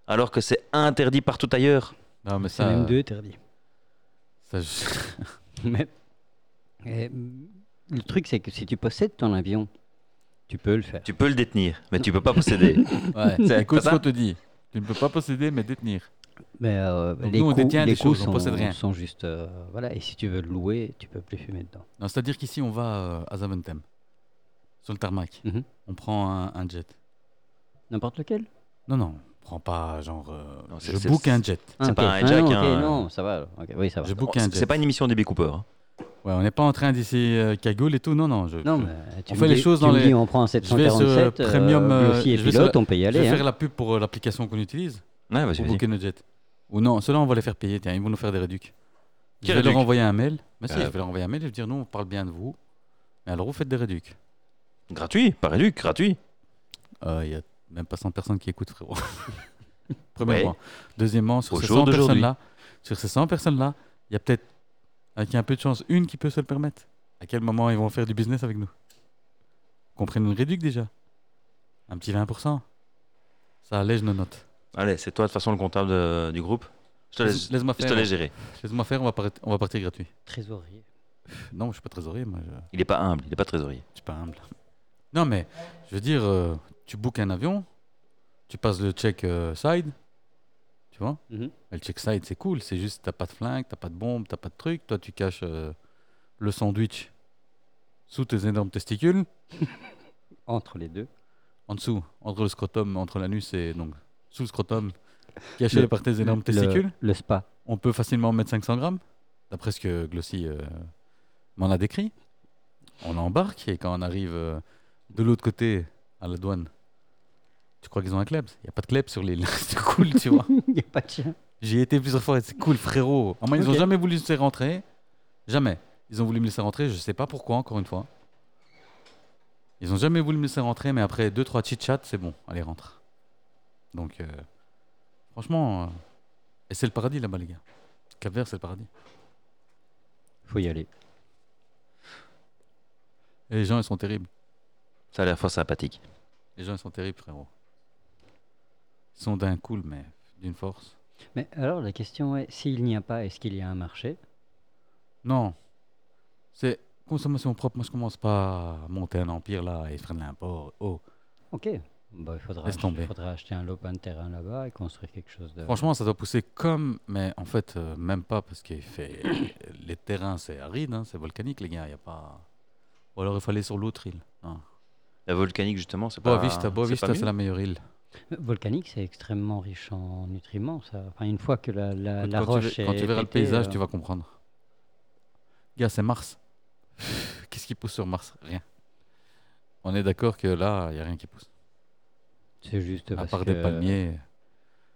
alors que c'est interdit partout ailleurs.
Non, mais
C'est
ça. euh,
même deux interdits.
ça, je-
Mais et, mm, le truc, c'est que si tu possèdes ton avion, tu peux le faire.
Tu peux le détenir, mais tu peux pas posséder.
Ouais.
C'est-
Écoute
c'est
ce
ça
qu'on te dit. Tu ne peux pas posséder, mais détenir.
Mais euh,
Donc
les
nous, on
coûts,
détient
les
des
coûts
choses, on
sont,
possède rien.
sont juste. euh, voilà, et si tu veux le louer, tu peux plus fumer dedans.
Non, c'est-à-dire qu'ici, on va euh, à Zaventem, sur le tarmac.
Mhm.
On prend un, un jet.
N'importe lequel
Non, non, on prend pas genre. euh,
Non, c'est-
je
c'est-
book un jet.
Ah,
C'est
ok.
pas un
Ah
hijack,
non, ok,
hein.
non, ça va. alors. Ok, Oui, ça va.
Je book
Oh,
un
c'est-
jet.
c'est pas une émission des Cooper. hein.
Ouais, on n'est pas en train d'essayer euh, cagoule et tout. Non, non. Je,
Non,
je-
mais euh, tu
On
me
fait les
dis-
choses
tu
dans
me
les-
dis, on prend un
vais sur, euh,
747, euh,
Premium, euh,
Glossier et
je vais sur la-
pilote, on peut y
je
aller.
vais
hein.
faire la pub pour euh, l'application qu'on utilise
Ouais, vas-y,
pour
vas-y.
booker nos jets. Ou non, ceux-là, on va les faire payer. Tiens, ils vont nous faire des réducs. Je
Qui
vais
réduc
leur envoyer un mail. Mais si,
Euh,
je vais leur envoyer un mail et je vais dire nous, on parle bien de vous. Mais alors, vous faites des réducs.
Gratuit, pas réduit, gratuit.
Euh, Il y a même pas 100 personnes qui écoutent, frérot. Premièrement.
Ouais.
Deuxièmement, sur
Au
ces
jour
100
d'aujourd'hui.
personnes-là, sur ces 100 personnes-là, il y a peut-être, avec un peu de chance, une qui peut se le permettre. À quel moment ils vont faire du business avec nous Qu'on prenne une réduction déjà. Un petit 20%. Ça allège nos notes.
Allez, c'est toi de toute façon le comptable de- du groupe. Je te laisse,
Laisse-moi
je
faire.
te laisse gérer.
Laisse-moi faire, on va, partir- on va partir gratuit.
Trésorier.
Pff, Non, je suis pas trésorier, moi. Je...
Il est pas humble, il est pas trésorier.
Je suis pas humble. Non, mais je veux dire, euh, tu bookes un avion, tu passes le check euh, side, tu vois.
Mhm.
Et Le check side, c'est cool, c'est juste t'as pas de flingue, t'as pas de bombe, t'as pas de truc. Toi, tu caches euh, le sandwich sous tes énormes testicules,
Entre les deux.
en dessous, entre le scrotum, entre l'anus et donc sous le scrotum, caché
Le-
par tes énormes
Le-
testicules.
Le spa.
On peut facilement mettre 500 grammes, d'après ce que Glossy euh, m'en a décrit. On embarque et quand on arrive euh, de l'autre côté à la douane, tu crois qu'ils ont un klebs Il n'y a pas de klebs sur l'île. c'est cool, tu vois.
Il n'y a pas de chien.
J'y ai été plusieurs fois et c'est cool, frérot. Ah, moi, ils n'ont
Ok.
jamais voulu me laisser rentrer. Jamais. Ils ont voulu me laisser rentrer, je sais pas pourquoi, encore une fois. Ils n'ont jamais voulu me laisser rentrer, mais après 2-3 chit-chats, c'est bon, allez, rentre. Donc, euh, franchement, euh, et c'est le paradis là-bas, les gars. Cap Vert, c'est le paradis.
Faut y aller.
Et les gens, ils sont terribles.
Ça a l'air fort sympathique.
Les gens, ils sont terribles, frérot. Ils sont d'un cool, mais d'une force.
Mais alors, la question est s'il n'y a pas, est-ce qu'il y a un marché
Non. C'est consommation propre. Moi, je commence pas à monter un empire là et freiner l'import. Oh.
Ok. Bah, il faudra,
Laisse
ach-
tomber.
faudra acheter un lopin de terrain là-bas et construire quelque chose
Euh,
de.
Franchement, ça doit pousser comme, mais en fait, euh, même pas parce qu'il fait. les terrains, c'est aride, hein, c'est volcanique, les gars. Il y a pas. Ou alors il fallait sur l'autre île. Non.
La volcanique, justement, c'est pas.
Boa Vista, Boa
Bah, c'est
Vista,
pas mieux
c'est la meilleure île.
Euh, Volcanique, c'est extrêmement riche en nutriments. Ça. Enfin, une fois que la, la, la
quand, tu,
roche
ver- quand
est
tu verras le
pétée,
paysage,
euh,
tu vas comprendre. Gars, c'est Mars. Qu'est-ce qui pousse sur Mars Rien. On est d'accord que là, il n'y a rien qui pousse.
C'est juste
À
parce
part des
que-
palmiers.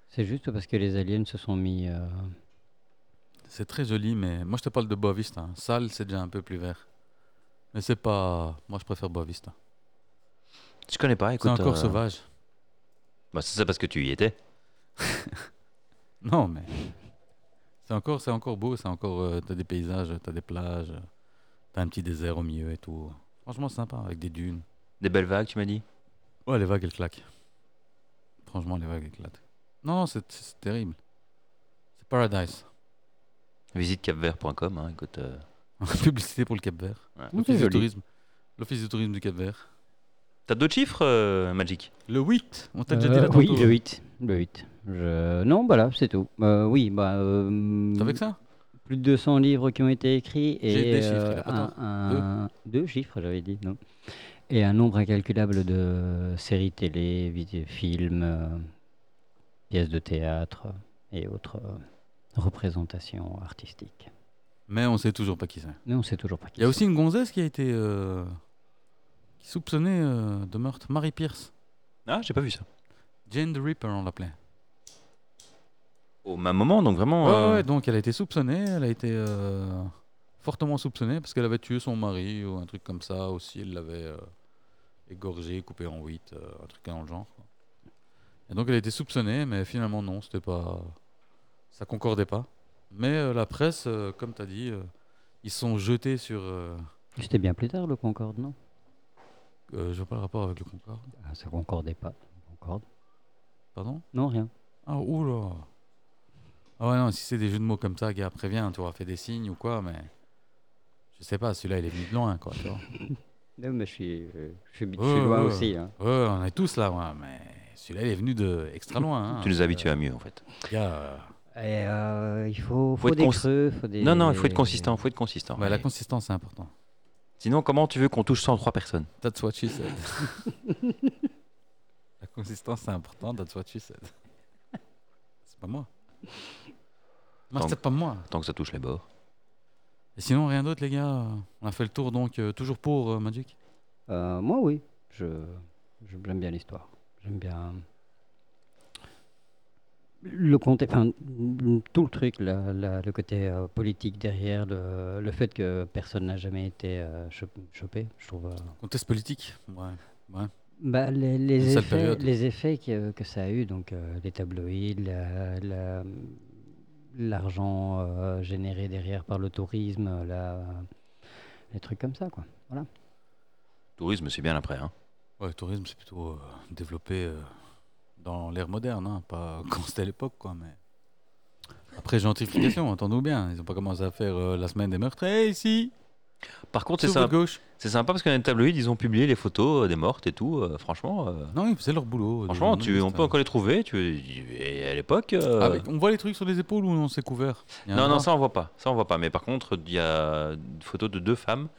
C'est juste parce que les aliens se sont mis. euh,
C'est très joli, mais moi je te parle de Boa Vista. hein. Sale, c'est déjà un peu plus vert. Mais c'est pas. Moi je préfère Boa Vista.
Je connais pas,
C'est
écoute.
encore
euh,
sauvage.
bah, c'est ça parce que tu y étais.
Non, mais. C'est encore, c'est encore beau, c'est encore. euh, t'as des paysages, t'as des plages, euh, t'as un petit désert au milieu et tout. Franchement, c'est sympa, avec des dunes.
Des belles vagues, tu m'as dit.
Ouais, les vagues, elles claquent. Franchement, les vagues éclatent. Non, non, c'est c'est terrible. C'est paradise.
Visite capvert.com, hein, écoute. euh,
Publicité pour le Cap Vert.
Ouais.
L'office
C'est
du
joli.
tourisme. L'office du tourisme du Cap Vert.
T'as d'autres chiffres, euh, Magic
Le 8, on t'a déjà dit
euh,
là
Oui,
tantôt.
le 8. Le 8. Je- Non, voilà, c'est tout. Euh, oui, bah. euh,
T'as avec ça
plus de 200 livres qui ont été écrits et euh,
J'ai des chiffres, il a pas
un,
tort.
un- deux chiffres, j'avais dit, non Et un nombre incalculable de séries télé, vidé- films, euh, pièces de théâtre et autres euh, représentations artistiques.
Mais on sait toujours pas qui c'est.
Mais on sait toujours pas qui
Il y a
c'est.
aussi une gonzesse qui a été euh, qui soupçonnée euh, de meurtre. Marie Pierce.
Ah, j'ai pas vu ça.
Jane the Ripper, on l'appelait.
au même moment, donc vraiment.
Ouais,
euh,
ouais, donc elle a été soupçonnée, elle a été euh, fortement soupçonnée parce qu'elle avait tué son mari ou un truc comme ça aussi, elle l'avait euh, égorgé, coupé en huit, euh, un truc dans le genre. quoi. Et donc elle a été soupçonnée, mais finalement non, c'était pas, ça concordait pas. Mais euh, la presse, euh, comme tu as dit, euh, ils se sont jetés sur, euh,
C'était bien plus tard le Concorde, non
euh, je vois pas le rapport avec le Concorde,
ah, Ça concordait pas. Concorde
pardon
Non, rien.
Ah oula Ah ouais non, si c'est des jeux de mots comme ça, gars, préviens, tu auras fait des signes ou quoi, mais je sais pas, celui-là il est venu de loin quoi, tu vois.
Non, mais je suis, je suis, je
Ouais,
suis loin
ouais.
aussi. hein.
Ouais, on est tous là, ouais, mais celui-là, il est venu de extra loin. hein.
Tu nous habitues à mieux, en fait.
Les gars, euh,
Et, euh, il faut,
Faut
faut
être
des
cons-
creux, faut des...
Non, non, il faut être consistant, faut être consistant.
bah, la consistance, c'est important.
Sinon, comment tu veux qu'on touche 103 personnes
That's what she said. la consistance, c'est important. That's what she said. C'est pas moi. Moi,
Donc-
c'est pas moi.
Tant que ça touche les bords.
Et sinon, rien d'autre, les gars. euh, On a fait le tour, donc euh, toujours pour euh, Magic.
Euh, moi, oui. Je, je- j'aime bien l'histoire. J'aime bien le comté, enfin, mm, tout le truc, la- la- le côté euh, politique derrière, le, le fait que personne n'a jamais été euh, cho- chopé, je trouve. euh,
Contest politique. Ouais.
bah, les, les
Une sale
effets,
période.
les effets que, que ça a eu, donc euh, les tabloïds, la- la- l'argent euh, généré derrière par le tourisme, la, les trucs comme ça, quoi.
Tourisme, c'est bien après. Hein.
Ouais, le tourisme, c'est plutôt euh, développé euh, dans l'ère moderne, hein, pas quand c'était à l'époque, quoi. Mais après gentrification, entendons bien. Ils ont pas commencé à faire euh, la semaine des meurtres. Et ici,
Par contre, c'est
sur
sympa,
votre gauche.
c'est sympa parce que dans les tabloïds, ils ont publié les photos euh, des mortes et tout. euh, franchement, euh,
Non, ils faisaient leur boulot. euh, des
franchement tu, on
journalistes,
peut
euh.
encore les trouver. Tu, et à l'époque. euh,
Ah, mais on voit les trucs sur les épaules ou on s'est couvert Il y a un
Non, non,
endroit.
ça on voit pas. Ça on voit pas. Mais par contre, il y a une photo de deux femmes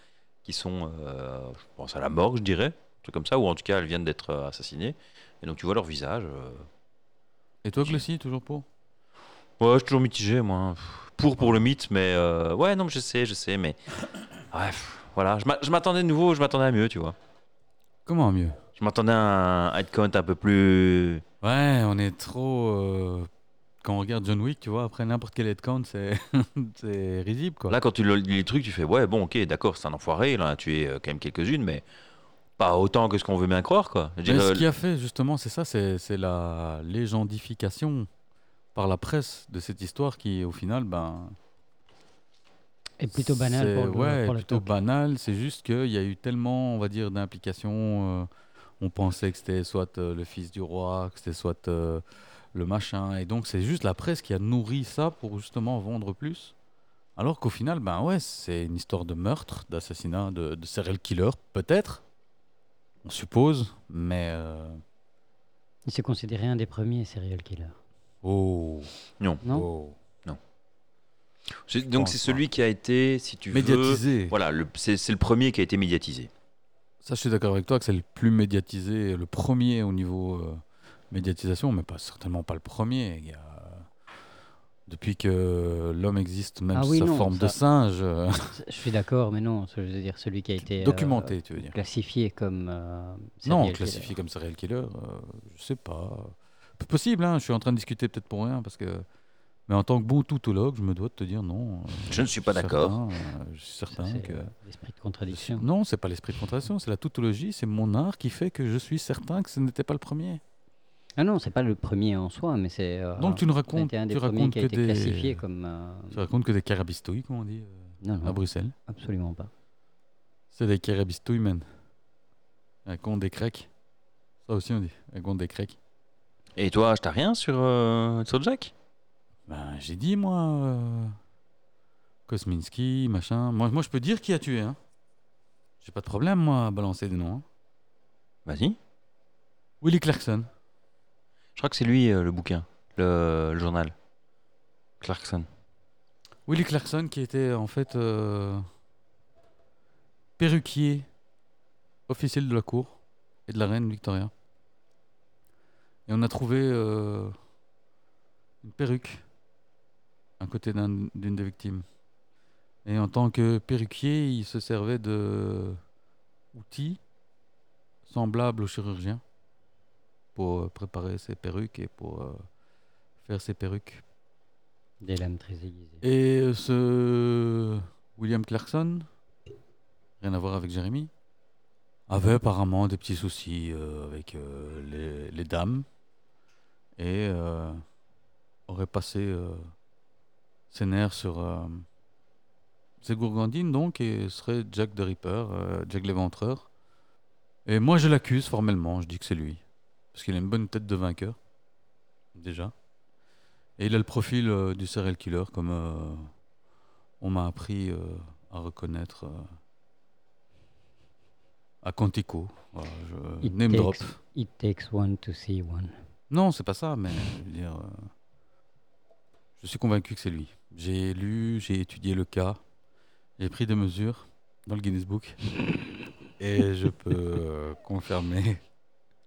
qui sont, euh, je pense à la mort, je dirais, un truc comme ça, ou en tout cas elles viennent d'être euh, assassinées. Et donc tu vois leur visage. euh.
Et toi, Glossy, toujours pour
Ouais, je suis toujours mitigé, moi. hein. Pff, Pour pour le mythe, mais euh, ouais, non, mais je sais, je sais, mais bref, voilà. Je m'a- je m'attendais de nouveau, je m'attendais à mieux, tu vois.
Comment mieux
Je m'attendais à un headcount un peu plus.
Ouais, on est trop. euh, Quand on regarde John Wick, tu vois, après n'importe quel headcount, c'est c'est risible, quoi.
Là, quand tu le- lis les trucs, tu fais ouais, bon, ok, d'accord, c'est un enfoiré, il en a tué euh, quand même quelques-unes, mais pas autant que ce qu'on veut bien croire, quoi. Je veux
Mais
dire,
ce
euh,
qui a fait, justement, c'est ça, c'est c'est la légendification par la presse de cette histoire qui, au final, ben.
Et plutôt banal
c'est-
pour le,
ouais,
pour la
plutôt
top.
banal. C'est juste qu'il y a eu tellement, on va dire, d'implications. euh, on pensait que c'était soit euh, le fils du roi, que c'était soit euh, le machin. Et donc, c'est juste la presse qui a nourri ça pour justement vendre plus. Alors qu'au final, ben ouais, c'est une histoire de meurtre, d'assassinat, de, de serial killer, peut-être. On suppose, mais. euh,
Il s'est considéré un des premiers serial killers.
Oh.
Non.
Non
oh.
c'est-
je
donc
pense,
c'est
hein.
celui qui a été, si tu veux,
Médiatisé.
Voilà, le- c'est c'est le premier qui a été médiatisé.
Ça, je suis d'accord avec toi que c'est le plus médiatisé, le premier au niveau euh, médiatisation, mais pas certainement pas le premier. Il y a- Depuis que l'homme existe, même
Ah
sous
oui,
sa
non,
forme de
ça-
singe, euh,
Je suis d'accord, mais non, je veux dire celui qui a été euh,
documenté, tu veux dire.
classifié comme euh,
Non,
serial
classifié
killer.
comme serial killer, euh, je sais pas. Peu possible, hein, je suis en train de discuter peut-être pour rien, parce que. Mais en tant que bon toutologue, je me dois de te dire non. euh,
Je ne suis pas d'accord.
certain, euh, je suis
Ça,
certain
c'est,
que.
euh, l'esprit de
Je suis-
contradiction.
Non, c'est pas l'esprit de contradiction, c'est la toutologie, c'est mon art qui fait que je suis certain que ce n'était pas le premier.
Ah non, c'est pas le premier en soi, mais c'est. euh,
Donc tu ne
ça a
racontes,
été un des
tu
premiers
racontes
qui a
que
été
des,
classifié comme. euh,
tu racontes que des carabistouilles, comme on dit euh,
Non,
à
non,
Bruxelles.
absolument pas.
C'est des carabistouilles, man. Un con des crèques. Ça aussi on dit, un con des crèques.
Et toi, je t'as rien sur, euh, sur Jack
Ben j'ai dit moi, euh, Kosminski, machin. Moi, moi je peux dire qui a tué. Hein. J'ai pas de problème moi à balancer des noms. hein.
Vas-y.
Willy Clarkson.
Je crois que c'est lui euh, le bouquin, le, le journal. Clarkson.
Willy Clarkson qui était en fait euh, perruquier officier de la cour et de la reine Victoria. Et on a trouvé euh, une perruque à côté d'un- d'une des victimes. Et en tant que perruquier, il se servait de outils semblables aux chirurgiens pour euh, préparer ses perruques et pour euh, faire ses perruques
Des lames très aiguisées.
Et euh, ce William Clarkson, rien à voir avec Jérémy, avait apparemment des petits soucis euh, avec euh, les, les dames et euh, aurait passé euh, ses nerfs sur euh, ses gourgandines donc et serait Jack the Ripper, euh, Jack l'éventreur. Et moi je l'accuse formellement, je dis que c'est lui. Parce qu'il a une bonne tête de vainqueur, déjà. Et il a le profil euh, du serial killer, comme euh, on m'a appris euh, à reconnaître euh, à Quantico. Voilà, je-
It
name
takes-
drop.
It takes one to see one.
Non, c'est pas ça, mais je veux dire, euh, je suis convaincu que c'est lui. J'ai lu, j'ai étudié le cas, j'ai pris des mesures dans le Guinness Book et je peux euh, confirmer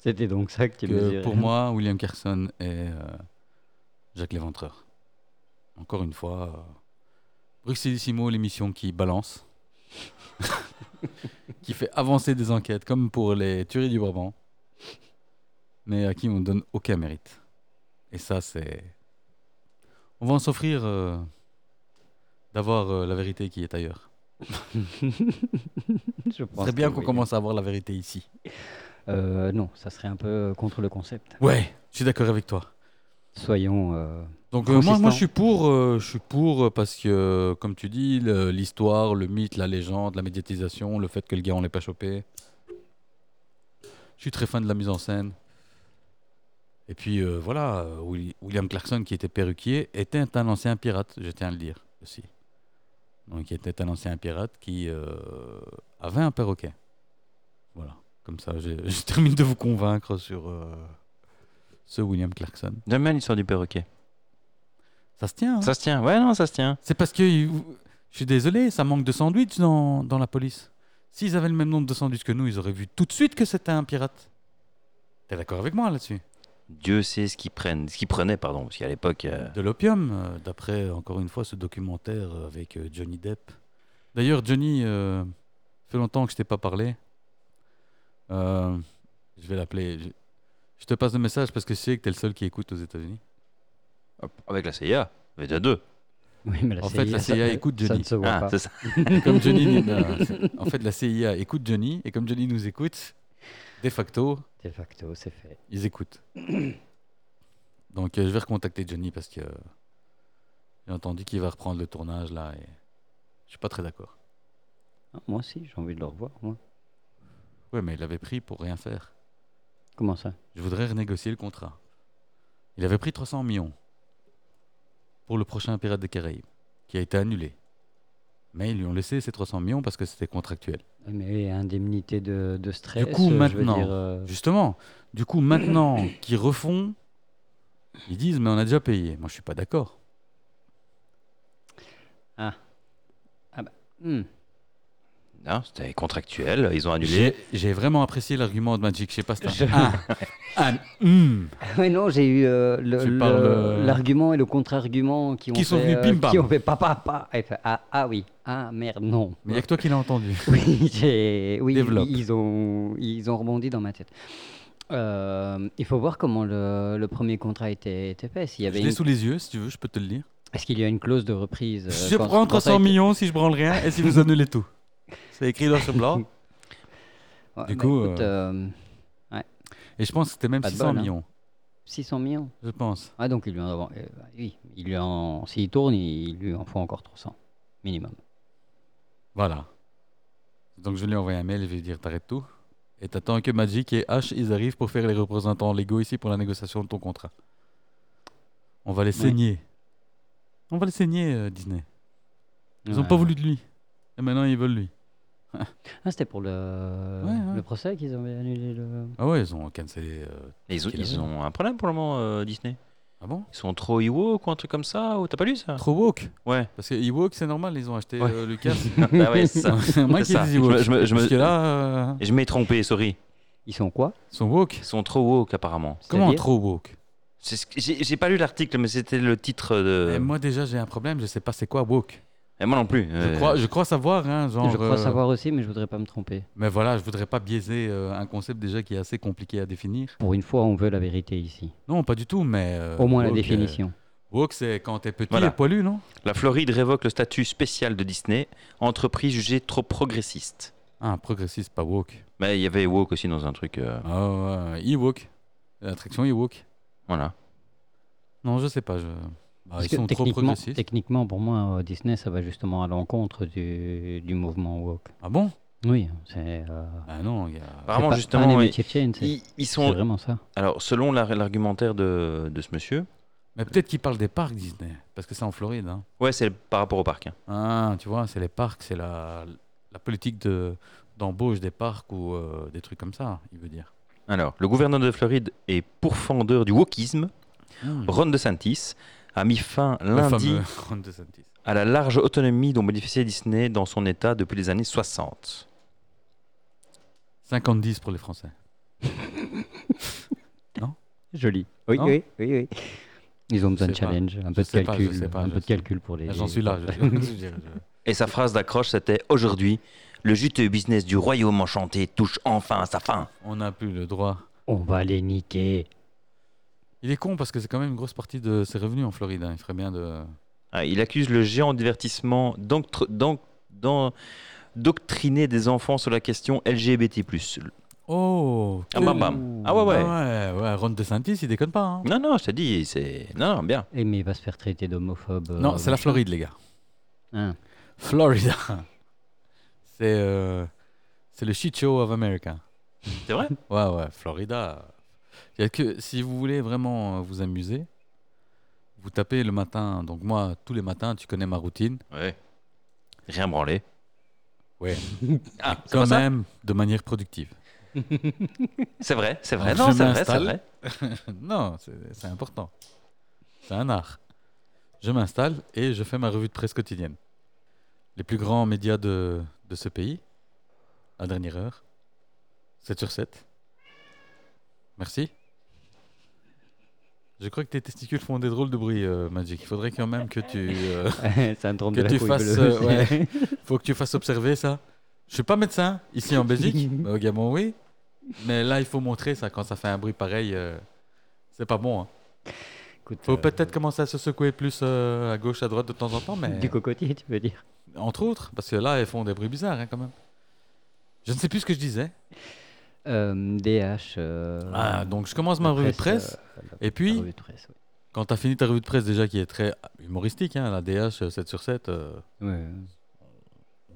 C'était donc ça que tu me
que pour moi, William Carson est euh, Jacques Léventreur. Encore une fois, euh, Bruxellissimo, l'émission qui balance, qui fait avancer des enquêtes, comme pour les tueries du Brabant, mais à qui on ne donne aucun mérite. Et ça, c'est. On va en s'offrir euh, d'avoir euh, la vérité qui est ailleurs.
je
Ce
pense
serait bien
que
qu'on
oui.
commence à avoir la vérité ici.
Euh, non, ça serait un peu euh, contre le concept.
Ouais, je suis d'accord avec toi.
Soyons. euh,
Donc euh, moi, moi
Consistant.
je suis pour, euh, je suis pour euh, parce que euh, comme tu dis, le- l'histoire, le mythe, la légende, la médiatisation, le fait que le gars on l'ait pas chopé. Je suis très fan de la mise en scène. Et puis euh, voilà, euh, Willi- William Clarkson qui était perruquier était un ancien pirate, je tiens à le dire aussi. Donc il était un ancien pirate qui euh, avait un perroquet. Voilà, comme ça je, je termine de vous convaincre sur euh, ce William Clarkson.
J'aime bien l'histoire du perroquet.
Ça se tient. hein
Ça se tient, ouais, non, ça se tient.
C'est parce que, il- je suis désolé, ça manque de sandwich dans, dans la police. S'ils avaient le même nombre de sandwichs que nous, ils auraient vu tout de suite que c'était un pirate. T'es d'accord avec moi là-dessus
Dieu sait ce qu'ils prennent, ce qu'ils prenaient, pardon, parce qu'à l'époque, euh,
De l'opium, euh, d'après encore une fois ce documentaire euh, avec euh, Johnny Depp. D'ailleurs, Johnny, euh, fait longtemps que je t'ai pas parlé. Euh, je vais l'appeler. Je, je te passe le message parce que je sais que t'es le seul qui écoute aux États-Unis.
hop, avec la CIA, il y en a deux.
Oui, mais la
En fait, la
ça-
CIA écoute
Ça
Johnny.
ne se voit
Ah,
pas.
c'est ça.
comme Johnny, n'est- non, c'est- en fait, la CIA écoute Johnny, et comme Johnny nous écoute, de facto,
De facto, c'est fait.
ils écoutent. Donc, euh, je vais recontacter Johnny parce que euh, j'ai entendu qu'il va reprendre le tournage là, et je suis pas très d'accord.
Ah, moi aussi, j'ai envie de le revoir. Moi.
Ouais, mais il avait pris pour rien faire.
Comment ça
Je voudrais renégocier le contrat. Il avait pris 300 millions pour le prochain Pirate des Caraïbes, qui a été annulé. Mais ils lui ont laissé ces 300 millions parce que c'était contractuel.
Ah, Mais indemnité de, de stress.
coup,
euh, je veux
maintenant,
dire, euh,
Justement, du coup, maintenant qu'ils refont, ils disent mais on a déjà payé. Moi, je suis pas d'accord.
hmm.
Non, c'était contractuel, ils ont annulé.
J'ai j'ai vraiment apprécié l'argument de Magic. Je sais pas si t'as- un, un, hmm.
Ah, Oui, non, j'ai eu euh,
Tu
le-
parles,
le-
euh,
l'argument et le contre-argument qui ont
Qui
fait,
sont venus
euh,
pim pam.
qui ont fait papa, papa. Et fait, ah, ah oui, ah merde, non.
Mais il y a que toi qui l'as entendu.
Oui, j'ai- oui,
Développe.
ils ont, ils ont rebondi dans ma tête. Euh, il faut voir comment le, le premier contrat était, était fait. S'il y
Je
avait
l'ai
une-
sous les yeux, si tu veux, je peux te le dire.
Est-ce qu'il y a une clause de reprise euh,
Je
quand-
prends
quand ça
300
a été-
millions si je branle rien et si vous annulez tout. C'est écrit dans ce blanc.
Ouais,
Du
bah,
coup,
écoute, euh,
Et je pense que c'était même
Pas de
600
bol, hein.
millions,
600 millions.
je pense.
Ah, donc il lui en avant- euh, bah, oui, il lui en, s'il tourne, il lui en faut encore 300 minimum.
Voilà. Donc je lui ai envoyé un mail, je lui ai dit t'arrêtes tout. Et t'attends que Magic et H, ils arrivent pour faire les représentants légaux ici pour la négociation de ton contrat. On va les saigner. On va les saigner, euh, Disney. Ils n'ont
Ouais.
pas voulu de lui. Et maintenant, ils veulent lui.
Ah, c'était pour le,
Ouais, ouais.
le procès qu'ils avaient annulé le.
Ah ouais, ils ont cancellé. euh,
Et Ils, ont,
Qu'il
ils
avait.
ont un problème pour le moment, euh, Disney.
Ah bon
Ils sont trop woke ou un truc comme ça, ou t'as pas lu ça
Trop woke.
Ouais.
Parce que Ewok, c'est normal, ils ont acheté
Ouais.
euh, Lucas.
Bah ouais, c'est ça.
C'est moi
C'est
qui
ça.
dis
Je me-
Ewok.
je me- je me-
Parce que là, euh,
Et Je m'ai trompé, sorry.
Ils sont quoi
ils sont woke.
Ils sont trop woke apparemment.
Comment
C'est-à-dire
trop woke
C'est ce que- J'ai j'ai pas lu l'article, mais c'était le titre de.
Et Eh,
Euh.
Moi, déjà, j'ai un problème, je sais pas c'est quoi woke.
Et moi non plus.
Je,
euh,
crois, je crois savoir, hein, genre.
Je crois
euh,
savoir aussi, mais je voudrais pas me tromper.
Mais voilà, je voudrais pas biaiser euh, un concept déjà qui est assez compliqué à définir.
Pour une fois, on veut la vérité ici.
Non, pas du tout, mais. euh,
Au moins la
woke, euh,
définition.
Woke, c'est quand t'es petit
Voilà.
et poilu, non
La Floride révoque le statut spécial de Disney, entreprise jugée trop progressiste.
Ah, progressiste, pas woke.
Mais il y avait woke aussi dans un truc. euh,
Ah ouais, e-woke. L'attraction e-woke.
voilà.
Non, je sais pas. Je... Bah,
Parce
ils
que
sont trop
techniquement,
progressistes.
techniquement, pour moi, euh, Disney, ça va justement à l'encontre du, du mouvement woke.
Ah bon
Oui, c'est. euh,
Ah non, il y a.
c'est pas-
Apparemment,
pas
justement,
un
ils,
métier de chaîne, c'est
ils- ils
c'est
sont.
vraiment ça.
Alors, selon la- l'argumentaire de, de ce monsieur,
Mais peut-être qu'ils parlent des parcs Disney, parce que c'est en Floride. hein.
ouais, c'est par rapport au parc. hein.
Ah, tu vois, c'est les parcs, c'est la, la politique de d'embauche des parcs ou euh, des trucs comme ça, il veut dire.
Alors, le gouverneur de Floride est pourfendeur du wokisme. Ron DeSantis a mis fin
Mmh. Le
Hmm. lundi
fameux Ron DeSantis.
à la large autonomie dont bénéficiait Disney dans son État depuis les années 60.
50-10 pour les Français.
Joli. Oui,
Non
oui, oui, oui. Ils ont besoin de
Je sais pas.
challenge, un
Je
peu de
sais pas, je
calcul,
sais pas,
un
je
peu de
sais.
calcul pour les.
Là, Ah, J'en suis là. je- je veux dire, je-
Et sa phrase d'accroche, c'était Aujourd'hui, le juteux business du royaume enchanté touche enfin à sa fin.
On n'a plus le droit.
On va les niquer.
Il est con parce que c'est quand même une grosse partie de ses revenus en Floride. hein. Il ferait bien de.
Ah, il accuse le géant du divertissement d'enctre- d'en- d'en- d'endoctriner des enfants sur la question LGBT.
Oh
Ah, bam, bam. Ah ouais, Euh, ouais.
Ah ouais, ouais, Ron DeSantis, il déconne pas. hein.
Non, non, je t'ai dit, c'est. Non, non, bien.
Eh, mais il va se faire traiter d'homophobe. euh, Hein.
Non, c'est la
fleur.
Floride, les gars. Florida. C'est euh, c'est le shit show of America.
C'est vrai
Ouais, ouais, Florida. Il y a que, si vous voulez vraiment euh, vous amuser, vous tapez le matin. Donc moi, tous les matins, tu connais ma routine.
Ouais. Rien branlé.
Ouais.
ah, c'est pas
Quand
ça
même, de manière productive.
C'est vrai, c'est vrai.
Alors,
Non,
je
c'est vrai, c'est
m'installe.
vrai.
non, c'est c'est important. C'est un art. Je m'installe et je fais ma revue de presse quotidienne. Les plus grands médias de, de ce pays, à dernière heure, 7 sur 7. Merci. Je crois que tes testicules font des drôles de bruit, euh, Magic. Il faudrait quand même que tu, euh,
Syndrome
Que
de la
tu
couille
fasses,
bleue,
euh,
c'est-
faut que tu fasses observer ça. Je suis pas médecin ici en Belgique, mais au Gabon oui. Mais là, il faut montrer ça quand ça fait un bruit pareil. euh, c'est pas bon. hein.
Écoute,
Faut
euh,
peut-être commencer à se secouer plus euh, à gauche, à droite de temps en temps, mais
Du cocotier, tu veux dire
entre autres, parce que là, elles font des bruits bizarres hein, quand même. Je ne sais plus ce que je disais.
Euh, DH. euh,
Ah, donc je commence
la
ma revue de presse,
euh, la-
et
la
puis
revue de presse, oui.
quand tu as fini ta revue de presse déjà qui est très humoristique, hein, la DH euh, 7 sur 7, euh,
Ouais, ouais.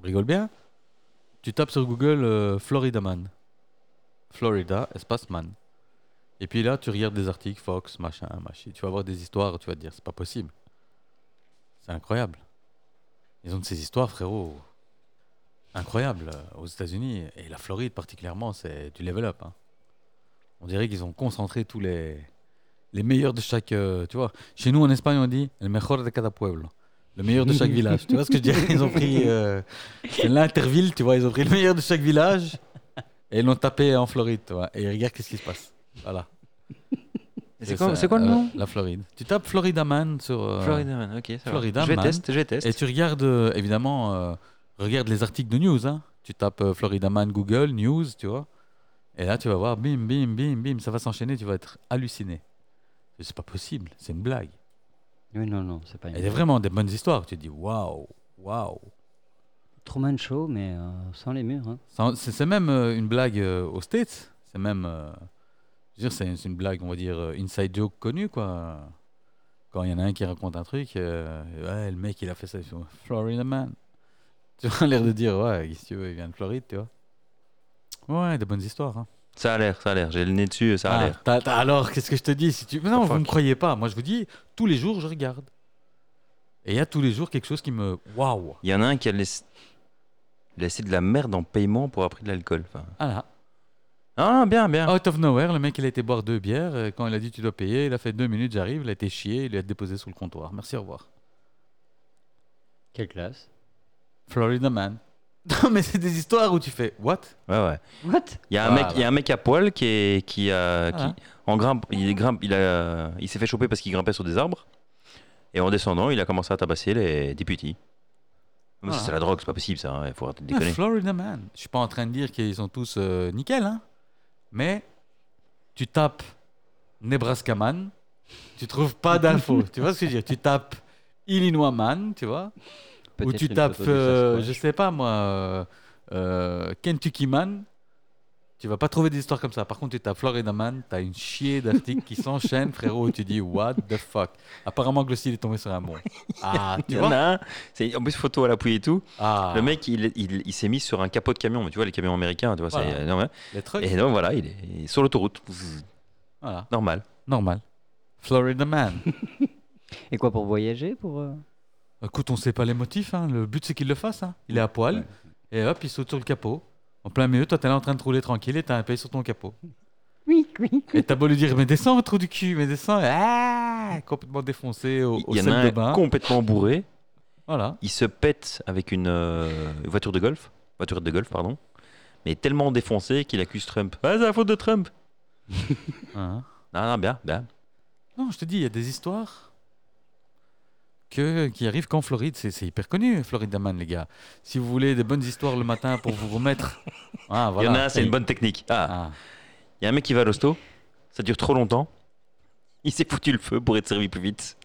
on rigole bien, tu tapes sur Google euh, Florida Man. Florida, espace man. Et puis là, tu regardes des articles, Fox, machin, machin. Tu vas voir des histoires, tu vas te dire, c'est pas possible. C'est incroyable. Ils ont de ces histoires, frérot. Incroyable euh, aux États-Unis. Et la Floride, particulièrement, c'est du level up. hein. On dirait qu'ils ont concentré tous les, les meilleurs de chaque. euh, tu vois, chez nous en Espagne, on dit le mejor de cada pueblo. Le meilleur de chaque village. Tu vois ce que je dirais Ils ont pris. euh, c'est l'interville, tu vois. Ils ont pris le meilleur de chaque village et ils l'ont tapé en Floride, tu vois. Et regarde qu'est-ce qui se passe. Voilà.
C'est
Et
quoi, c'est quoi le
euh,
nom
La Floride. Tu tapes Florida Man sur. euh,
Florida Man, ok. Ça
Florida
va. Je vais
Man.
tester, je vais tester.
et tu regardes, euh, évidemment, euh, regarde les articles de news. Hein. Tu tapes euh, Florida Man Google News, tu vois. Et là, tu vas voir, bim, bim, bim, bim, ça va s'enchaîner, tu vas être halluciné. C'est pas possible, c'est une blague.
Oui, non, non, c'est pas
Et a
une.
vraiment des bonnes histoires. Tu te dis, waouh, waouh.
Truman Show, mais euh, sans les murs. hein.
Ça- C'est c'est même euh, une blague euh, aux States. C'est même. euh, je veux dire, c'est c'est une blague, on va dire, euh, inside joke connue, quoi. Quand il y en a un qui raconte un truc, euh, ouais, le mec, il a fait ça. ils font, Florida man. Tu vois, l'air de dire, ouais, si tu veux, il vient de Floride, tu vois. Ouais, des bonnes histoires. hein.
Ça a l'air, ça a l'air. J'ai le nez dessus, ça a
Ah,
l'air.
t'as- t'as- alors, qu'est-ce que je te dis si tu... Mais Non,
The
vous ne me
fuck.
croyez pas. Moi, je vous dis, tous les jours, je regarde. Et il y a tous les jours quelque chose qui me. Waouh
Il y en a un qui a laissé, laissé de la merde en paiement pour avoir pris de l'alcool. Enfin...
Ah là
Ah, non, bien, bien.
Out of nowhere, le mec, il a été boire deux bières. euh, Quand il a dit tu dois payer, il a fait deux minutes, j'arrive, il a été chié, il a déposé sous le comptoir. Merci, au revoir.
Quelle classe
Florida Man. Non, mais c'est des histoires où tu fais What
Ouais, ouais.
What
Il y a un
Voilà.
mec, il y a un mec à poil qui est, qui a, qui,
Voilà.
en grimpe, il grimpe, il a, il s'est fait choper parce qu'il grimpait sur des arbres. Et en descendant, il a commencé à tabasser les députés. Mais ça,
Voilà.
C'est la drogue, c'est pas possible ça. hein, Il faut arrêter de
Ah,
déconner.
Florida Man. Je suis pas en train de dire qu'ils sont tous euh, nickel, hein. Mais tu tapes Nebraska Man, Tu trouves pas d'infos. tu vois ce que je veux dire Tu tapes Illinois Man, tu vois Ou
Peut-être
tu
une
tapes,
photo du
euh,
Sasquatch.
je sais pas moi, euh, euh, Kentucky Man. Tu vas pas trouver des histoires comme ça. Par contre, tu tapes Florida Man, t'as une chier d'articles qui s'enchaînent, frérot. et Tu dis, what the fuck Apparemment, Glossy il est tombé sur un bon. Ah, tu
Il y en
vois
a un, c'est- en plus photo à l'appui et tout.
Ah,
Le mec, il, il, il s'est mis sur un capot de camion, mais tu vois, les camions américains, tu vois,
Voilà.
c'est énorme. hein.
les trucs.
Et donc voilà, il est, il est sur l'autoroute, Pff,
Voilà,
normal.
normal. Florida Man.
Et quoi pour voyager pour euh,
Écoute, on sait pas les motifs. hein. Le but, c'est qu'il le fasse. hein. Il est à poil.
Ouais.
Et hop, il saute sur le capot. En plein milieu, toi, t'es là en train de rouler tranquille et t'as un pays sur ton capot.
Oui, oui.
Et t'as beau lui dire, mais descends, trou du cul, mais descends. Ah complètement défoncé au, au
Il y en a
sel de
un
bain.
complètement bourré,
Voilà.
il se pète avec une euh, voiture de golf, voiture de golf, pardon, mais tellement défoncé qu'il accuse Trump. Ah, c'est la faute de Trump.
Hein.
Non, non, ah, bien, bien.
Non, je te dis, il y a des histoires que, qui arrivent qu'en Floride. C'est c'est hyper connu, Florida Man, les gars. Si vous voulez des bonnes histoires le matin pour vous remettre. Ah, voilà.
Il y en a un, c'est une bonne technique. Ah,
Ah.
Il y a un mec qui va à l'hosto, ça dure trop longtemps, il s'est foutu le feu pour être servi plus vite.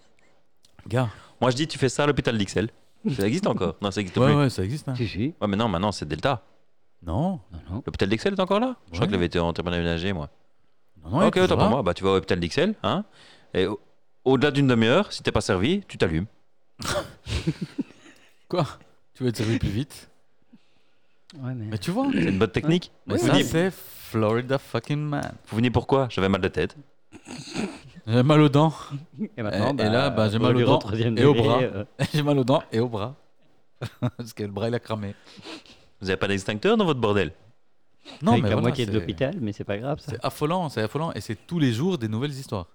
Gars,
Moi je dis, tu fais ça à l'hôpital d'Ixelles. Ça existe encore Non, ça existe
ouais,
plus.
ouais, ça existe. hein.
Si, si.
Ouais, mais non, maintenant c'est Delta.
Non,
Non, non.
L'hôpital d'Ixelles est encore là Je crois
Ouais.
qu'il avait été en terminale aménagé, moi.
non, non, il
ok,
est
autant
toujours
pour
là.
moi, bah, tu vas à l'hôpital d'Ixelles, hein, et au- au-delà d'une demi-heure, si t'es pas servi, tu t'allumes.
Quoi Tu veux être servi plus vite
Ouais, mais...
Mais tu vois,
C'est une bonne technique.
mais
Vous,
ça,
venez,
c'est Florida fucking man.
vous venez pourquoi J'avais mal de tête.
J'ai mal aux dents.
Et,
et- et là, bah, j'ai
au
mal aux
bureau,
dents
troisième
et aux
degré,
bras.
euh,
J'ai mal aux dents et aux bras. Parce que le bras, il a cramé.
Vous avez pas d'extincteur dans votre bordel
Non,
avec
mais
la
voilà,
moitié de
c'est-
l'hôpital, mais c'est pas grave ça.
C'est affolant, c'est affolant. Et c'est tous les jours des nouvelles histoires.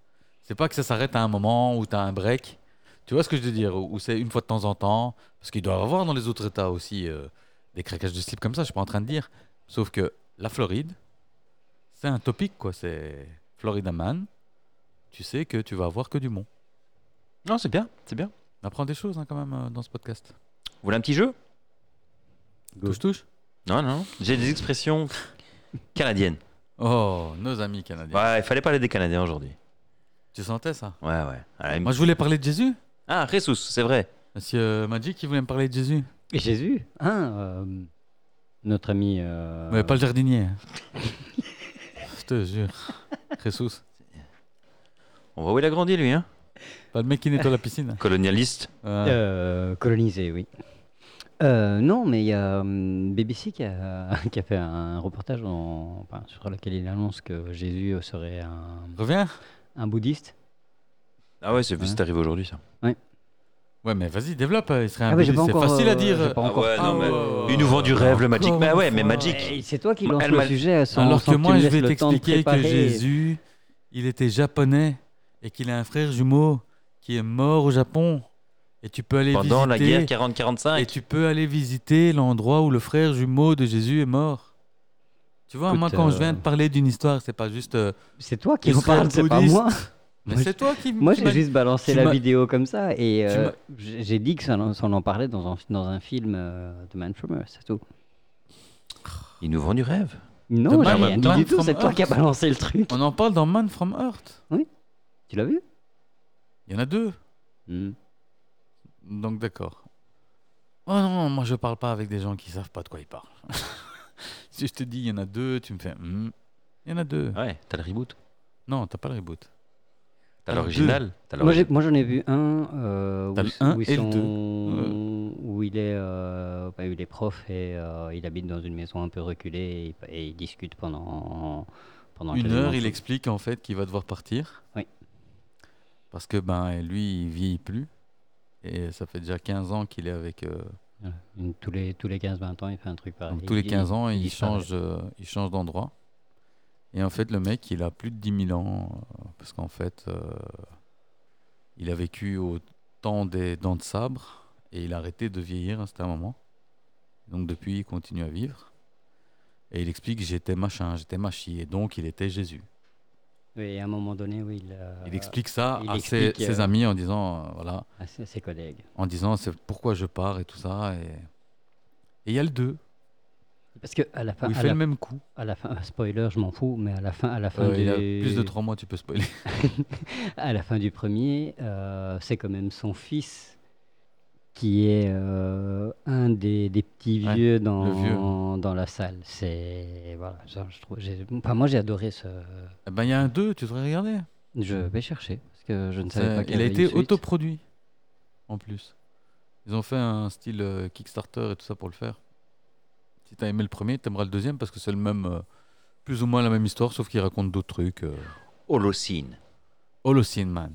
C'est pas que ça s'arrête à un moment où t'as un break. Tu vois ce que je veux dire Ou ou c'est une fois de temps en temps. Parce qu'il doit y avoir dans les autres États aussi euh, des craquages de slip comme ça, je suis pas en train de dire. Sauf que la Floride, c'est un topic, quoi. C'est Florida Man. Tu sais que tu vas avoir que du bon.
Non, c'est bien, c'est bien.
On apprend des choses hein, quand même euh, dans ce podcast.
Vous voulez un petit jeu
Go.
Touche, touche.
Non, non. J'ai des expressions canadiennes.
Oh, nos amis canadiens.
Ouais, il fallait parler des Canadiens aujourd'hui.
Tu sentais ça
Ouais, ouais. Allez,
Moi, je voulais parler de Jésus.
Ah, Jesus, c'est vrai.
Monsieur euh, Magic, il voulait me parler de Jésus.
Et Jésus, hein, euh, notre ami. euh,
Mais pas le jardinier. Je te jure. Jesus.
On voit où il a grandi, lui. Hein
Pas le mec qui nettoie la piscine.
Colonialiste.
Ouais.
euh, colonisé, oui. Euh, non, mais il y a hum, BBC qui a, qui a fait un reportage en- enfin, sur lequel il annonce que Jésus serait un,
Reviens.
un bouddhiste.
Ah ouais, c'est
Ouais.
c'est arrivé aujourd'hui, ça.
Ouais, mais vas-y, développe. Il serait un
Ah ouais, j'ai
bébé,
pas
C'est
encore,
facile à
euh,
dire.
j'ai pas
Ah
encore-
ouais, non,
Ah
mais
ouais.
Il nous vend du rêve, le Magic.
Encore
Bah
une
ouais, mais
fois.
Magic.
Eh, C'est toi qui
Ma-
lance
elle
le
m'a-
sujet. Sans,
Alors
sans
que
tu
moi,
me
je
laisses
vais
le temps de
t'expliquer que
préparer.
Jésus, il était japonais et qu'il a un frère jumeau qui est mort au Japon. Et tu peux aller
Pendant la guerre
visiter. et
40-45.
tu peux aller visiter l'endroit où le frère jumeau de Jésus est mort. Tu vois,
Écoute,
moi, quand je
euh,
viens de parler d'une histoire, c'est pas juste. euh,
C'est toi qui
Il
en
serait
parle, c'est pas
bouddhiste.
moi.
Mais
Moi,
c'est toi qui.
Moi,
qui
j'ai
m'as-
juste balancé
tu
la
m'as-
vidéo comme ça et
tu
euh, j'ai j'ai dit que ça, en- ça, on en parlait dans un, dans un film euh, de Man from Earth, c'est tout.
Il nous vend du rêve.
Non,
Man-
j'ai
Man
rien dit du tout,
from
c'est toi qui as
Earth.
balancé le truc.
On en parle dans Man from Earth.
Tu l'as vu
Il y en a deux.
Hmm.
Donc d'accord. Oh non, moi je parle pas avec des gens qui savent pas de quoi ils parlent. si je te dis il y en a deux, tu me fais hmm, il y en a deux.
Ouais, t'as le reboot.
Non, t'as pas le reboot.
T'as
Ah,
l'original. T'as
Moi, j'ai-
l'original.
moi, j'en ai vu un euh, où,
T'as le
s-
un
où ils
et le deux.
sont- où il est, euh, bah, il est prof et euh, il habite dans une maison un peu reculée et, et il discute pendant pendant
Une
quasiment
heure, il
tout.
explique en fait qu'il va devoir partir.
Oui.
Parce que ben lui, il vieillit plus. Et ça fait déjà 15 ans qu'il est avec. euh,
Voilà. Une- tous les tous les 15-20 ans, il fait un truc pareil.
donc tous les
Il-
15 ans, il,
disparaît.
change, euh, il change d'endroit. Et en fait, le mec, il a plus de 10 000 ans. euh, Parce qu'en fait, euh, il a vécu au temps des dents de sabre. Et il a arrêté de vieillir à un certain moment. Donc depuis, il continue à vivre. Et il explique j'étais machin, j'étais machi. Et donc, il était Jésus.
Oui, et à un moment donné, oui, il, euh,
Il explique ça
il
à ses-
explique,
ses,
euh,
amis en disant euh, voilà,
à ses, ses collègues.
en disant c'est pourquoi je pars et tout ça. Et et il y a le 2.
Parce que à la fin,
Où il
à
fait
la,
le même coup.
à la fin, spoiler, je m'en fous, mais à la fin, à la fin
Euh, il a
du-
plus de 3 mois, tu peux spoiler.
à la fin du premier, euh, c'est quand même son fils qui est euh, un des, des petits
Ouais,
vieux, dans,
le
dans la salle. C'est voilà, ça, je trouve. j'ai- Enfin, moi, j'ai adoré ce.
Eh ben, il y a un 2, tu devrais regarder.
Je vais chercher parce que je ne savais
Ça-
pas qu'il y
il a
avait une
été
suite.
autoproduit, en plus. Ils ont fait un style euh, Kickstarter et tout ça pour le faire. Si t'as aimé le premier, t'aimeras le deuxième parce que c'est le même, euh, plus ou moins la même histoire, sauf qu'il raconte d'autres trucs. Euh...
Holocene.
Holocene Man.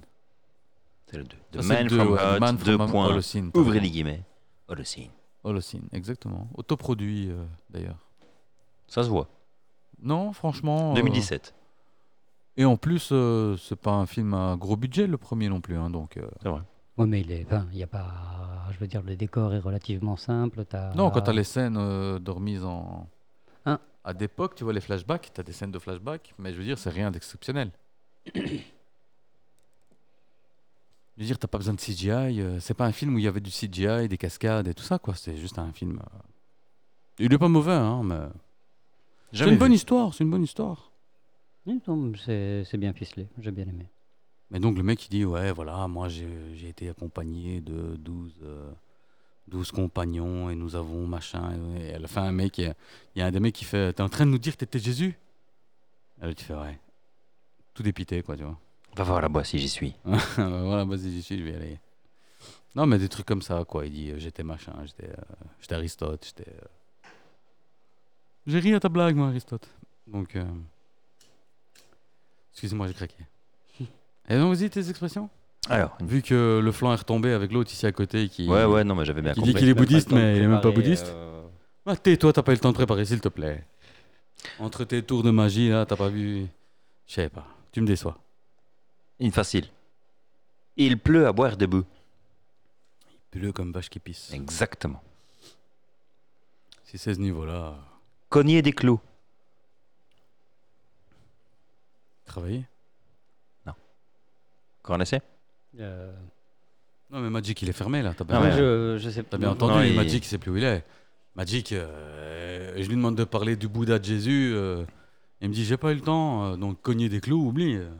C'est le 2.
Ça,
The
Ah, c'est le
Man
deux,
from
ouais,
Earth,
Man
deux
from Earth,
points.
Holocene, pardon.
Ouvrez les guillemets. Holocene.
Holocene, exactement. Autoproduit, euh, d'ailleurs.
Ça se voit.
Non, franchement. euh,
2017.
Et en plus, euh, c'est pas un film à gros budget, le premier non plus. hein, donc, euh,
Ouais, mais il est. enfin, il n'y a pas. Je veux dire, le décor est relativement simple. t'as-
Non, quand t'as les scènes euh, dormies en.
Ah. Hein
à d'époque, tu vois les flashbacks, t'as des scènes de flashbacks, mais je veux dire, c'est rien d'exceptionnel. je veux dire, t'as pas besoin de CGI, euh, c'est pas un film où il y avait du CGI, des cascades et tout ça, quoi. C'est juste un film. euh, Il est pas mauvais, hein, mais. C'est
Jamais
une
vu.
bonne histoire, c'est une bonne histoire.
Oui, non, mais C'est c'est bien ficelé. J'ai bien aimé.
Mais donc le mec il dit ouais voilà moi j'ai j'ai été accompagné de 12, euh, 12 compagnons et nous avons machin et à la fin un mec il y a- il y a un des mecs qui fait t'es en train de nous dire que t'étais Jésus Alors tu fais ouais tout dépité quoi tu vois Ah, bah,
Va voir là-bas si j'y suis.
voilà vas-y j'y suis je vais y aller non mais des trucs comme ça quoi il dit euh, j'étais machin j'étais euh, j'étais Aristote j'étais euh. j'ai ri à ta blague moi Aristote donc euh, excusez-moi j'ai craqué et donc vas-y tes expressions
Alors, une-
Vu que le flanc est retombé avec l'autre ici à côté qui,
ouais, ouais, non, mais j'avais bien
qui
compris.
dit qu'il est
Même pas le
bouddhiste,
temps de
mais il est même pas
préparer,
bouddhiste.
euh,
Ah, tais-toi, t'as pas eu le temps de préparer, s'il te plaît. Entre tes tours de magie, là, t'as pas vu. Je sais pas, tu me déçois.
Une facile. Il pleut à boire debout.
Puleux comme vache qui pisse.
Exactement.
Si c'est ce niveau-là, euh,
Cogner des clous.
travailler.
Qu'on essaie
euh,
Non, mais Magic, il est fermé, là. T'as bien,
Ah
moi,
ouais.
je, je sais
t'as bien
non,
entendu,
Non, il-
Magic, il sait plus où il est. Magic, euh, je lui demande de parler du Bouddha de Jésus. euh, il me dit, j'ai pas eu le temps, euh, donc cogner des clous, oublie. euh.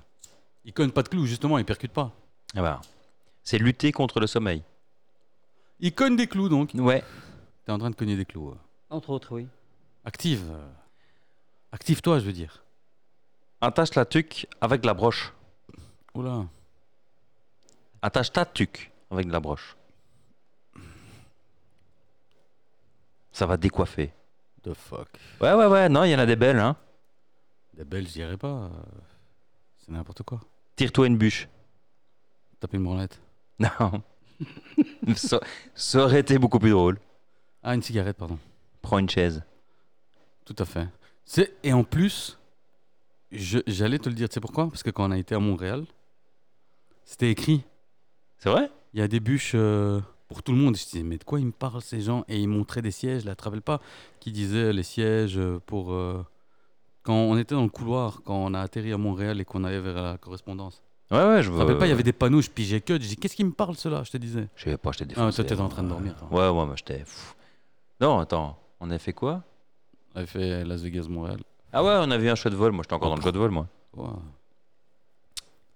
Il cogne pas de clous, justement, il percute pas.
Ah bah, C'est lutter contre le sommeil.
Il cogne des clous, donc.
Ouais.
T'es en train de cogner des clous. euh.
Entre autres, oui.
Active. euh, Active-toi, je veux dire.
Attache la tuque avec de la broche.
Oula.
Attache ta tuque avec de la broche. Ça va décoiffer.
The fuck.
Ouais, ouais, ouais, non, il y en a des belles, hein.
Des belles, j'y irais pas. euh, C'est n'importe quoi.
Tire-toi une bûche.
Taper une branlette.
Non. ça, ça aurait été beaucoup plus drôle.
Ah, une cigarette, pardon.
Prends une chaise.
Tout à fait. C'est Et en plus, je- j'allais te le dire, tu sais pourquoi Parce que quand on a été à Montréal, c'était écrit.
C'est vrai
Il y a des bûches euh, pour tout le monde. Je disais, mais de quoi ils me parlent ces gens Et ils montraient des sièges, là, te rappelles pas Qui disaient les sièges euh, pour. euh, quand on était dans le couloir, quand on a atterri à Montréal et qu'on allait vers la correspondance.
Ouais, ouais, je
Je
veux.
me rappelle pas, il y avait des panneaux, je pigeais que. Je dis, qu'est-ce qui me parle, cela Je te disais.
Je sais pas, j'étais
Ah,
défoncé.
toi, t'étais en train de dormir. toi.
Ouais, ouais, moi, j'étais. pff. Non, attends, on a fait quoi
On avait fait Las Vegas, Montréal.
Ah ouais, on a vu un show de vol. Moi, j'étais encore dans le show de vol, moi.
Ouais.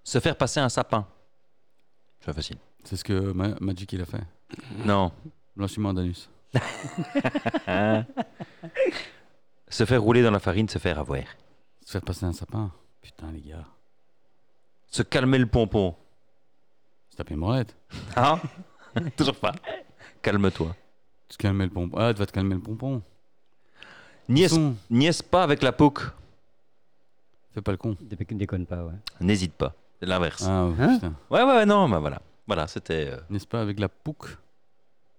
Se faire passer un sapin. C'est facile.
C'est ce que Ma- Magic il a fait.
Non.
Blanchiment d'anus.
Hein se faire rouler dans la farine, se faire avoir.
Se faire passer un sapin. Putain, les gars.
Se calmer le pompon.
Se taper une branlette.
Hein Toujours pas. Calme-toi.
Tu te calmer le pompon. Ah, tu vas te calmer le pompon.
Niaise,
Son.
niaise pas avec la pouque.
Fais pas le con.
Dé- Déconne pas, ouais.
N'hésite pas. C'est l'inverse.
Ah, ouais,
Hein
putain.
Ouais, ouais, ouais, non, bah voilà. Voilà, c'était. euh,
N'est-ce pas avec la pouque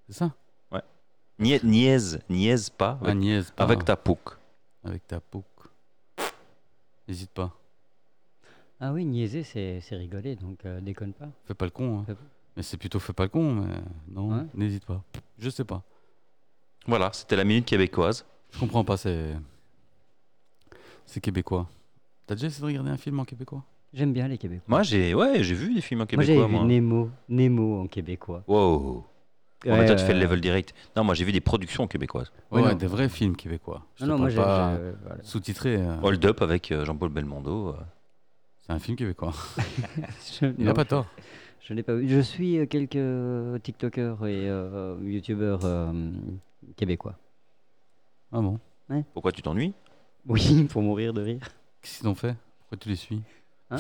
C'est ça
nie- niaise, niaise pas
Ah,
avec,
niaise pas.
avec ta pouque.
Avec ta pouque. N'hésite pas.
Ah oui, niaiser, c'est c'est rigoler, donc euh, déconne pas.
Fais pas le con. hein.
Fais pas-
Mais c'est plutôt fais pas le con. Mais... Non,
Ouais.
n'hésite pas. Je sais pas.
Voilà, c'était la minute québécoise.
Je comprends pas, c'est. C'est québécois. T'as déjà essayé de regarder un film en québécois
J'aime bien les Québécois.
Moi, j'ai ouais, j'ai vu des films en
Moi, j'avais
québécois.
vu
Moi,
Nemo, Nemo en québécois. Euh,
Wow. Bon, bah, toi, tu
Ouais,
fais le
ouais.
level direct. Non, moi, j'ai vu des productions québécoises.
Ouais,
non.
des vrais films québécois. Je
Non,
te
non, moi
parle pas
j'ai. j'ai- voilà.
sous-titré. euh,
Hold Up avec euh, Jean-Paul Belmondo. euh.
C'est un film québécois.
Je-
Il
non,
n'a pas tort.
je n'ai pas vu. Je suis euh, quelques euh, TikTokers et euh, YouTubeurs euh, québécois.
Ah bon
Pourquoi tu t'ennuies
Oui, pour mourir de rire.
Qu'est-ce qu'ils ont fait Pourquoi tu les suis
Hein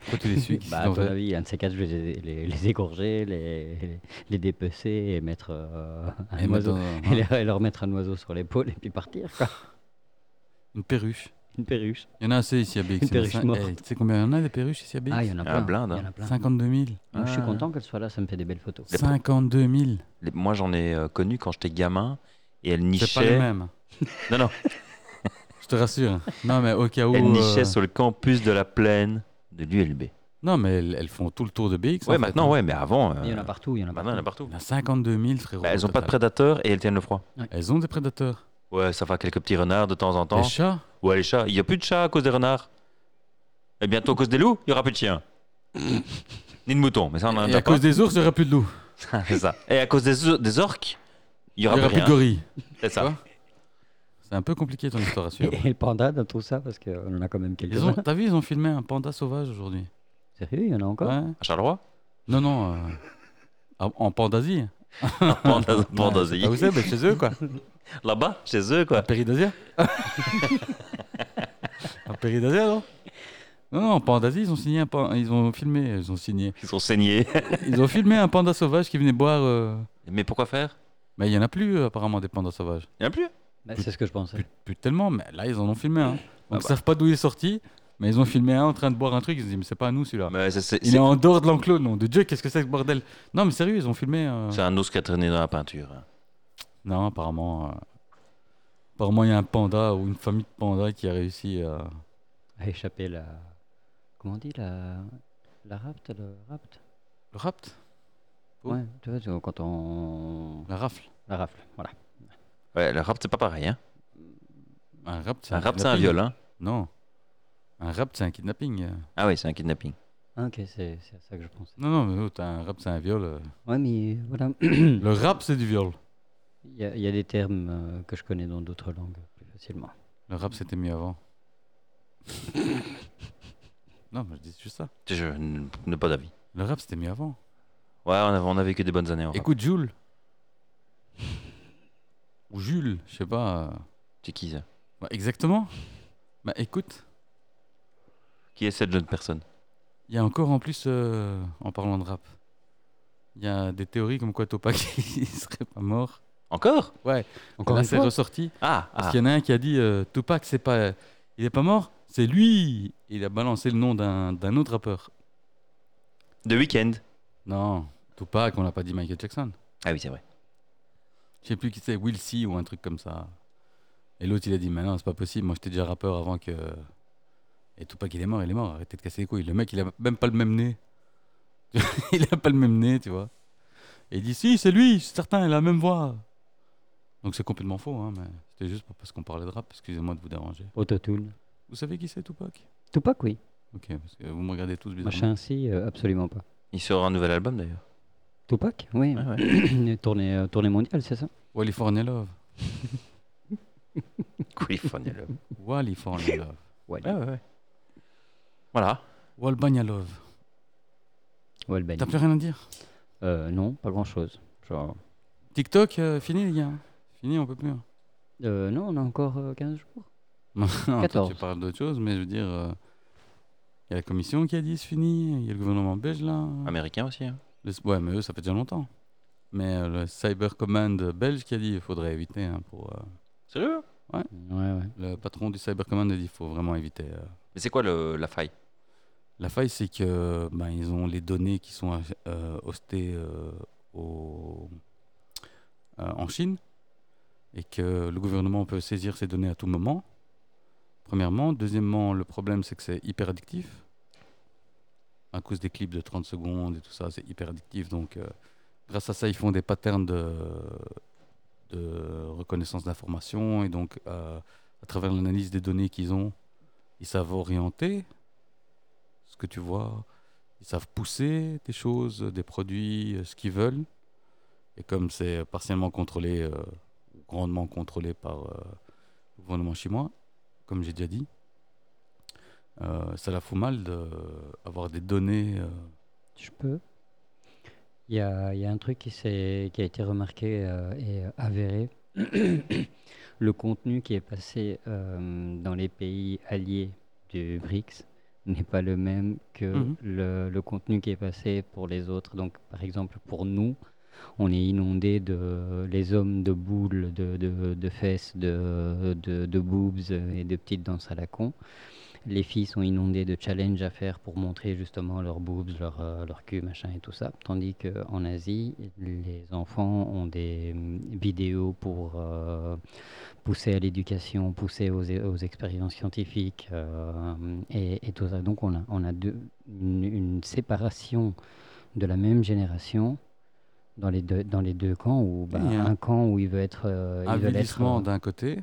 Pourquoi tu les suis Qu'est-ce
Bah,
qu'ils
à
ont
ton
fait
avis, un de ces quatre, je vais les, les, les égorger, les, les, les dépecer et mettre euh, un
Et
oiseau.
maintenant,
Et leur, et leur mettre un oiseau sur l'épaule et puis partir, quoi.
Une perruche.
Une perruche.
Il y en a assez ici à BX.
Une perruche morte.
tu sais combien il y en a des perruches ici à BX
Ah, il y en a
Ah,
plein.
blinde,
il y en
hein.
a plein.
52 000.
Moi, je suis
Ah.
content qu'elle soit là, ça me fait des belles photos.
52 000.
Les- Moi, j'en ai euh, connu quand j'étais gamin et elle
C'est pas les
nichait.
mêmes.
Non, non,
Je te rassure. Non, mais au cas où.
elle
euh,
nichait sur le campus de la plaine de l'ULB.
Non, mais elles, elles font tout le tour de BX.
Ouais,
en
maintenant,
fait.
ouais, mais avant.
Il y en a
euh,
partout, il y en a
Maintenant, il y en a
partout.
partout.
Il y en a 52 000, frérot.
Bah, elles
au
ont pas de
total.
prédateurs et elles tiennent le froid.
Elles ont des prédateurs.
Ouais, ça va quelques petits renards de temps en temps.
Des chats
Ouais, les chats. Il n'y a plus de chats à cause des renards. Et bientôt, à cause des loups, il n'y aura plus de chiens. Ni de moutons, mais ça, on en a
Et à
pas.
cause des ours, il n'y aura plus de loups.
C'est ça. Et à cause des, o- des orques, il n'y
Il
aura
n'y
plus
aura plus
rien.
de gorilles.
C'est
Tu
ça.
vois C'est un peu compliqué ton histoire à
hein.
suivre.
Et, et le panda dans tout ça, parce qu'on en a quand même
Ils ont,
quelques-uns.
t'as vu, ils ont filmé un panda sauvage aujourd'hui.
Sérieux, il y en a encore
Ouais.
À Charleroi
Non, non. euh, en- en Pandasie. Ah,
Pandas-
Ouais,
Pandasie.
c'est pas où c'est, mais bah, chez eux, quoi.
Là-bas, chez eux,
En
quoi.
Péridasia. en Péridasia, non Non, non, en Pandasie, ils ont, signé un pan- ils ont filmé, ils ont signé.
Ils sont saignés.
Ils ont filmé un panda sauvage qui venait boire. euh,
Mais pourquoi faire
Mais il n'y en a plus, euh, apparemment, des pandas sauvages.
Il n'y en a plus.
Bah, C'est ce que je pensais.
Plus, plus tellement, mais là, ils en ont filmé un.
Ah
Donc, ils savent pas d'où il est sorti, mais ils ont filmé un en train de boire un truc. Ils se disent, mais c'est pas à nous, celui-là.
Mais c'est- c'est
Il est en dehors de l'enclos, nom de Dieu, qu'est-ce que c'est que ce bordel Non, mais sérieux, ils ont filmé. euh,
c'est un os qui a traîné dans la peinture. hein.
Non, apparemment. euh, Apparemment, il y a un panda ou une famille de pandas qui a réussi euh, à.
A échappé la. Comment on dit la. La rapte Le rapte
Le rapt Oh.
Ouais, tu vois, tu vois, quand on.
La rafle
La rafle, voilà.
Ouais, le rap, c'est pas pareil. Hein.
Un rapt, c'est
Un rap, c'est un
kidnapping.
viol. Hein.
Non. Un rapt, c'est un kidnapping. euh.
Ah oui, c'est un kidnapping.
Ah, ok, c'est c'est à ça que je pensais.
Non, non, mais non, t'as un rapt, c'est un viol. euh.
Ouais, mais voilà.
Le rap, c'est du viol.
Il y, a- il y a des termes euh, que je connais dans d'autres langues plus facilement.
Le rap, c'était mieux avant. non, mais je dis juste ça.
Je n- n'ai pas d'avis.
Le rap, c'était mieux avant.
Ouais, on a, on a vécu des bonnes années. Enfin.
Écoute, Jules. Ou Jules, je sais pas. euh.
C'est qui ça
Bah, exactement. Bah écoute.
Qui est cette jeune personne
Il y a encore en plus, euh, en parlant de rap, il y a des théories comme quoi Tupac il serait pas mort.
Encore
Encore Là, c'est ressorti.
Ah,
Parce
ah.
qu'il y en a un qui a dit euh, Tupac, c'est pas, il est pas mort, c'est lui. Il a balancé le nom d'un d'un autre rappeur.
The Weeknd.
Non, Tupac, on l'a pas dit Michael Jackson.
Ah oui, c'est vrai.
Je sais plus qui c'est, Will C ou un truc comme ça. Et l'autre, il a dit Mais non, c'est pas possible, moi j'étais déjà rappeur avant que. Et Tupac, il est mort, il est mort, arrêtez de casser les couilles. Le mec, il a même pas le même nez. il a pas le même nez, tu vois. Et il dit Si, c'est lui, c'est certain, il a la même voix. Donc c'est complètement faux, hein, mais c'était juste pour- parce qu'on parlait de rap, excusez-moi de vous déranger.
Autotune.
Vous savez qui c'est, Tupac
Tupac, oui.
Ok, parce que vous me regardez tous bizarrement.
Machin, si, euh, absolument pas.
Il sort un nouvel album d'ailleurs.
Tupac, oui.
Ouais, ouais.
tournée, euh, tournée mondiale, c'est ça
California Love.
California Love.
California Love.
Ah
Ah
Ouais, ouais, ouais. Voilà.
Walbania Love.
Ou Albanie
T'as plus rien à dire
Euh, Non, pas grand-chose. Genre...
TikTok, euh, fini les gars. Fini, on peut plus. hein.
Euh, non, on a encore euh, 15 jours.
Non, Ah, toi,
14.
tu parles d'autre chose, mais je veux dire, euh, il y a la commission qui a dit c'est fini, il y a le gouvernement belge là.
Américain aussi. hein.
Le- ouais, mais eux, ça fait déjà longtemps. Mais euh, le Cyber Command belge qui a dit il faudrait éviter. hein, pour, euh,
Sérieux
Ouais, ouais.
le patron du Cyber Command a dit il faut vraiment éviter. euh.
Mais c'est quoi le- la faille
La faille, c'est que ben, ils ont les données qui sont euh, hostées euh, au- euh, en Chine et que le gouvernement peut saisir ces données à tout moment. Premièrement. Deuxièmement, le problème, c'est que c'est hyper addictif. À cause des clips de 30 secondes et tout ça, c'est hyper addictif. Donc, euh, grâce à ça, ils font des patterns de, de reconnaissance d'informations. Et donc, euh, à travers l'analyse des données qu'ils ont, ils savent orienter ce que tu vois. Ils savent pousser des choses, des produits, euh, ce qu'ils veulent. Et comme c'est partiellement contrôlé, euh, grandement contrôlé par euh, le gouvernement chinois, comme j'ai déjà dit, euh, ça la fout mal d'avoir des données. euh,
Je peux. Il y a, il y a un truc qui, s'est- qui a été remarqué euh, et euh, avéré. Le contenu qui est passé euh, dans les pays alliés du BRICS n'est pas le même que
Mhm.
le, le contenu qui est passé pour les autres. Donc, par exemple, pour nous, on est inondé de les hommes de boules, de, de- de fesses, de, de- de boobs et de petites danses à la con. Les filles sont inondées de challenges à faire pour montrer justement leurs boobs, leur, euh, leur cul, machin et tout ça. Tandis qu'en Asie, les enfants ont des mm, vidéos pour euh, pousser à l'éducation, pousser aux, é- aux expériences scientifiques euh, et, et tout ça. Donc on a, on a deux, une, une séparation de la même génération dans les deux, dans les deux camps. Où, bah,
Il y a
un camp où il veut être... euh, ils veulent être,
avilissement
euh,
d'un côté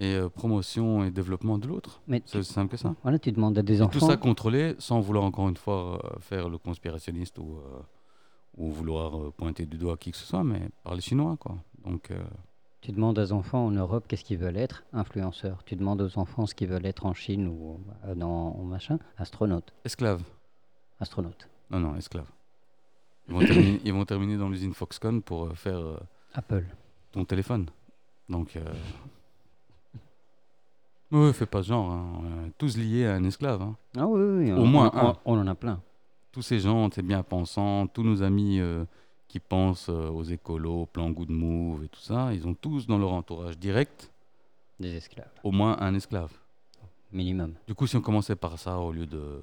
et euh, promotion et développement de l'autre.
mais
C'est aussi simple que ça.
Voilà, tu demandes à des
Et
enfants.
tout ça contrôlé sans vouloir encore une fois euh, faire le conspirationniste ou, euh, ou vouloir euh, pointer du doigt qui que ce soit, mais par les Chinois. Quoi. Donc, euh,
Tu demandes aux enfants en Europe qu'est-ce qu'ils veulent être, influenceurs. Tu demandes aux enfants ce qu'ils veulent être en Chine ou euh, dans ou machin, astronaute,
esclaves.
astronaute.
Non, non, esclaves. Ils vont, terminer, ils vont terminer dans l'usine Foxconn pour euh, faire euh,
Apple.
ton téléphone. Donc. Euh... Ouais, fais pas ce genre. hein. On est tous liés à un esclave. hein.
Ah oui, oui, oui,
Au
on-
moins
on,
un.
on en a plein.
Tous ces gens, c'est bien pensants, tous nos amis euh, qui pensent euh, aux écolos, plan good move et tout ça, ils ont tous dans leur entourage direct
Des esclaves,
au moins un esclave.
minimum.
Du coup, si on commençait par ça au lieu de,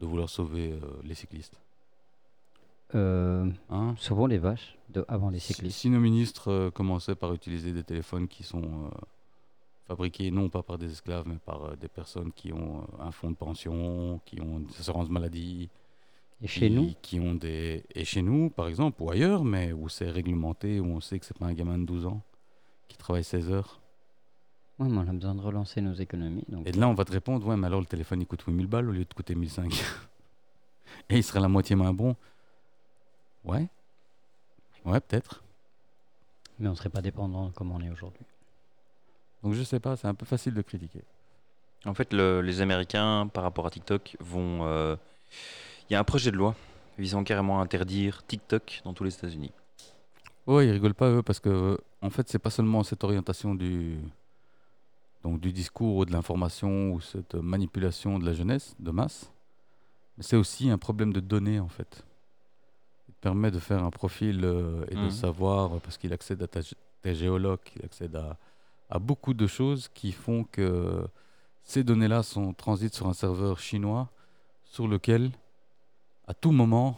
de vouloir sauver euh, les cyclistes.
Euh,
Hein
souvent les vaches, de, avant les
Si-
cyclistes.
Si nos ministres euh, commençaient par utiliser des téléphones qui sont euh, fabriqués non pas par des esclaves, mais par euh, des personnes qui ont euh, un fonds de pension, qui ont des assurances maladie,
Et chez
qui,
nous,
qui ont des et chez nous par exemple ou ailleurs, mais où c'est réglementé, où on sait que c'est pas un gamin de 12 ans qui travaille 16 heures.
ouais, mais on a besoin de relancer nos économies. Donc,
Et de là, on va te répondre ouais, mais alors le téléphone il coûte 8000 balles au lieu de coûter 1005. et il sera la moitié moins bon. Ouais. Ouais, peut-être.
mais on ne serait pas dépendant comme on est aujourd'hui.
Donc je sais pas, c'est un peu facile de critiquer.
En fait, le- les Américains, par rapport à TikTok, vont. euh, Il y a un projet de loi visant carrément à interdire TikTok dans tous les États-Unis.
Ouais, ils rigolent pas eux parce que euh, en fait, c'est pas seulement cette orientation du donc du discours ou de l'information ou cette manipulation de la jeunesse de masse, mais c'est aussi un problème de données en fait. Il te permet de faire un profil euh, et de
Mhm.
savoir euh, parce qu'il accède à ta gé- tes géologues, il accède à, à beaucoup de choses qui font que ces données-là sont transites sur un serveur chinois sur lequel à tout moment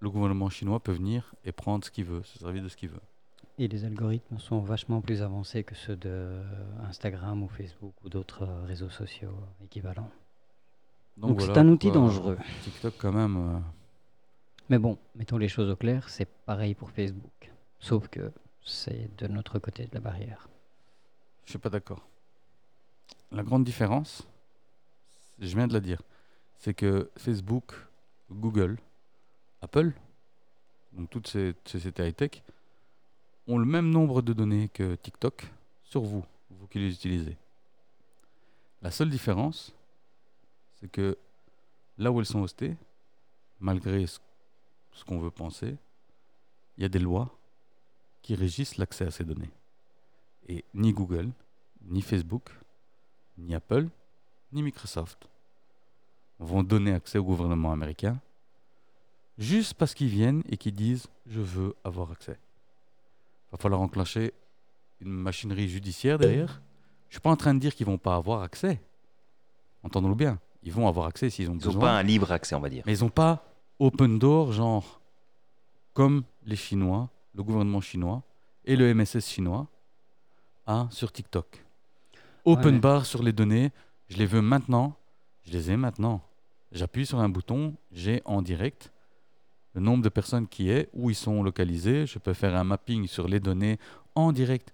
le gouvernement chinois peut venir et prendre ce qu'il veut, se servir de ce qu'il veut.
Et les algorithmes sont vachement plus avancés que ceux de euh, Instagram ou Facebook ou d'autres euh, réseaux sociaux euh, équivalents. Donc c'est
voilà
un outil
pourquoi
dangereux.
TikTok quand même. euh,
Mais bon, mettons les choses au clair, c'est pareil pour Facebook. Sauf que c'est de notre côté de la barrière.
Je suis pas d'accord. La grande différence, je viens de la dire, c'est que Facebook, Google, Apple, donc toutes ces ces sociétés high-tech, ont le même nombre de données que TikTok sur vous, vous qui les utilisez. La seule différence, c'est que là où elles sont hostées, malgré ce ce qu'on veut penser, il y a des lois qui régissent l'accès à ces données. Et ni Google, ni Facebook, ni Apple, ni Microsoft vont donner accès au gouvernement américain juste parce qu'ils viennent et qu'ils disent je veux avoir accès. Va falloir enclencher une machinerie judiciaire derrière. Je suis pas en train de dire qu'ils vont pas avoir accès. Entendons-le bien. Ils vont avoir accès s'ils ont
Ils
besoin.
n'ont pas un libre accès, on va dire.
Mais ils n'ont pas open door, genre, comme les Chinois, le gouvernement chinois et le MSS chinois, a sur TikTok. Open
Ouais.
bar sur les données, je les veux maintenant, je les ai maintenant. J'appuie sur un bouton, j'ai en direct le nombre de personnes qui est, où ils sont localisés, je peux faire un mapping sur les données en direct.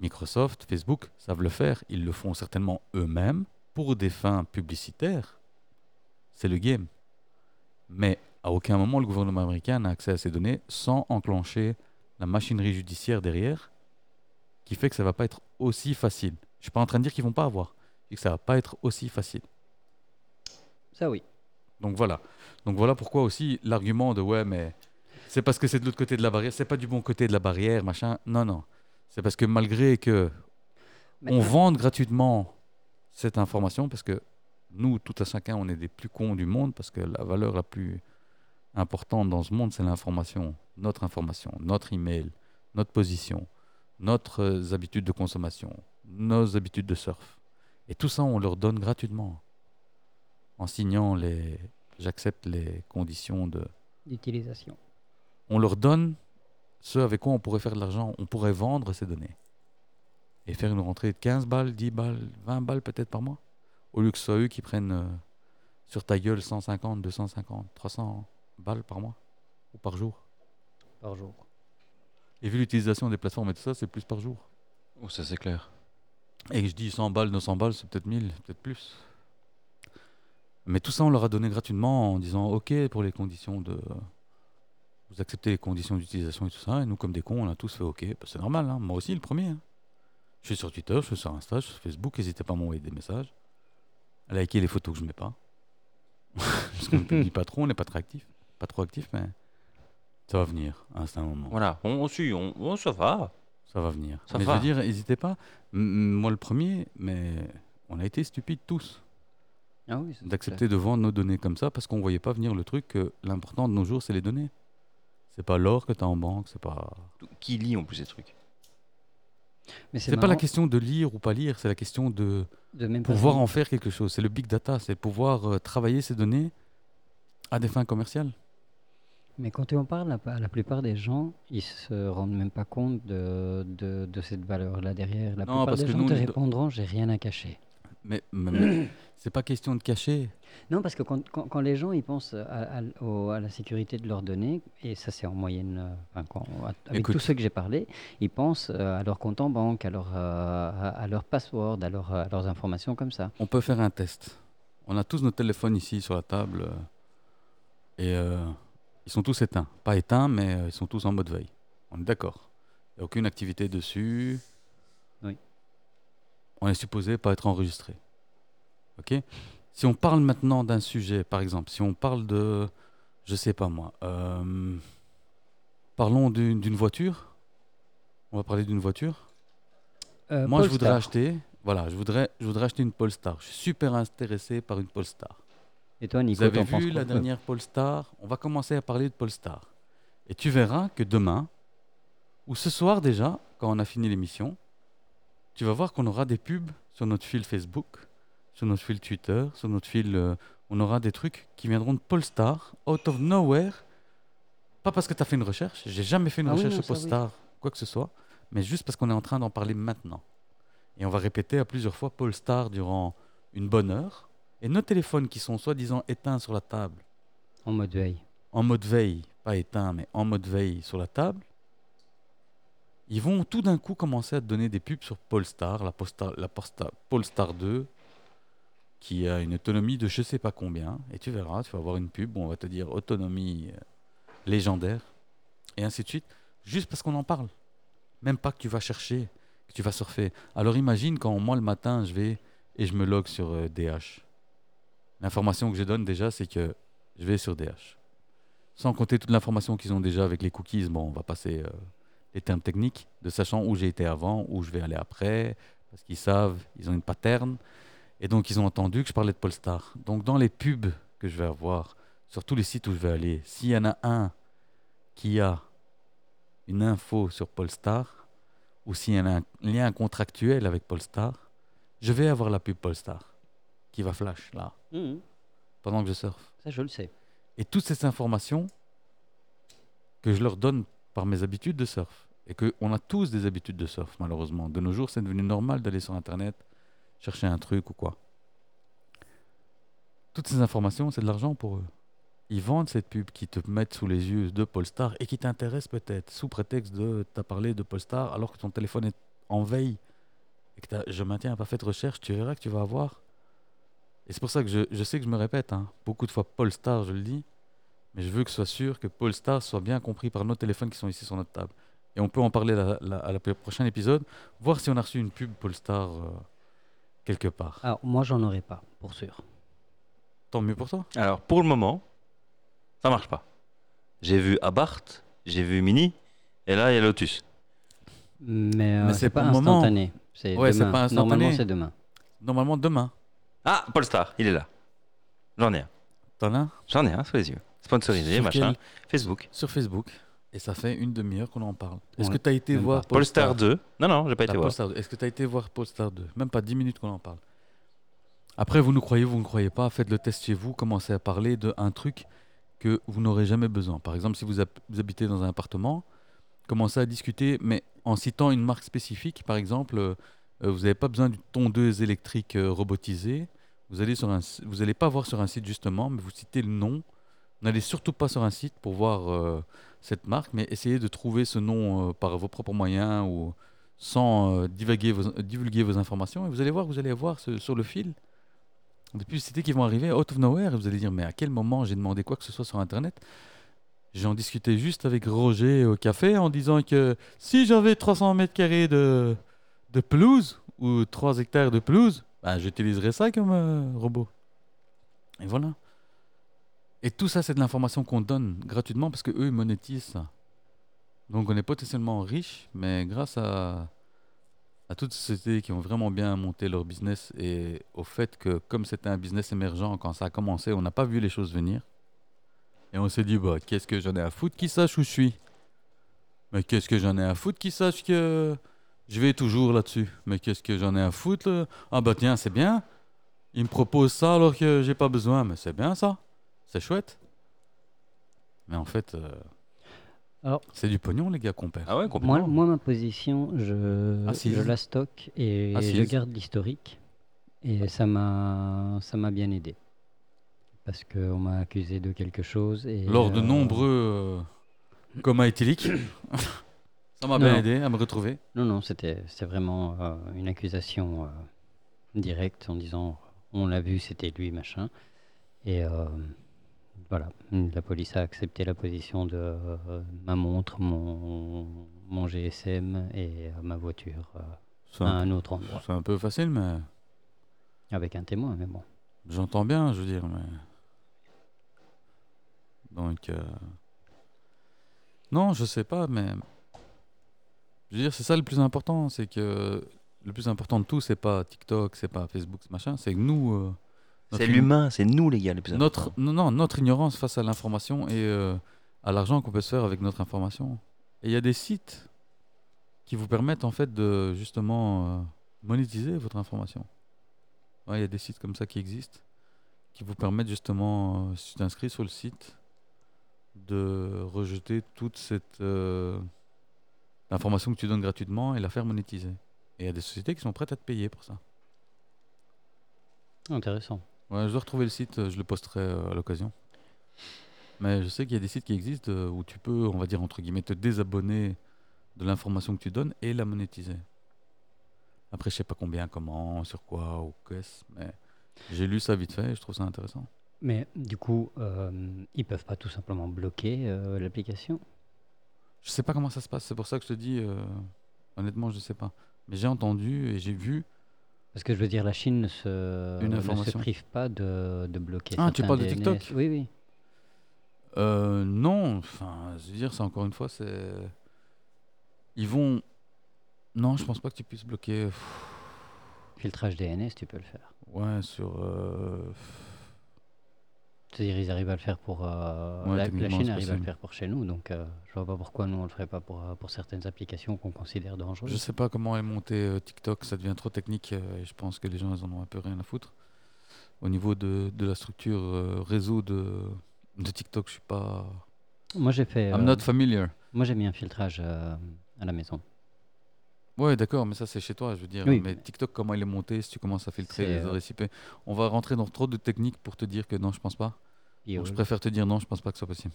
Microsoft, Facebook savent le faire, ils le font certainement eux-mêmes pour des fins publicitaires. C'est le game. Mais à aucun moment le gouvernement américain n'a accès à ces données sans enclencher la machinerie judiciaire derrière, qui fait que ça va pas être aussi facile. Je suis pas en train de dire qu'ils vont pas avoir, et que ça va pas être aussi facile.
Ça oui.
Donc voilà. Donc voilà pourquoi aussi l'argument de ouais mais c'est parce que c'est de l'autre côté de la barrière, c'est pas du bon côté de la barrière, machin. Non non. C'est parce que malgré que on vende gratuitement cette information parce que nous, tout à chacun, on est des plus cons du monde parce que la valeur la plus importante dans ce monde, c'est l'information, notre information, notre email, notre position, notre euh, habitudes de consommation, nos habitudes de surf. Et tout ça, on leur donne gratuitement en signant les. J'accepte les conditions de.
D'utilisation.
On leur donne ce avec quoi on pourrait faire de l'argent. On pourrait vendre ces données et faire une rentrée de 15 balles, 10 balles, 20 balles peut-être par mois au lieu que ce soit eux qui prennent euh, sur ta gueule 150, 250, 300 balles par mois ou par jour.
Par jour.
Et vu l'utilisation des plateformes et tout ça, c'est plus par jour.
Oh, ça c'est clair.
Et je dis 100 balles, 200 balles, c'est peut-être 1000, peut-être plus. Mais tout ça, on leur a donné gratuitement en disant OK pour les conditions de. Vous acceptez les conditions d'utilisation et tout ça. Et nous, comme des cons, on a tous fait OK. Bah, c'est normal, hein. moi aussi, le premier. hein. Je suis sur Twitter, je suis sur Insta, je suis sur Facebook. N'hésitez pas à m'envoyer des messages. À liker les photos que je mets pas. Parce qu'on ne publie pas trop, on n'est pas très actif. Pas trop actif, mais ça va venir à un certain moment.
Voilà, on, on suit, on, on- ça va.
Ça va venir.
Ça
mais
va.
je veux dire, n'hésitez pas. M- m- moi le premier, mais on a été stupides tous
Ah oui, ça, c'est
d'accepter de vendre nos données comme ça parce qu'on voyait pas venir le truc que l'important de nos jours, c'est les données. C'est pas l'or que tu as en banque, c'est pas.
Qui lit en plus ces trucs
clair. Mais
C'est pas la
marrant,
question de lire ou pas lire, c'est la question de
de même
pouvoir
façon-
en faire quelque chose. C'est le big data, c'est pouvoir euh, travailler ces données à des fins commerciales.
Mais quand tu en parles, la, pa- la plupart des gens, ils se rendent même pas compte de, de, de cette valeur-là derrière. La
Non,
plupart
parce
des
que
gens
nous,
te
on est-
répondront, j'ai rien à cacher.
Mais, mais- mais c'est pas question de cacher.
Non, parce que quand, quand, quand les gens ils pensent à, à- au- à la sécurité de leurs données, et ça c'est en moyenne, euh, enfin, quand- à- avec
Écoute.
tous ceux que j'ai parlé, ils pensent euh, à leur compte en banque, à leur, euh, à, à leur password, à, leur, euh, à leurs informations comme ça.
On peut faire un test. On a tous nos téléphones ici sur la table. euh, et euh, ils sont tous éteints. Pas éteints, mais euh, ils sont tous en mode veille. On est d'accord. Il n'y a aucune activité dessus.
Oui.
On est supposé pas être enregistré. OK Si on parle maintenant d'un sujet, par exemple, si on parle de. Je sais pas moi. euh, parlons d'une d'une voiture. On va parler d'une voiture.
Euh,
Moi, je
Polestar.
voudrais acheter. Voilà, je voudrais, je voudrais acheter une Polestar. Je suis super intéressé par une Polestar.
Et toi, Nico,
Vous avez
t'en penses
vu la
quoi Euh,
dernière Polestar On va commencer à parler de Polestar. Et tu verras que demain, ou ce soir déjà, quand on a fini l'émission, tu vas voir qu'on aura des pubs sur notre fil Facebook, sur notre fil Twitter, sur notre fil. euh, on aura des trucs qui viendront de Polestar, out of nowhere. Pas parce que tu as fait une recherche, j'ai jamais fait une
Ah oui,
recherche
non,
sur
ça, oui.
Polestar, quoi que ce soit, mais juste parce qu'on est en train d'en parler maintenant. Et on va répéter à plusieurs fois Polestar durant une bonne heure. Et nos téléphones qui sont soi-disant éteints sur la table,
En mode veille.
en mode veille, pas éteint, mais en mode veille sur la table, ils vont tout d'un coup commencer à te donner des pubs sur Polestar, la Polestar, la Polestar, Polestar 2, qui a une autonomie de je sais pas combien, et tu verras, tu vas avoir une pub où on va te dire autonomie euh, légendaire, et ainsi de suite, juste parce qu'on en parle. Même pas que tu vas chercher, que tu vas surfer. Alors imagine quand moi le matin, je vais et je me log sur euh, DH. L'information que je donne déjà, c'est que je vais sur DH. Sans compter toute l'information qu'ils ont déjà avec les cookies. Bon, on va passer euh, les termes techniques, de sachant où j'ai été avant, où je vais aller après, parce qu'ils savent, ils ont une pattern. Et donc, ils ont entendu que je parlais de Polestar. Donc, dans les pubs que je vais avoir, sur tous les sites où je vais aller, s'il y en a un qui a une info sur Polestar, ou s'il y en a un lien contractuel avec Polestar, je vais avoir la pub Polestar qui va flash là,
Mhm.
pendant que je surfe.
Ça, je le sais.
Et toutes ces informations que je leur donne par mes habitudes de surf, et qu'on a tous des habitudes de surf, malheureusement. De nos jours, c'est devenu normal d'aller sur Internet chercher un truc ou quoi. Toutes ces informations, c'est de l'argent pour eux. Ils vendent cette pub qui te mettent sous les yeux de Polestar et qui t'intéresse peut-être, sous prétexte de t'as parlé de Polestar alors que ton téléphone est en veille et que t'as- je maintiens pas fait de recherche, tu verras que tu vas avoir. Et c'est pour ça que je, je sais que je me répète, hein, beaucoup de fois Polestar, je le dis, Mais je veux que ce soit sûr que Polestar soit bien compris par nos téléphones qui sont ici sur notre table. Et on peut en parler la- la- à la le prochain épisode, voir si on a reçu une pub Polestar euh, quelque part.
Alors, Ah, moi, j'en aurais pas, pour sûr.
Tant mieux pour toi.
Alors, pour le moment, ça marche pas. J'ai vu Abarth, j'ai vu Mini, et là, il y a Lotus.
Mais, euh,
Mais c'est
c'est pas
pour le moment.
instantané. C'est
Ouais, c'est
demain.
pas instantané.
Normalement, c'est demain.
Normalement, demain.
Ah, Polestar, il est là. J'en ai un.
T'en as un
J'en ai un sous les yeux. Sponsorisé,
Sur
machin.
quel-
Facebook.
sur Facebook. Et ça fait une demi-heure qu'on en parle. Est-ce
On
que tu as été
même
voir
Polestar 2. Non, non, j'ai pas
T'as
été voir.
Polestar 2. Est-ce que tu as été voir Polestar 2 Même pas 10 minutes qu'on en parle. Après, vous nous croyez, vous ne croyez pas, faites le test chez vous, commencez à parler d'un truc que vous n'aurez jamais besoin. Par exemple, si vous, hab- vous habitez dans un appartement, commencez à discuter, mais en citant une marque spécifique. Par exemple, euh, euh, vous n'avez pas besoin d'une tondeuse électrique euh, robotisée. Vous allez sur un, si- vous allez pas voir sur un site justement, mais vous citez le nom. N'allez surtout pas sur un site pour voir euh, cette marque, mais essayez de trouver ce nom euh, par vos propres moyens ou sans euh, divaguer vos, euh, divulguer vos informations. Et vous allez voir, vous allez avoir ce- sur le fil des publicités qui vont arriver out of nowhere. Et vous allez dire, mais à quel moment j'ai demandé quoi que ce soit sur Internet J'en discutais juste avec Roger au café en disant que si j'avais 300 mètres carrés de, de pelouse ou 3 hectares de pelouse, ben, j'utiliserais ça comme euh, robot. Et voilà. Et tout ça, c'est de l'information qu'on donne gratuitement parce que eux ils monétisent ça. Donc on est potentiellement riche, mais grâce à, à toutes ces sociétés qui ont vraiment bien monté leur business et au fait que comme c'était un business émergent quand ça a commencé, on n'a pas vu les choses venir. Et on s'est dit, bah, qu'est-ce que j'en ai à foutre qu'ils sachent où je suis Mais qu'est-ce que j'en ai à foutre qu'ils sachent que je vais toujours là-dessus Mais qu'est-ce que j'en ai à foutre là Ah bah tiens, c'est bien. Ils me proposent ça alors que j'ai pas besoin, mais c'est bien ça. C'est chouette. Mais en fait, euh,
Alors-
c'est du pognon les gars qu'on perd.
Ah ouais, complètement.
Moi, moi, ma position, je,
Assise.
je la stocke et
Assise.
je garde l'historique. Et ça m'a ça m'a bien aidé. Parce qu'on m'a accusé de quelque chose. Et
lors de
euh,
nombreux euh, comas éthyliques. Ça m'a bien
Non.
aidé à me retrouver.
Non, non, c'était c'était vraiment euh, une accusation euh, directe en disant on l'a vu, c'était lui, machin. Et euh, voilà, la police a accepté la position de euh, ma montre, mon, mon GSM et euh, ma voiture euh,
C'est
à
un,
un autre endroit.
c'est un peu facile, mais
Avec un témoin, mais bon.
j'entends bien, je veux dire. mais- Donc, euh, non, je sais pas, mais je veux dire, c'est ça le plus important, c'est que le plus important de tout, c'est pas TikTok, c'est pas Facebook, ce machin, c'est que nous, euh,
C'est
notre-
l'humain, c'est nous, les gars, les plus
notre
importants.
non, non, notre ignorance face à l'information et euh, à l'argent qu'on peut se faire avec notre information. Et il y a des sites qui vous permettent en fait de justement euh, monétiser votre information. Ouais, Il y a des sites comme ça qui existent qui vous permettent justement, euh, si tu t'inscris sur le site, de rejeter toute cette euh, information que tu donnes gratuitement et la faire monétiser. Et il y a des sociétés qui sont prêtes à te payer pour ça.
Intéressant.
Ouais, je dois retrouver le site, euh, je le posterai euh, à l'occasion. Mais je sais qu'il y a des sites qui existent euh, où tu peux, on va dire entre guillemets, te désabonner de l'information que tu donnes et la monétiser. Après, je sais pas combien, comment, sur quoi ou qu'est-ce, mais j'ai lu ça vite fait et je trouve ça intéressant.
Mais du coup, euh, ils peuvent pas tout simplement bloquer euh, l'application.
Je sais pas comment ça se passe, c'est pour ça que je te dis, euh, honnêtement, je sais pas. Mais j'ai entendu et j'ai vu.
Parce que je veux dire, la Chine ne se,
Une
ne se
information.
prive pas de, de bloquer.
Ah, tu
certains
parles de
DNS.
TikTok
Oui, oui.
Euh, non, enfin, je veux dire, c'est encore une fois, c'est. Ils vont. Non, je pense pas que tu puisses bloquer. euh, Pff.
Filtrage DNS, tu peux le faire.
Ouais, sur. euh,
C'est-à-dire, ils arrivent à le faire pour. euh,
Ouais,
la- la,
techniquement,
Chine
c'est
arrive à le
possible.
faire pour chez nous, donc euh, je vois pas pourquoi nous on le ferait pas pour, euh, pour certaines applications qu'on considère dangereuses.
Je sais pas comment est monté euh, TikTok, ça devient trop technique euh, et je pense que les gens ils en ont un peu rien à foutre. Au niveau de, de la structure euh, réseau de, de TikTok, je suis pas.
Moi, j'ai fait.
I'm
euh,
not familiar.
moi, j'ai mis un filtrage euh, à la maison.
Ouais, d'accord, mais ça c'est chez toi, je veux dire.
Oui,
mais
mais-
TikTok, comment il est monté Si tu commences à filtrer
C'est,
les
euh,
adresses IP, on va rentrer dans trop de techniques pour te dire que non, je pense pas.
Et,
Donc,
euh,
je préfère te dire non, je pense pas que ce soit possible.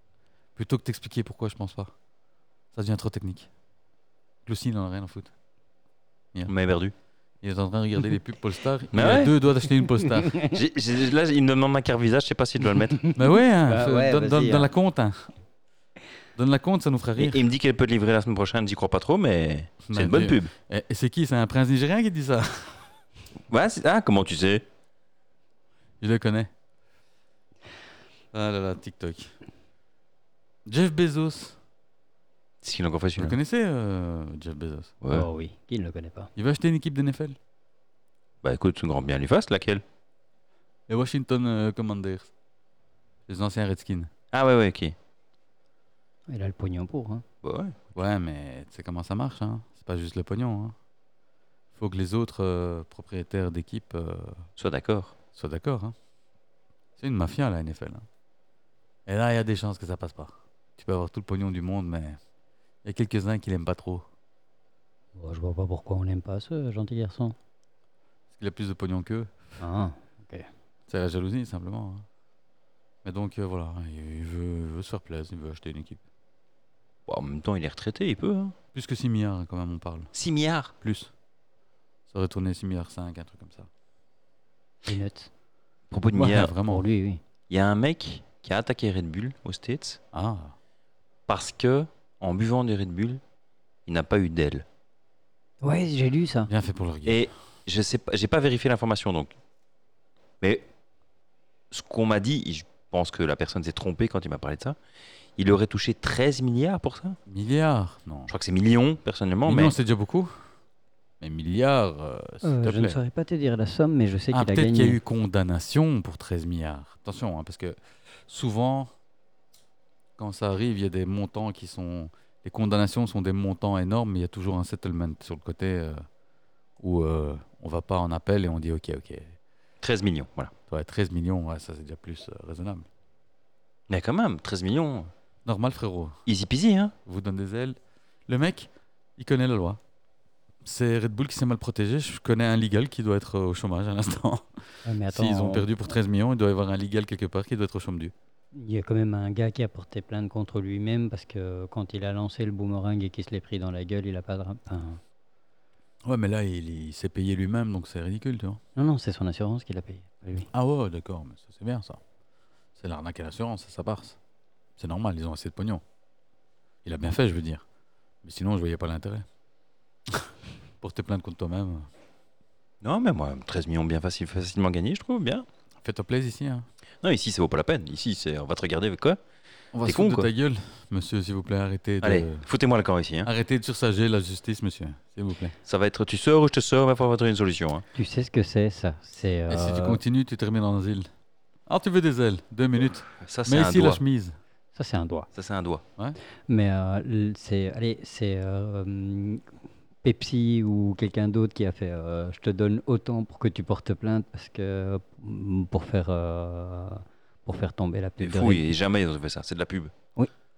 Plutôt que t'expliquer pourquoi je pense pas. Ça devient trop technique. Glossy, il en a rien à foutre.
On m'a perdu.
Il est en train de regarder les pubs Polestar.
Mais
il a
ouais.
deux doigts d'acheter une Polestar.
J'ai- j'ai- là, il me demande ma carte visage, je sais pas si je dois le mettre.
bah ouais, hein,
Bah
fais-
ouais,
donne, donne-
vas-y,
donne
hein.
la compte. hein. Donne la compte, ça nous fera
Il,
rire.
il me dit qu'elle peut le livrer la semaine prochaine, j'y crois pas trop, mais
Mais
c'est une bonne
Dieu.
pub.
Et, et c'est qui C'est un prince nigérien qui dit ça
Ouais, c'est- ah, comment tu sais
Je le connais. Ah là là, TikTok. Jeff Bezos.
C'est ce qu'il a encore fait
Vous le
celui-là.
connaissez, euh, Jeff Bezos
Ouais.
Oh oui, qui ne le connaît pas
Il va acheter une équipe de NFL.
Bah écoute, grand bien lui fasse, laquelle
Les Washington euh, Commanders. Les anciens Redskins.
Ah ouais, ouais, ok.
Il a le pognon pour. Hein.
Bah, ouais.
Ouais, mais tu sais comment ça marche, hein C'est pas juste le pognon, hein Faut que les autres euh, propriétaires d'équipes euh,
Sois d'accord.
soient d'accord, hein C'est une mafia, la NFL. hein. Et là, il y a des chances que ça passe pas. Tu peux avoir tout le pognon du monde, mais il y a quelques-uns qui l'aiment pas trop.
Bon, je vois pas pourquoi on n'aime pas ce gentil garçon.
Parce qu'il a plus de pognon qu'eux.
Ah,
C'est la jalousie, simplement. hein. Mais donc, euh, voilà, il il veut, il veut se faire plaisir, il veut acheter une équipe.
Bon, Bah, en même temps, il est retraité, il peut. Hein.
Plus que 6 milliards, quand même, on parle.
6 milliards
Plus. Ça aurait tourné 6 milliards 5, un truc comme ça.
peanuts.
À propos de
Ouais,
milliards,
vraiment.
Pour lui, oui.
il y a un mec qui a attaqué Red Bull aux States
Ah,
parce que, en buvant du Red Bull, il n'a pas eu d'aile.
Ouais, j'ai lu ça.
bien fait pour leur gueule.
Et je sais pas, j'ai pas vérifié l'information donc. Mais ce qu'on m'a dit, et je pense que la personne s'est trompée quand il m'a parlé de ça. Il aurait touché 13 milliards pour ça.
Milliards Non.
Je crois que c'est millions personnellement, mais
Millions, c'est déjà beaucoup. Mais milliards, euh, s'il
Euh,
te
je ne
plaît.
saurais pas te dire la somme, mais je sais
Ah,
qu'il a
peut-être
gagné.
qu'il y a eu condamnation pour 13 milliards. Attention, hein, parce que souvent, quand ça arrive, il y a des montants qui sont. Les condamnations sont des montants énormes, mais il y a toujours un settlement sur le côté euh, où euh, on va pas en appel et on dit ok, ok.
13 millions, voilà.
Toi, 13 millions, ouais, ça c'est déjà plus euh, raisonnable.
Mais quand même, 13 millions,
Normal, frérot.
easy peasy, hein.
vous donne des ailes. Le mec, il connaît la loi. C'est Red Bull qui s'est mal protégé. Je connais un legal qui doit être euh, au chômage à l'instant.
Ouais, mais attends,
S'ils ont
on-
perdu pour 13 millions, il doit y avoir un legal quelque part qui doit être au chômage du.
Il y a quand même un gars qui a porté plainte contre lui-même parce que quand il a lancé le boomerang et qu'il se l'est pris dans la gueule, il a pas de. ra- enfin,
Ouais, mais là, il, il s'est payé lui-même, donc c'est ridicule, tu vois.
Non, non, c'est son assurance qui l'a payé. pas lui.
Ah ouais, d'accord, mais ça c'est bien ça. C'est l'arnaque à l'assurance, ça, ça part. ça. C'est normal, ils ont assez de pognon. Il a bien fait, je veux dire. Mais sinon, je voyais pas l'intérêt. Porter plainte contre toi-même,
Non, mais moi, 13 millions bien facile, facilement gagné, je trouve, bien.
fais-toi plaisir ici. hein.
Non, ici, ça vaut pas la peine. Ici, c'est on va te regarder avec quoi
On va
T'es
se foutre
con,
de
quoi.
ta gueule, monsieur, s'il vous plaît, arrêtez de...
Allez, foutez-moi le camp ici. hein.
Arrêtez de sursager la justice, monsieur, s'il vous plaît.
Ça va être tu sors ou je te sors, il va falloir trouver une solution. hein.
Tu sais ce que c'est, ça C'est.
Et si tu
euh,
continues, tu termines dans l'asile. Ah, tu veux des ailes Deux minutes.
Ça, c'est
Mais
un
ici, la
doigt.
chemise.
Ça, c'est un doigt.
Ça, c'est un doigt.
Mais euh, l- c'est, allez, c'est euh, hum, Pepsi ou quelqu'un d'autre qui a fait euh, je te donne autant pour que tu portes plainte parce que hum, pour faire euh, pour faire tomber la
Des
pub. de
fouilles,
Red-
et jamais ils ont fait ça. C'est de la pub.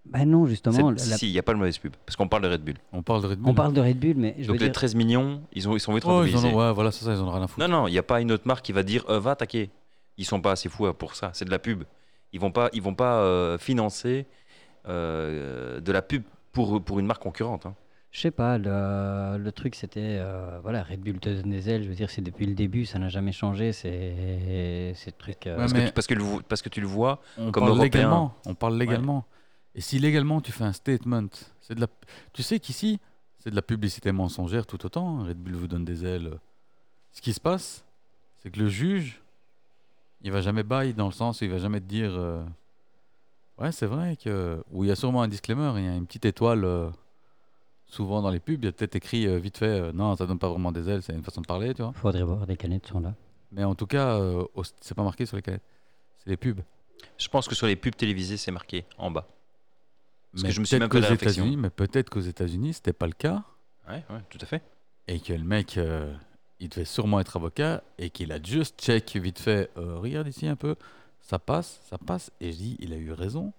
Bah non, justement,
C'est-
la-
Si, il n'y a pas de mauvaise pub. Parce qu'on parle de Red Bull.
On parle de Red Bull.
on parle de Red Bull, mais je
Donc
veux
les
dire,
13 millions, ils, ont, ils sont vite
Oh, ils en
rentabilisés.
ont... Ouais, voilà, c'est ça, ils en ont rien à foutre.
Non, non, il n'y a pas une autre marque qui va dire euh, va attaquer. Ils sont pas assez fous euh, pour ça. C'est de la pub. Ils vont pas, ils vont pas euh, financer euh, de la pub pour, pour une marque concurrente. hein.
je sais pas, le, le truc c'était euh, voilà, Red Bull te donne des ailes. Je veux dire, c'est depuis le début, ça n'a jamais changé. C'est ces trucs. euh,
Ouais,
Parce,
mais-
que tu, parce, que le vo- parce que tu le vois.
On
Comme
parle
Européen.
légalement. On parle légalement. Et si légalement, tu fais un statement, c'est de la... Tu sais qu'ici, c'est de la publicité mensongère tout autant. hein. Red Bull vous donne des ailes. Ce qui se passe, c'est que le juge, il va jamais bail dans le sens où il va jamais te dire... euh, Ouais, c'est vrai que... Ou il y a sûrement un disclaimer, il y a une petite étoile... euh, Souvent dans les pubs, il y a peut-être écrit euh, vite fait euh, Non, ça donne pas vraiment des ailes, c'est une façon de parler, tu vois.
Faudrait voir, des canettes sont là.
Mais en tout cas, euh, au- c'est pas marqué sur les canettes. C'est les pubs.
Je pense que sur les pubs télévisées, c'est marqué en bas. Parce
mais
que je me suis
peut-être
même fait
qu'aux
la réflexion.
États-Unis- Mais peut-être qu'aux États-Unis, c'était pas le cas.
Ouais, ouais, tout à fait.
Et que le mec, euh, il devait sûrement être avocat et qu'il a juste check vite fait. euh, regarde ici un peu. Ça passe, ça passe. Et je dis, il a eu raison.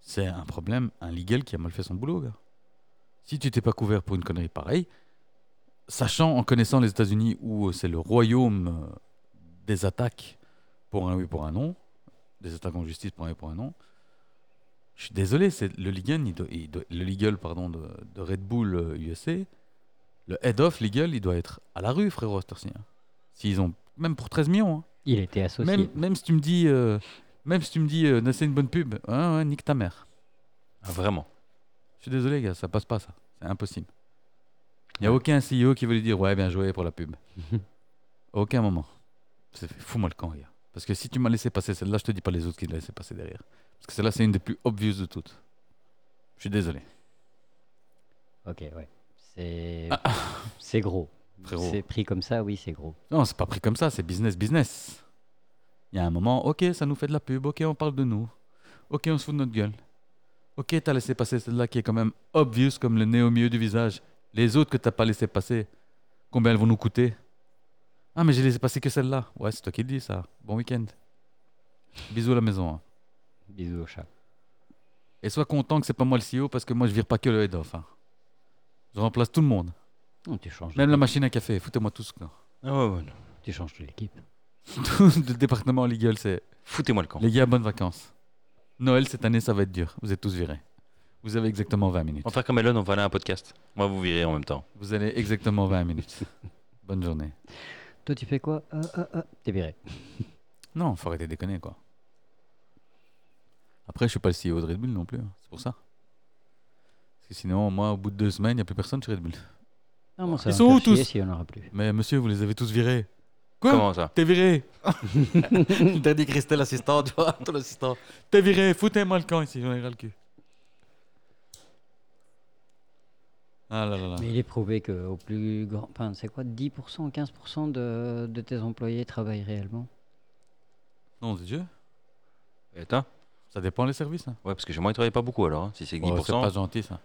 C'est un problème, un legal qui a mal fait son boulot, gars. Si tu t'es pas couvert pour une connerie pareille, sachant en connaissant les États-Unis où euh, c'est le royaume euh, des attaques pour un oui, pour un non, des attaques en justice pour un oui, pour un non, je suis désolé, c'est le legal, il doit- il doit- le legal pardon, de, de Red Bull euh, USA, Le head-off legal, il doit être à la rue, frérot, cette heure-ci, hein. S'ils ont. Même pour 13 millions. hein.
Il était associé.
Même, même si tu me dis. euh, Même si tu me dis, euh, Non, c'est une bonne pub, hein, ouais, nique ta mère.
Ah, vraiment.
Je suis désolé, gars, ça passe pas, ça. C'est impossible. Il n'y a aucun CEO qui veut lui dire Ouais, bien joué pour la pub. aucun moment. C'est fait, Fous-moi le camp, gars. Parce que si tu m'as laissé passer celle-là, je te dis pas les autres qui l'ont laissé passer derrière. Parce que celle-là, c'est une des plus obvious de toutes. Je suis désolé.
Ok, ouais. C'est c'est gros.
Frérot.
C'est pris comme ça, oui, c'est gros.
Non, c'est pas pris comme ça, c'est business, business. Il y a un moment, ok, ça nous fait de la pub, ok, on parle de nous, ok, on se fout de notre gueule. Ok, t'as laissé passer celle-là qui est quand même obvious comme le nez au milieu du visage. Les autres que t'as pas laissé passer, combien elles vont nous coûter Ah, mais j'ai laissé passer que celle-là. Ouais, c'est toi qui le dis ça. Bon week-end. Bisous à la maison. hein.
Bisous au chat.
Et sois content que c'est pas moi le CEO parce que moi je vire pas que le head off. hein. Je remplace tout le monde.
Non, tu changes.
Même la
d'équipe.
machine à café, foutez-moi tous. quoi.
Ah,
Tu changes de l'équipe.
Tout le département legal, c'est
Foutez-moi le camp.
Les gars, bonnes vacances. Noël, cette année, ça va être dur. Vous êtes tous virés. Vous avez exactement 20 minutes.
On va faire comme Elon, on va aller à un podcast. On va vous virer en même temps.
Vous allez exactement 20 minutes. Bonne journée.
Toi, tu fais quoi Ah, ah, ah, T'es viré.
Non, faut arrêter de déconner, quoi. Après, je suis pas le CEO de Red Bull non plus. hein. C'est pour ça. Parce que sinon, moi, au bout de deux semaines, il n'y a plus personne chez Red Bull.
Non, moi, ça
Ils
va
sont
me
où
faire
tous
chier s'il y en aura plus.
Mais monsieur, vous les avez tous virés. Quoi
Comment ça
T'es viré Le dernier Hum. Christelle, assistant, tu vois, ton assistant. T'es viré, foutez-moi le camp ici, j'en ai ras le cul. Ah là là là.
Mais il est prouvé que au plus grand, enfin, c'est quoi, 10%, 15% de, de tes employés travaillent réellement.
Non, de Dieu.
Attends.
Ça dépend les services. Hein.
Ouais, parce que chez moi, ils travaillent pas beaucoup alors. hein. Si c'est que 10%.
Ouais, Oh, c'est pas gentil ça.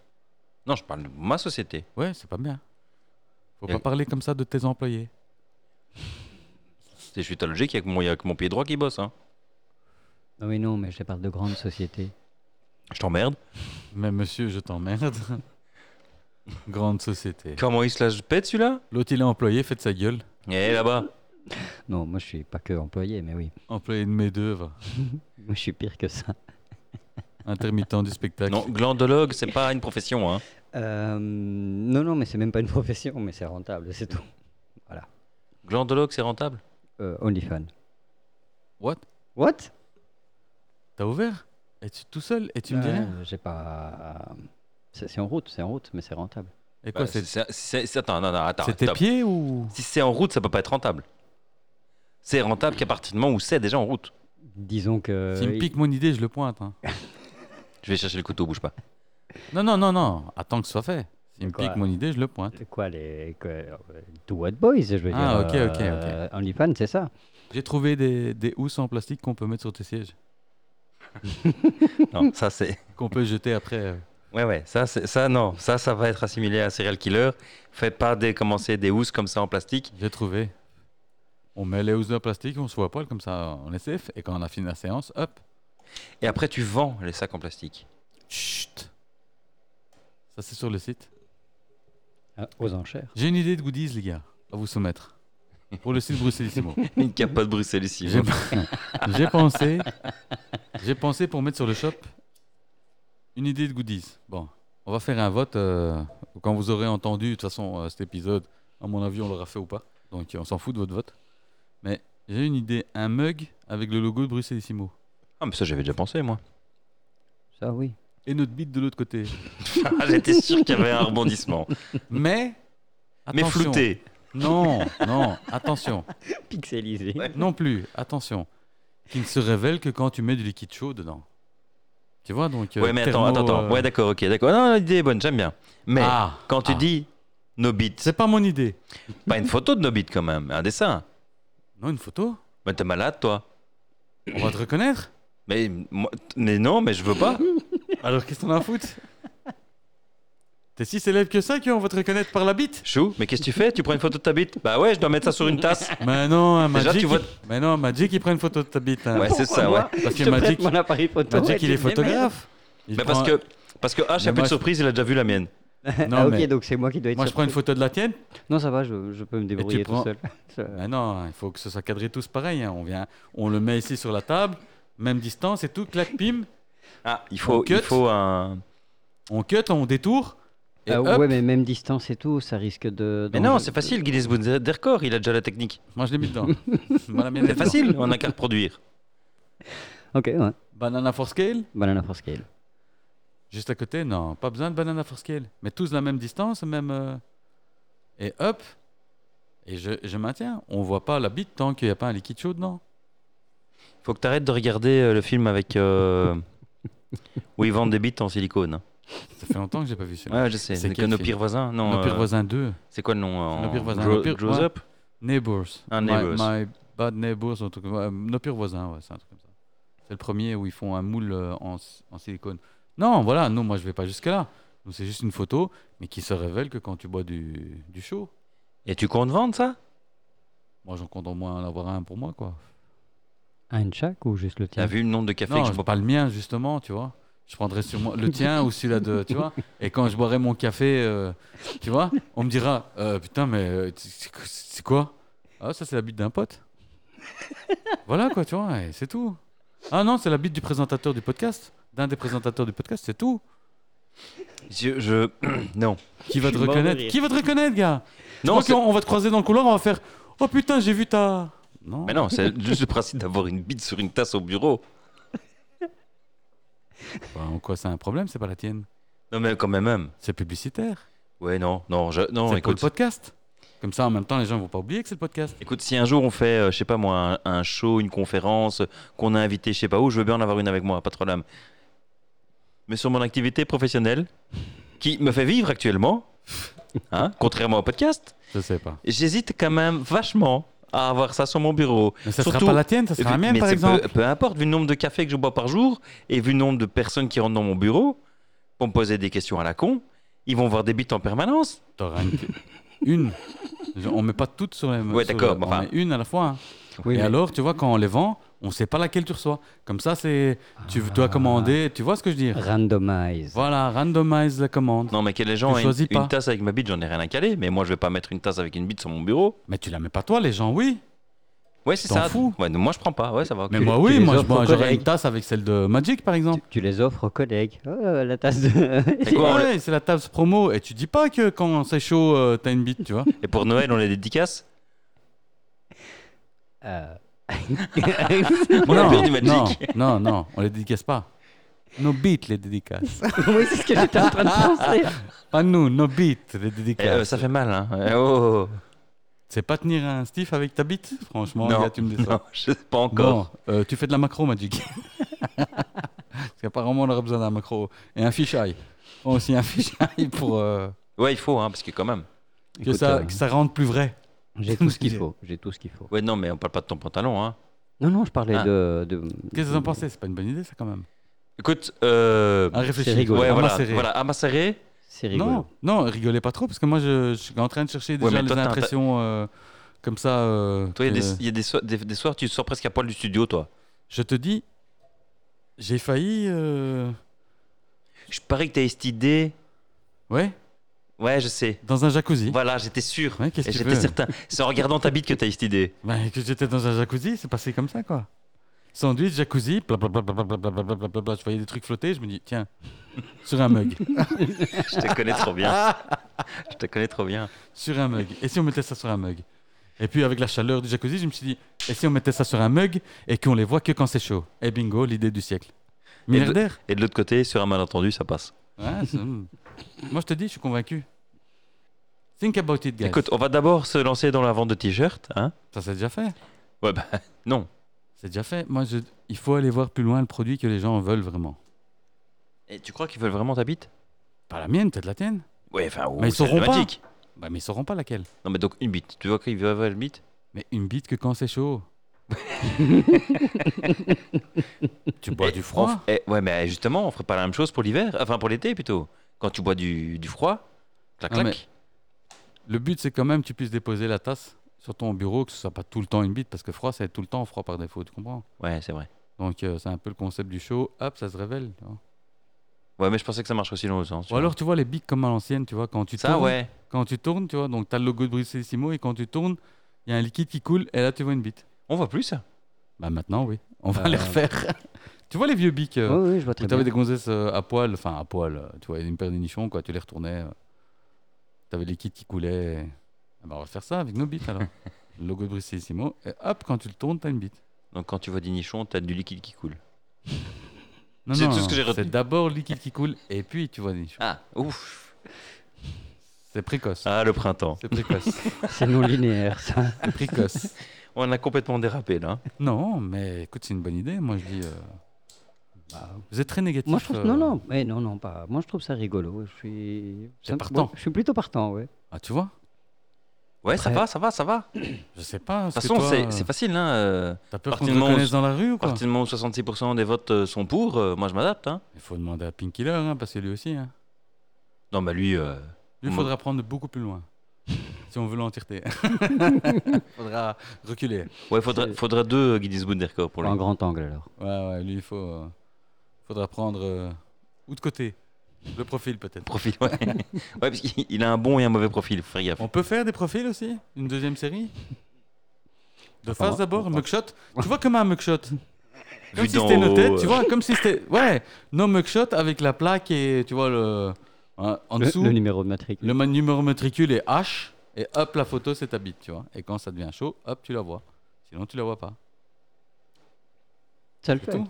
Non, je parle de ma société.
Ouais, c'est pas bien. Faut
Et-
pas parler comme ça de tes employés.
C'est- Je suis ta logique, il y a que mon- il y a que mon pied droit qui bosse. Hein.
Non, mais non, mais je te parle de grandes sociétés.
Je t'emmerde.
Mais monsieur, je t'emmerde. Grande société.
Comment il se la pète celui-là
L'autre, il est employé, fait de sa gueule.
Eh là-bas.
Non, moi, je suis pas que employé, mais oui.
Employé de mes deux, va.
Moi, je suis pire que ça.
Intermittent du spectacle.
Non, glandologue, c'est pas une profession. Hein.
Euh, non, non, mais c'est même pas une profession, mais c'est rentable, c'est tout.
Glandologue, c'est rentable
Euh, OnlyFans.
What
What
T'as ouvert Et tu tout seul Et tu me dis rien
Euh, J'ai pas. C'est c'est en route, c'est en route, mais c'est rentable.
Et quoi
Bah,
C'est
c'est- c'est- c'est- Attends, non, non, attends.
c'est tes
stop.
pieds ou
Si c'est en route, ça peut pas être rentable. C'est rentable qu'à partir du moment où c'est déjà en route.
Disons que.
S'il me
il-
pique mon idée, je le pointe. hein.
Je vais chercher le couteau, bouge pas.
Non, non, non, non. Attends que ce soit fait. S'il me
Quoi
pique mon idée, je le pointe.
Quoi, les. Quoi, euh, Do What Boys, je veux
Ah,
dire.
ok, ok, ok.
euh, OnlyFans, c'est ça.
J'ai trouvé des, des housses en plastique qu'on peut mettre sur tes sièges.
Non, ça c'est.
Qu'on peut jeter après. euh.
Ouais, ouais, ça, c'est- ça, non. Ça, ça va être assimilé à serial killer. Faites pas des, commencer des housses comme ça en plastique.
J'ai trouvé. On met les housses de plastique, on se voit à poil comme ça, on est safe. Et quand on a fini la séance, hop.
Et après, tu vends les sacs en plastique.
Chut. Ça, c'est sur le site.
Ah, Aux enchères.
J'ai une idée de goodies, les gars, à vous soumettre. Pour le site Bruxellissimo.
Une capote de Bruxelles ici.
J'ai j'ai pensé, j'ai pensé pour mettre sur le shop une idée de goodies. Bon, on va faire un vote euh, quand vous aurez entendu de toute façon euh, cet épisode. À mon avis, on l'aura fait ou pas. Donc euh, on s'en fout de votre vote. Mais j'ai une idée, un mug avec le logo de Bruxellissimo
Ah, mais ça, j'avais déjà pensé, moi.
Ça, oui.
et notre bite de l'autre côté.
Ah, J'étais sûr qu'il y avait un rebondissement.
Mais
Mais
attention.
flouté.
Non, non, attention.
Pixelisé.
Non plus, attention. Qui ne se révèle que quand tu mets du liquide chaud dedans. Tu vois donc euh,
Ouais, mais attends,
thermo,
attends, attends.
euh,
Ouais, d'accord, ok, d'accord. Non, non, l'idée est bonne, j'aime bien. Mais
ah,
quand tu
ah.
dis nos bits,
C'est pas mon idée.
pas une photo de nos bits quand même, un dessin.
Non, une photo
Mais t'es malade, toi.
On va te reconnaître
Mais, moi- mais non, mais je veux pas.
Alors qu'est-ce qu'on a à foutre T'es si célèbre que ça qu'on va te reconnaître par la bite
Chou, mais qu'est-ce que tu fais Tu prends une photo de ta bite Bah ouais, je dois mettre ça sur une tasse.
Mais non, hein,
Déjà,
Magic,
tu vois-
il- mais non, Magic, il prend une photo de ta bite. hein.
Ouais, c'est ça, ouais.
Parce
Je
que
te prête
Magic,
mon appareil photo.
Magic,
et
il
tu
est
te démerdes.
photographe. Il
Mais
prend-
Bah, parce que, parce que ah, H, il y
Mais
a plus
moi,
de
je-
surprise, il a déjà vu la mienne.
Non,
ah, ok,
mais
donc c'est moi qui dois être
moi, je prends une
surpris.
photo de la tienne.
Non, ça va, je, je peux me débrouiller
prends-
tout seul.
Mais Ah non, il faut que ce soit cadré tous pareil. hein. On, vient, on le met ici sur la table, même distance et tout, clac, pim.
Ah, il faut,
On cut.
il faut un.
On cut, on détour. Et
Ah
hop,
ouais, mais même distance et tout, ça risque de.
Mais
d'en-
non, c'est facile, Guinness Book des records, il a déjà la technique.
Moi, je l'ai mis dedans. Voilà, mais
C'est
dedans.
facile, on n'a qu'à reproduire.
Ok, ouais.
Banana for scale
Banana for scale.
Juste à côté, non, pas besoin de banana for scale. Mais tous la même distance, même. euh, Et hop Et je, je maintiens, on voit pas la bite tant qu'il n'y a pas un liquide chaud dedans.
Faut que t'arrêtes de regarder euh, le film avec. euh, où ils vendent des bites en silicone. hein.
Ça fait longtemps que j'ai pas vu celui-là.
Ouais, je sais.
C'est
C'est que
quel
nos
film
pires voisins. Non,
Nos pires
euh,
voisins 2,
C'est quoi le nom euh,
Nos
en-
pires voisins,
Dro-
nos pires-
Draws
ouais.
Up
Neighbors.
Ah,
My-
Neighbours.
My, Bad Neighbors, un truc, ouais, nos pires voisins, ouais, c'est un truc comme ça. C'est le premier où ils font un moule euh, en, si- en silicone. Non, voilà, non, moi je vais pas jusque-là. Nous, C'est juste une photo, mais qui se révèle que quand tu bois du, du chaud.
Et tu comptes vendre ça
Moi j'en compte au moins en avoir un pour moi, quoi.
Un de chaque ou juste
Ah,
le tien
T'as vu le nombre de cafés
Non,
que
je
je bois
pas le mien, justement, tu vois. Je prendrais sûrement le tien ou celui-là de, tu vois. Et quand je boirai mon café, euh, tu vois, on me dira, Euh, putain, mais euh, c'est- c'est quoi Ah, ça, c'est la bite d'un pote. voilà, quoi, tu vois, et c'est tout. Ah non, c'est la bite du présentateur du podcast, d'un des présentateurs du podcast, c'est tout.
Je, je- non.
Qui va te
suis mort de
reconnaître
rire.
Qui va te reconnaître, gars
Non,
Non,
c'est-
on va te croiser dans le couloir, on va faire, oh putain, j'ai vu ta. Non.
mais non, c'est juste le principe d'avoir une bite sur une tasse au bureau.
Bah, en quoi c'est un problème C'est pas la tienne.
Non, mais quand même, même.
C'est publicitaire.
Ouais, non, non, je- non.
c'est pour le
Oh, Écoute,
podcast. Comme ça, en même temps, les gens vont pas oublier que c'est le podcast.
écoute, si un jour on fait, euh, je sais pas moi, un, un show, une conférence, euh, qu'on a invité, je sais pas où, je veux bien en avoir une avec moi, pas trop l'âme. Mais sur mon activité professionnelle, qui me fait vivre actuellement, hein, contrairement au podcast,
Je sais pas.
j'hésite quand même vachement à avoir ça sur mon bureau.
Mais ça
Surtout-
sera pas la tienne, ça sera
Vu-
la mienne
mais
par
c'est
exemple.
Peu, peu importe, vu le nombre de cafés que je bois par jour et vu le nombre de personnes qui rentrent dans mon bureau pour me poser des questions à la con, ils vont voir des bites en permanence.
T'auras une... une. Je- On met pas toutes sur les.
Ouais,
sur
d'accord,
le-
mais
on
enfin-
met une à la fois. hein.
Oui,
Et
mais-
alors, tu vois, quand on les vend, on sait pas laquelle tu reçois. Comme ça, c'est. Tu dois commander. Tu vois ce que je veux
Ah.
dire
Randomize.
Voilà, randomise la commande.
Non, mais que les gens
Tu
aient
choisis
une,
pas.
une tasse avec ma bite, j'en ai rien à caler, mais moi je vais pas mettre une tasse avec une bite sur mon bureau.
Mais tu la mets pas toi, les gens, oui.
Ouais, c'est
T'en
ça.
fous
Ouais, non, moi je prends pas, ouais, ça va. ok.
Mais moi,
tu
oui.
les
Moi, je-
offres aux
moi, j'aurais
collègues.
une tasse avec celle de Magic, par
Tu,
exemple.
tu les offres aux collègues. Oh, la tasse de.
Et quoi, on
Ouais,
les-
c'est la tasse promo. Et tu dis pas que quand c'est chaud, euh, t'as une bite, tu vois.
Et pour Noël, on les dédicace
Euh,
On a
non,
peur du Magic.
Non, non, non, on les dédicace pas. Nos beats les dédicaces.
oui, c'est ce que j'étais en train
Ah,
de penser.
Pas nous, nos beats les
Eh,
dédicaces.
euh, ça fait mal, hein. Eh, oh, oh,
C'est pas tenir un stiff avec ta bite Franchement,
Non,
gars, tu me
oh.
déçois.
non, je sais pas encore.
Bon, euh, tu fais de la macro, Magic. Parce qu'apparemment, on aurait besoin d'un macro. Et un fisheye. Prends aussi un fisheye pour euh,
Ouais, il faut, hein, parce que quand même.
ah. que,
Écoute,
ça,
euh,
que ça rende plus vrai.
J'ai tout ce qu'il faut. J'ai tout ce qu'il faut.
Ouais, non, mais on parle pas de ton pantalon, hein.
Non, non, je parlais
Ah.
de. de-
Qu'est-ce que vous en pensez C'est pas une bonne idée, ça, quand même.
Écoute, euh.
À réfléchir.
C'est rigolo.
Ouais,
à
voilà,
macérer.
voilà, à macérer.
C'est rigolo.
Non, non, rigolez pas trop, parce que moi, je, je suis en train de chercher déjà
mais
les
toi, t'as un ta-
impressions euh, comme ça. euh,
Toi, il y a,
que-
des, il y a des, so- des- des soirs, tu sors presque à poil du studio, toi.
Je te dis, j'ai failli. euh,
Je parie que t'as eu cette idée.
Ouais,
Ouais, je sais.
dans un jacuzzi.
Voilà, j'étais sûr.
Ouais, qu'est-ce
Et
que tu
j'étais
veux
certain. C'est en regardant ta bite que t'as eu cette idée.
Ben, que j'étais dans un jacuzzi, c'est passé comme ça, quoi. Sandwich, jacuzzi, blablabla, blablabla, blablabla, je voyais des trucs flotter, je me dis, tiens, sur un mug,
Je te connais trop bien. Je te connais trop bien.
sur un mug. Et si on mettait ça sur un mug Et puis, avec la chaleur du jacuzzi, je me suis dit, et si on mettait ça sur un mug et qu'on les voit que quand c'est chaud Et bingo, l'idée du siècle. Milliardaire
Et de l'autre côté, sur un malentendu, ça passe.
Ouais, c'est- hmm. Moi, je te dis, je suis convaincu. Think about it, guys.
Écoute, on va d'abord se lancer dans la vente de t-shirts. Hein
Ça, c'est déjà fait.
ouais, bah non.
C'est déjà fait. Moi, je... il faut aller voir plus loin le produit que les gens veulent vraiment.
Et tu crois qu'ils veulent vraiment ta bite
Pas la mienne, peut-être la tienne.
Ouais, enfin, ou
Mais ils
celle de
sauront pas.
Magic.
Bah, mais ils sauront pas laquelle.
Non, mais donc une bite. Tu vois qu'ils veulent avoir une bite
Mais une bite que quand c'est chaud. tu bois
Eh,
du froid.
on f- eh, Ouais, mais justement, on ferait pas la même chose pour l'hiver. Enfin, pour l'été plutôt. Quand tu bois du, du froid, clac,
Ah,
clac.
Le but, c'est quand même que tu puisses déposer la tasse sur ton bureau, que ce soit pas tout le temps une bite, parce que froid, c'est tout le temps froid par défaut, tu comprends
Ouais, c'est vrai.
Donc, euh, c'est un peu le concept du chaud. Hop, ça se révèle. tu vois.
Ouais, mais je pensais que ça marche aussi dans l'autre sens.
Ou
tu vois.
alors, tu vois les bites comme à l'ancienne, tu vois, quand tu
ça,
tournes.
ouais.
Quand tu tournes, tu vois, donc tu as le logo de Bruxellissimo et quand tu tournes, il y a un liquide qui coule et là, tu vois une bite.
On voit plus ça.
Bah, maintenant, oui. On va
Euh.
les refaire. tu vois les vieux bics euh,
Oui, oui, je vois
Où
très
t'avais
bien.
des gonzesses euh, à poil, enfin à poil, euh, tu vois, une paire de nichons, quoi, tu les retournais. euh. T'avais les kits qui coulaient. Ah bah, on va faire ça avec nos bits alors. le logo de Bruxellissimo. Et hop, quand tu le tournes, t'as une bite.
Donc quand tu vois des nichons, t'as du liquide qui coule.
Non,
C'est
non,
tout ce que j'ai retenu.
C'est d'abord le liquide qui coule et puis tu vois des nichons.
Ah, ouf.
C'est précoce.
Ah, le printemps.
C'est précoce.
C'est non linéaire, ça.
C'est précoce.
On a complètement dérapé là.
Non, mais écoute, c'est une bonne idée. Moi, je dis. euh,
Bah,
vous êtes très négatif.
moi, je trouve.
euh,
Non, non, mais non, non, pas. Moi, je trouve ça rigolo. Je suis.
T'es
ça-
partant.
moi, je suis plutôt partant, ouais.
Ah, tu vois
Ouais, ça
Après-
va, ça va, ça va. De
Je sais pas.
toute façon, c'est c'est facile. Hein. euh,
T'as peur qu'on
partir
te
du moment où-
reconnaisse dans la rue ou
à
quoi
partir du moment où 66% des votes euh, sont pour, euh, moi je m'adapte. Hein.
Il faut demander à Pink Killer, hein, parce que lui aussi. hein.
Non, bah lui, euh,
Lui, il
Moi-
faudra prendre beaucoup plus loin. si on veut l'entièreté. faudra reculer.
ouais, faudrait,
C'est-
faudrait deux euh, Guinness Book des records pour lui.
En grand angle, alors.
Ouais, ouais, lui, il faut. euh, faudra prendre. euh, ou de côté Le profil, peut-être.
Profil, ouais. ouais, parce qu'il il a un bon et un mauvais profil, faut faire gaffe.
On peut faire des profils aussi Une deuxième série De
Enfin,
face
on-
d'abord,
on-
mugshot Tu vois comme un mugshot Comme
Vu
si
d'en
c'était nos
haut,
têtes,
euh,
tu vois, comme si c'était. Ouais, nos mugshots avec la plaque et tu vois le. hein, en
Le,
dessous,
le
le,
numéro de matricule.
ma- numéro matricule est H et hop, la photo c'est ta bite, tu vois. Et quand ça devient chaud, hop, tu la vois. Sinon, tu la vois pas.
Ça le
C'est
fait.
tout.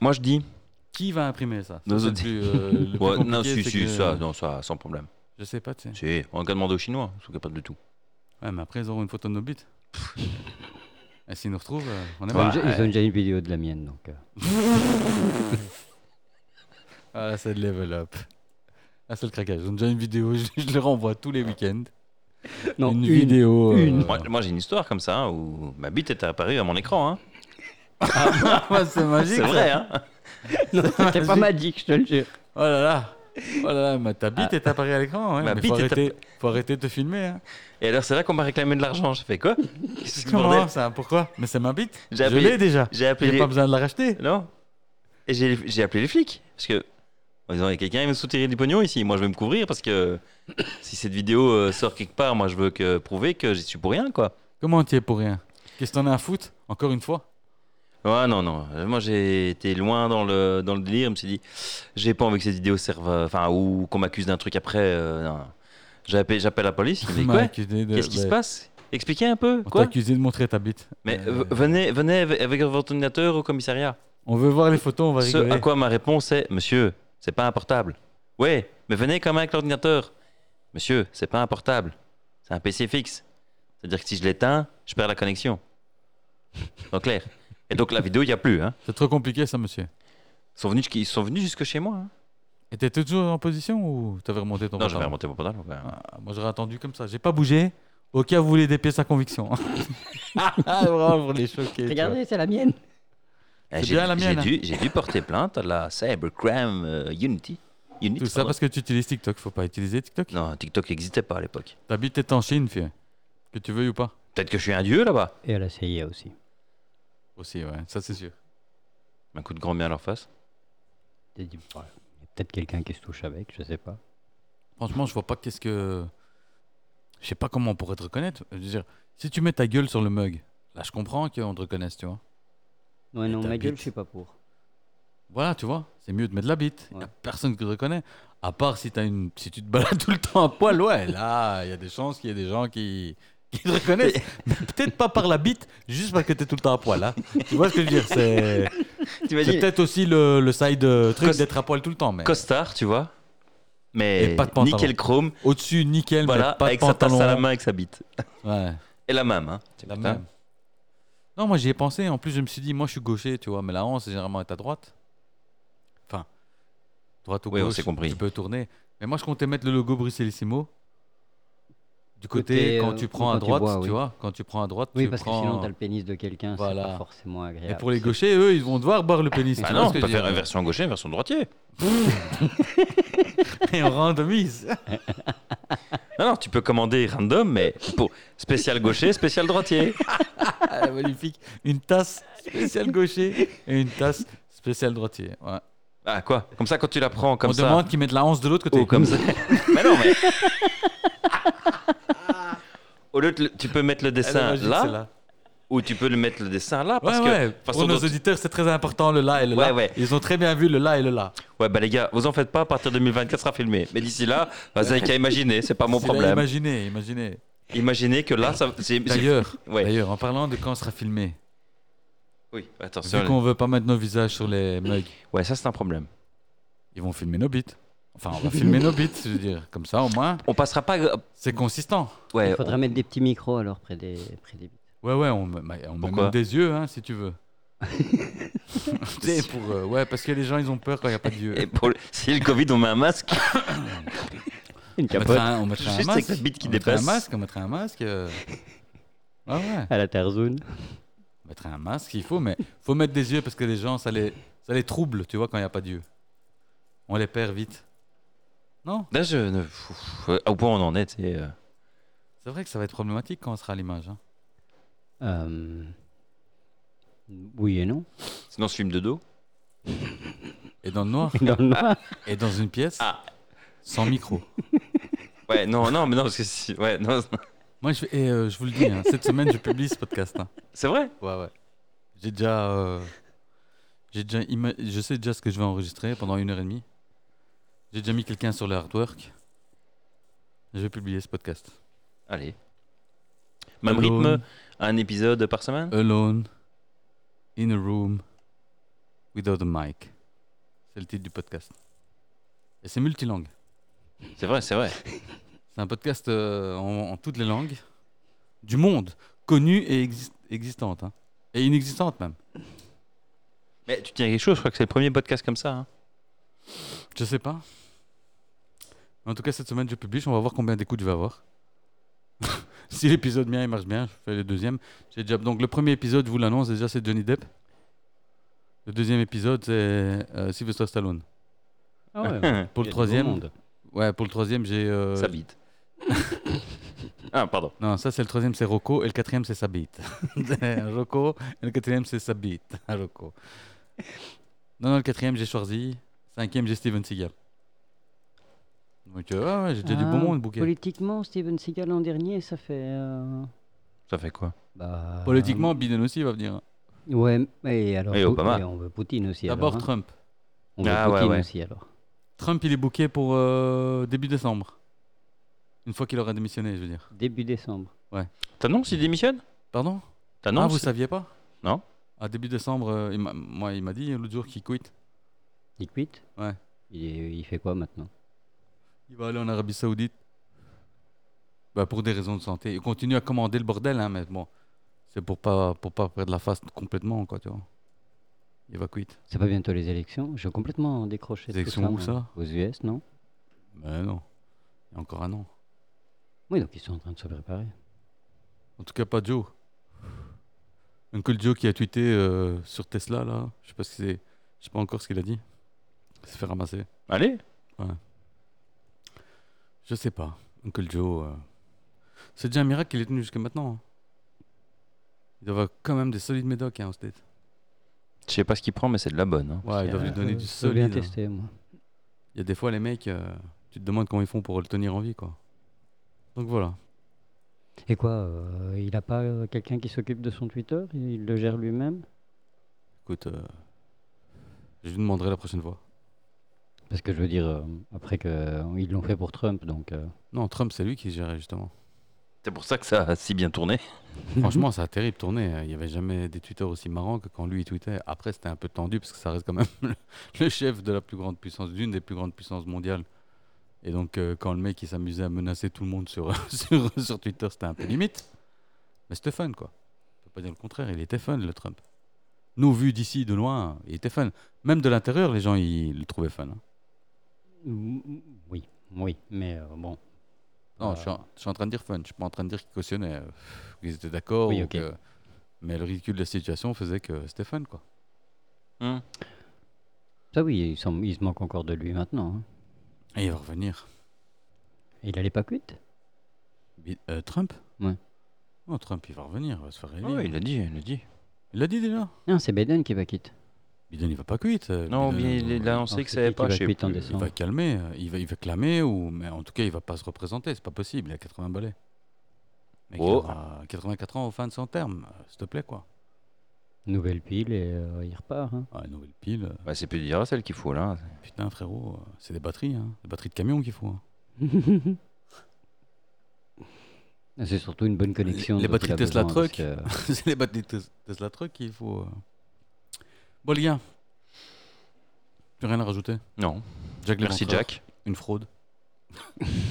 Moi je dis.
Qui va imprimer ça
Nos
C'est
audi-
plus, euh, le plus
Ouais, non,
compliqué,
si,
c'est
si,
que-
ça, non, ça, sans problème.
Je sais pas, tu sais.
Si, on a qu'à demander aux Chinois, ils sont capables de tout.
Ouais, mais après, ils auront une photo de nos bites. et s'ils nous retrouvent, euh, on est
Ils ont
mal.
déjà- Ils ont déjà une vidéo de la mienne, donc. euh,
Ah, là, c'est le level up. Ah, c'est le craquage. Ils ont déjà une vidéo, je, je les renvoie tous les week-ends.
Non,
une,
une.
vidéo. euh,
une.
Moi, moi, j'ai une histoire comme ça hein, où ma bite est apparue à mon écran. Hein.
Ah, c'est magique.
C'est
ça.
vrai, hein.
Non, c'était pas magique, je te le jure.
Oh là là Oh là là, ma ta bite est apparue à l'écran, ouais,
Ah. Ma
mais
bite
faut
est
arrêter, faut arrêter de te filmer. Hein.
Et alors, c'est là qu'on m'a réclamé de l'argent. J'ai fait quoi Qu'est-ce que ce
Comment
bordel
ça Pourquoi Mais c'est ma bite Je
J'ai appelé-
l'ai déjà
J'ai appelé.
J'ai
les-
pas besoin de la racheter
Non. Et j'ai j'ai appelé les flics. Parce que. En disant, il y a quelqu'un qui veut me soutirer du pognon ici. Moi, je vais me couvrir parce que si cette vidéo euh, sort quelque part, moi, je veux que, prouver que j'y suis pour rien, quoi.
Comment t'y es pour rien Qu'est-ce que t'en as à foutre Encore une fois
Ouais, non, non. Euh, Moi, j'ai été loin dans le, dans le délire. Je me suis dit, j'ai pas envie que cette vidéo serve. à- Enfin, ou qu'on m'accuse d'un truc après. euh, non. J'appelle j'appelle la police. Ils me disent,
Tu m'as
quoi
accusé de-
Qu'est-ce qui se
ouais,
passe Expliquez un peu.
On t'a
Quoi
accusé de montrer ta bite.
Mais
Euh,
v- venez, venez avec avec votre ordinateur au commissariat.
On veut voir les photos, on va
Ce à
rigoler.
quoi ma réponse est Monsieur, c'est pas un portable. Ouais, mais venez quand même avec l'ordinateur. Monsieur, c'est pas un portable. C'est un PC fixe. C'est-à-dire que si je l'éteins, je perds la connexion. Donc, clair. Et donc, la vidéo, il n'y a plus. Hein.
C'est trop compliqué ça, monsieur.
Ils, sont venus, jusqu'- ils sont venus jusque chez moi. hein.
Et t'étais toujours en position ou t'avais remonté ton
Non,
pantalon
j'avais remonté mon portable. ouais.
Ah, Moi j'aurais attendu comme ça. J'ai pas bougé. Au cas où vous voulez des pièces à conviction. Vraiment pour les choquer. tu vois.
Regardez, c'est la mienne.
Eh,
C'est
J'ai
bien la
j'ai
mienne,
dû, j'ai dû porter plainte à la Cybercrime euh, Unity. Unit,
Tout ça
pardon.
parce que tu utilises TikTok. Faut pas utiliser TikTok.
Non, TikTok n'existait pas à l'époque.
Ta bite est en Chine, fille. Que tu veuilles ou pas.
Peut-être que je suis un dieu là-bas.
Et à la CIA aussi.
Aussi, ouais, ça c'est sûr.
Un coup de grand bien à leur face.
T'as dit, ouais, il y a Peut-être quelqu'un qui se touche avec, je sais pas.
Franchement, je vois pas qu'est-ce que. Je sais pas comment on pourrait te reconnaître. Je veux dire, si tu mets ta gueule sur le mug, là je comprends qu'on te reconnaisse, tu vois.
Ouais,
Et
non,
ta
ma gueule,
bite.
je suis pas pour.
Voilà, tu vois, c'est mieux de mettre la bite. Y
Ouais.
a personne qui te reconnaît. À part si, as une... si tu te balades tout le temps à poil, ouais, là, il y a des chances qu'il y ait des gens qui, qui te reconnaissent. Mais peut-être pas par la bite, juste parce que t'es tout le temps à poil. Hein. Tu vois ce que je veux dire C'est c'est
T'imagines
peut-être aussi le, le side euh, truc
Cos-
d'être à poil tout le temps, mais
Costard, tu vois. Mais
Et pas de pantalon.
nickel chrome.
au-dessus, nickel,
Voilà,
mais pas
avec
de pantalon.
sa tasse à la main, avec sa bite.
Ouais.
Et la même, hein.
La
Putain.
même. Non, moi j'y ai pensé. En plus, je me suis dit, moi je suis gaucher, tu vois, mais la 11 c'est généralement est à droite. Enfin, droite ou
Oui, on
gauche,
s'est compris.
tu peux tourner. Mais moi je comptais mettre le logo Bruxellissimo du côté,
Côté,
quand
euh,
tu prends
quand
à
tu
droite, tu,
bois, oui.
vois, quand tu prends à droite,
Oui,
tu
parce
prends-
que sinon, t'as le pénis de quelqu'un, c'est
Voilà.
pas forcément agréable.
Et pour les
C'est-
gauchers, eux, ils vont devoir boire le pénis.
Bah
tu vois
non,
ce que
on
je
peut
veux
faire une
dire
version gaucher, une version droitier.
Et on randomise.
Non, non, tu peux commander random, mais pour spécial gaucher, spécial droitier.
Ah, magnifique. Une tasse spéciale gaucher et une tasse spéciale droitier. Ouais.
Ah, quoi Comme ça, quand tu la prends, comme
On
ça.
demande qu'ils mettent la 11 de l'autre côté. Ah,
Ou comme ça. mais non, mais. Au lieu de le- tu peux mettre le
Elle est
dessin
magique,
là,
celle-là.
Ou tu peux le mettre le dessin là
Ouais,
parce que
ouais.
façon
Pour nos
dont tu-
auditeurs, c'est très important le là et le
Ouais,
là.
ouais.
Ils ont très bien vu le là et le là.
ouais bah les gars, vous en faites pas à partir de 2024 sera filmé. Mais d'ici là,
bah,
vous avez qu'à imaginer, c'est pas Ah, mon
C'est là,
problème.
Imaginez, imaginez.
Imaginez que là ça c'est c'est-
D'ailleurs,
ouais.
d'ailleurs, en parlant de quand sera filmé,
Oui,
vu
attention.
qu'on veut pas mettre nos visages sur les mugs,
Ouais, ça c'est un problème.
ils vont filmer nos bits. Enfin, on va filmer nos bits, je veux dire. Comme ça, au moins,
On passera pas
c'est consistant.
ouais,
Il faudra mettre des petits micros alors près des, près des...
Ouais, ouais, on, met- on met
Pourquoi
même des yeux, hein, si tu veux. Tu sais, pour, euh, ouais, parce que les gens, ils ont peur quand il n'y a pas de yeux.
Et pour le- si le Covid, on met un masque.
Une
On
capote
mettra un, on mettra un
Juste
masque.
avec la bite qui
on mettra un
dépasse.
masque, on mettra un masque. euh. Ah ouais,
à la terre zone.
on mettra un masque, il faut, mais faut mettre des yeux parce que les gens, ça les, ça les trouble, tu vois, quand il n'y a pas d'yeux. On les perd vite. Non,
Là, je ne- pff, euh, Au point où on en est, tu sais, euh,
c'est vrai que ça va être problématique quand on sera à l'image. hein.
Euh, Oui et non.
Sinon, je filme de dos.
Et dans le noir,
Dans le noir.
et dans une pièce,
Ah.
sans micro.
Ouais, non, non, mais non, parce que si- ouais, non,
Moi, je, et, euh, je vous le dis, hein, cette semaine, je publie ce podcast. hein.
c'est vrai.
Ouais, ouais. J'ai déjà. euh, j'ai déjà ima- je sais déjà ce que je vais enregistrer pendant une heure et demie. J'ai déjà mis quelqu'un sur le artwork. Je vais publier ce podcast.
Allez. Même
Alone.
rythme, un épisode par semaine.
Alone in a room without a mic. C'est le titre du podcast. Et c'est multilangue.
C'est vrai, c'est vrai.
C'est un podcast euh, en, en toutes les langues du monde, connu et exis- existante. hein. Et inexistante même.
Mais tu tiens quelque chose, je crois que c'est le premier podcast comme ça. hein.
Je sais pas. En tout cas, cette semaine, je publie. On va voir combien d'écoutes je vais avoir. si l'épisode mien il marche bien, je fais le deuxième. J'ai déjà... Donc, le premier épisode, je vous l'annonce déjà, c'est Johnny Depp. Le deuxième épisode, c'est euh, Sylvester Stallone.
Ah ouais.
hein.
Pour
Il
le
y a du beau
troisième,
monde.
ouais, pour le troisième, j'ai. euh,
Ça bite. ah, pardon.
Non, ça c'est le troisième, c'est Rocco, et le quatrième, c'est sa bite. C'est Rocco, et le quatrième, c'est sa bite. à Rocco. Non, non, le quatrième, j'ai Schwarzy. Cinquième, j'ai Steven Seagal. Donc, euh, ouais, ouais, j'ai déjà du bon
Ah,
monde, bouquet.
Politiquement, Steven Seagal en dernier, ça fait. euh,
Ça fait quoi
bah,
Ah, Politiquement, Biden aussi va venir.
Ouais, mais alors.
Et
Pou-
Obama.
et on veut Poutine aussi.
D'abord
alors, hein.
Trump.
On veut
Ah, ouais,
Poutine
ouais.
aussi alors.
Trump, il est booké pour euh, début décembre. Une fois qu'il aura démissionné, je veux dire.
Début décembre.
T'annonces, il démissionne
Pardon Ah, vous
T'annonces
saviez pas
Non.
À début décembre, euh, il m'a- moi, il m'a dit l'autre jour qu'il quitte.
Il quitte
Ouais.
Il, est- il fait quoi maintenant
Il va aller en Arabie Saoudite. Bah, pour des raisons de santé. Il continue à commander le bordel, hein, mais bon. C'est pour pas, pour pas perdre la face complètement, quoi, tu vois. Il va quitter.
C'est pas bientôt les élections Je vais complètement décrocher.
Les
de tout
élections où,
moi.
ça
Aux US, non
Mais non. Il y a encore un an.
Oui, donc ils sont en train de se préparer.
En tout cas, pas Joe. Uncle Joe qui a tweeté euh, sur Tesla, là. Je sais pas si c'est. Je sais pas encore ce qu'il a dit. Il s'est fait ramasser.
Allez.
Je sais pas. Uncle Joe. euh, C'est déjà un miracle qu'il est tenu jusque maintenant. hein. Il doit avoir quand même des solides médocs hein, aux States.
Je sais pas ce qu'il prend, mais c'est de la bonne. hein.
Ouais, ils doivent lui
Euh,
donner
je
du
veux
solide.
bien
hein.
tester, moi.
Il y a des fois, les mecs, euh, tu te demandes comment ils font pour le tenir en vie, quoi. Donc voilà.
Et quoi euh, Il a pas euh, quelqu'un qui s'occupe de son Twitter Il le gère lui-même
Écoute, euh, je lui demanderai la prochaine fois.
Parce que je veux dire, euh, après qu'ils l'ont fait pour Trump, donc. euh,
Non, Trump, c'est lui qui gérait, justement.
C'est pour ça que ça a si bien tourné.
Mhm.
Franchement, ça a terrible tourné. hein. Il n'y avait jamais des tweeters aussi marrants que quand lui il tweetait. Après, c'était un peu tendu parce que ça reste quand même le- le chef de la plus grande puissance, d'une des plus grandes puissances mondiales. Et donc, euh, quand le mec il s'amusait à menacer tout le monde sur, sur, sur Twitter, c'était un peu limite. Mais c'était fun, quoi. On peut pas dire le contraire. Il était fun, le Trump. Nous, vus d'ici, de loin, il était fun. Même de l'intérieur, les gens, ils le trouvaient fun. hein.
Mm, Oui, oui, mais euh, bon.
Non,
Euh.
je, suis en, je suis en train de dire fun. Je suis pas en train de dire qu'ils cautionnaient, euh, qu'ils étaient d'accord.
Oui,
ou
ok.
que- Mais le ridicule de la situation faisait que c'était fun, quoi.
Ça oui, il, s'en- il se manque encore de lui maintenant. hein.
Et Ah, il va revenir.
Et Il allait pas quitte
Bi- euh, Trump
Ouais.
Non, Trump, il va revenir, il va se faire élire.
Oui, il l'a dit, il l'a dit.
Il l'a dit déjà.
Non, c'est Biden qui va quitte.
Biden, il va pas quitter. euh,
Non,
Biden,
bien, il a annoncé
alors,
que
c'est
ça avait
qui qui
pas.
va
je sais
quitter en
plus.
il va calmer, euh, il va, il va clamer, ou... mais en tout cas, il va pas se représenter, c'est pas possible, il a 80 balais. Mec,
Oh.
il aura 84 ans au fin de son terme, euh, s'il te plaît, quoi.
Nouvelle pile et euh, il repart. hein.
Ah, une nouvelle pile, euh,
Bah, c'est plus dur celle qu'il faut là.
putain, frérot, euh, c'est des batteries, hein. Des batteries de camion qu'il faut. hein.
C'est surtout une bonne connexion.
Les- les
dont il a
batteries Tesla
besoin, parce
Truck.
que- euh,
c'est les batteries de Tes- Tesla Truck qu'il faut. euh. Bon, les gars, plus rien à rajouter.
Non.
Jack
Merci
Léventreur,
Jack.
Une fraude.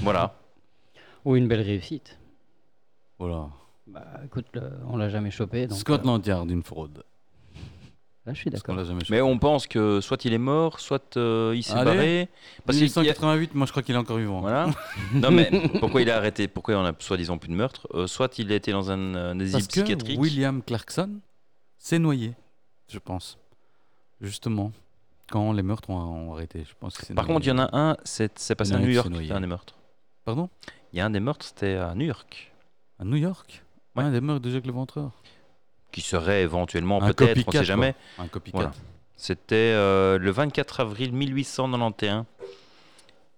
Voilà.
Ou une belle réussite.
Voilà.
Bah écoute, le- on l'a jamais chopé. Donc, euh,
Scotland Yard, une fraude.
là, Ah, je suis
Parce qu'on
d'accord.
l'a jamais
Mais on pense que soit il est mort, soit euh, il s'est
Allez.
barré. Parce qu'il y a-
1888, moi je crois qu'il est encore vivant. hein.
Voilà. non mais pourquoi il a arrêté Pourquoi on a soi-disant plus de meurtre Euh, Soit il a été dans un, euh, un asile
Parce que
psychiatrique.
William Clarkson s'est noyé, je pense. Justement, quand les meurtres ont, ont arrêté, je pense. qu'il s'est
Par
noyé.
contre, il y en a un, c'est c'est passé
Il y en
à
a un
New
qui
York,
s'est noyé.
c'était un des meurtres.
Pardon
Il y a un des meurtres, c'était à New York.
À New York
Ouais.
Un des meurtres de Jacques Léventreur.
Qui serait éventuellement,
Un
peut-être, on
copycat,
sait jamais.
Un copycat.
Voilà. C'était euh, le 24 avril 1891.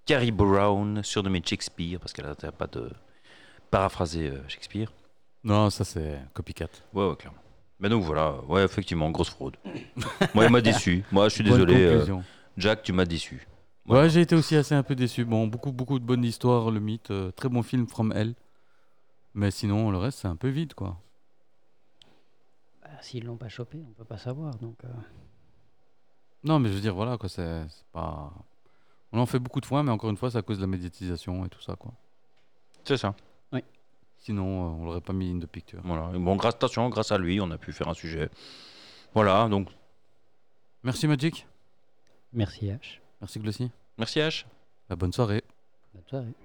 Carrie Brown, surnommée Shakespeare, parce qu'elle n'arrêtait pas de paraphraser euh, Shakespeare.
Non, ça c'est copycat.
Ouais, ouais, clairement. Mais donc voilà, ouais, effectivement, grosse fraude. Moi, il m'a déçu. Moi, je suis
Bonne
désolé. euh,
conclusion.
Jack, tu m'as déçu.
Ouais,
voilà.
j'ai été aussi assez un peu déçu. Bon, beaucoup, beaucoup de bonnes histoires, le mythe, euh, très bon film From Hell. Mais sinon, le reste, c'est un peu vide, quoi.
Bah, S'ils l'ont pas chopé, on peut pas savoir. Donc, euh,
Non, mais je veux dire, voilà, quoi, c'est c'est pas. On en fait beaucoup de fois, mais encore une fois, c'est à cause de la médiatisation et tout ça, quoi.
C'est ça.
Sinon, euh, on l'aurait pas mis in the picture.
Voilà. Et Bon, grâce, attention, grâce à lui, on a pu faire un sujet. Voilà, donc
Merci Magic,
Merci H.
merci Glossy,
merci H.
la bonne soirée.
Bonne soirée.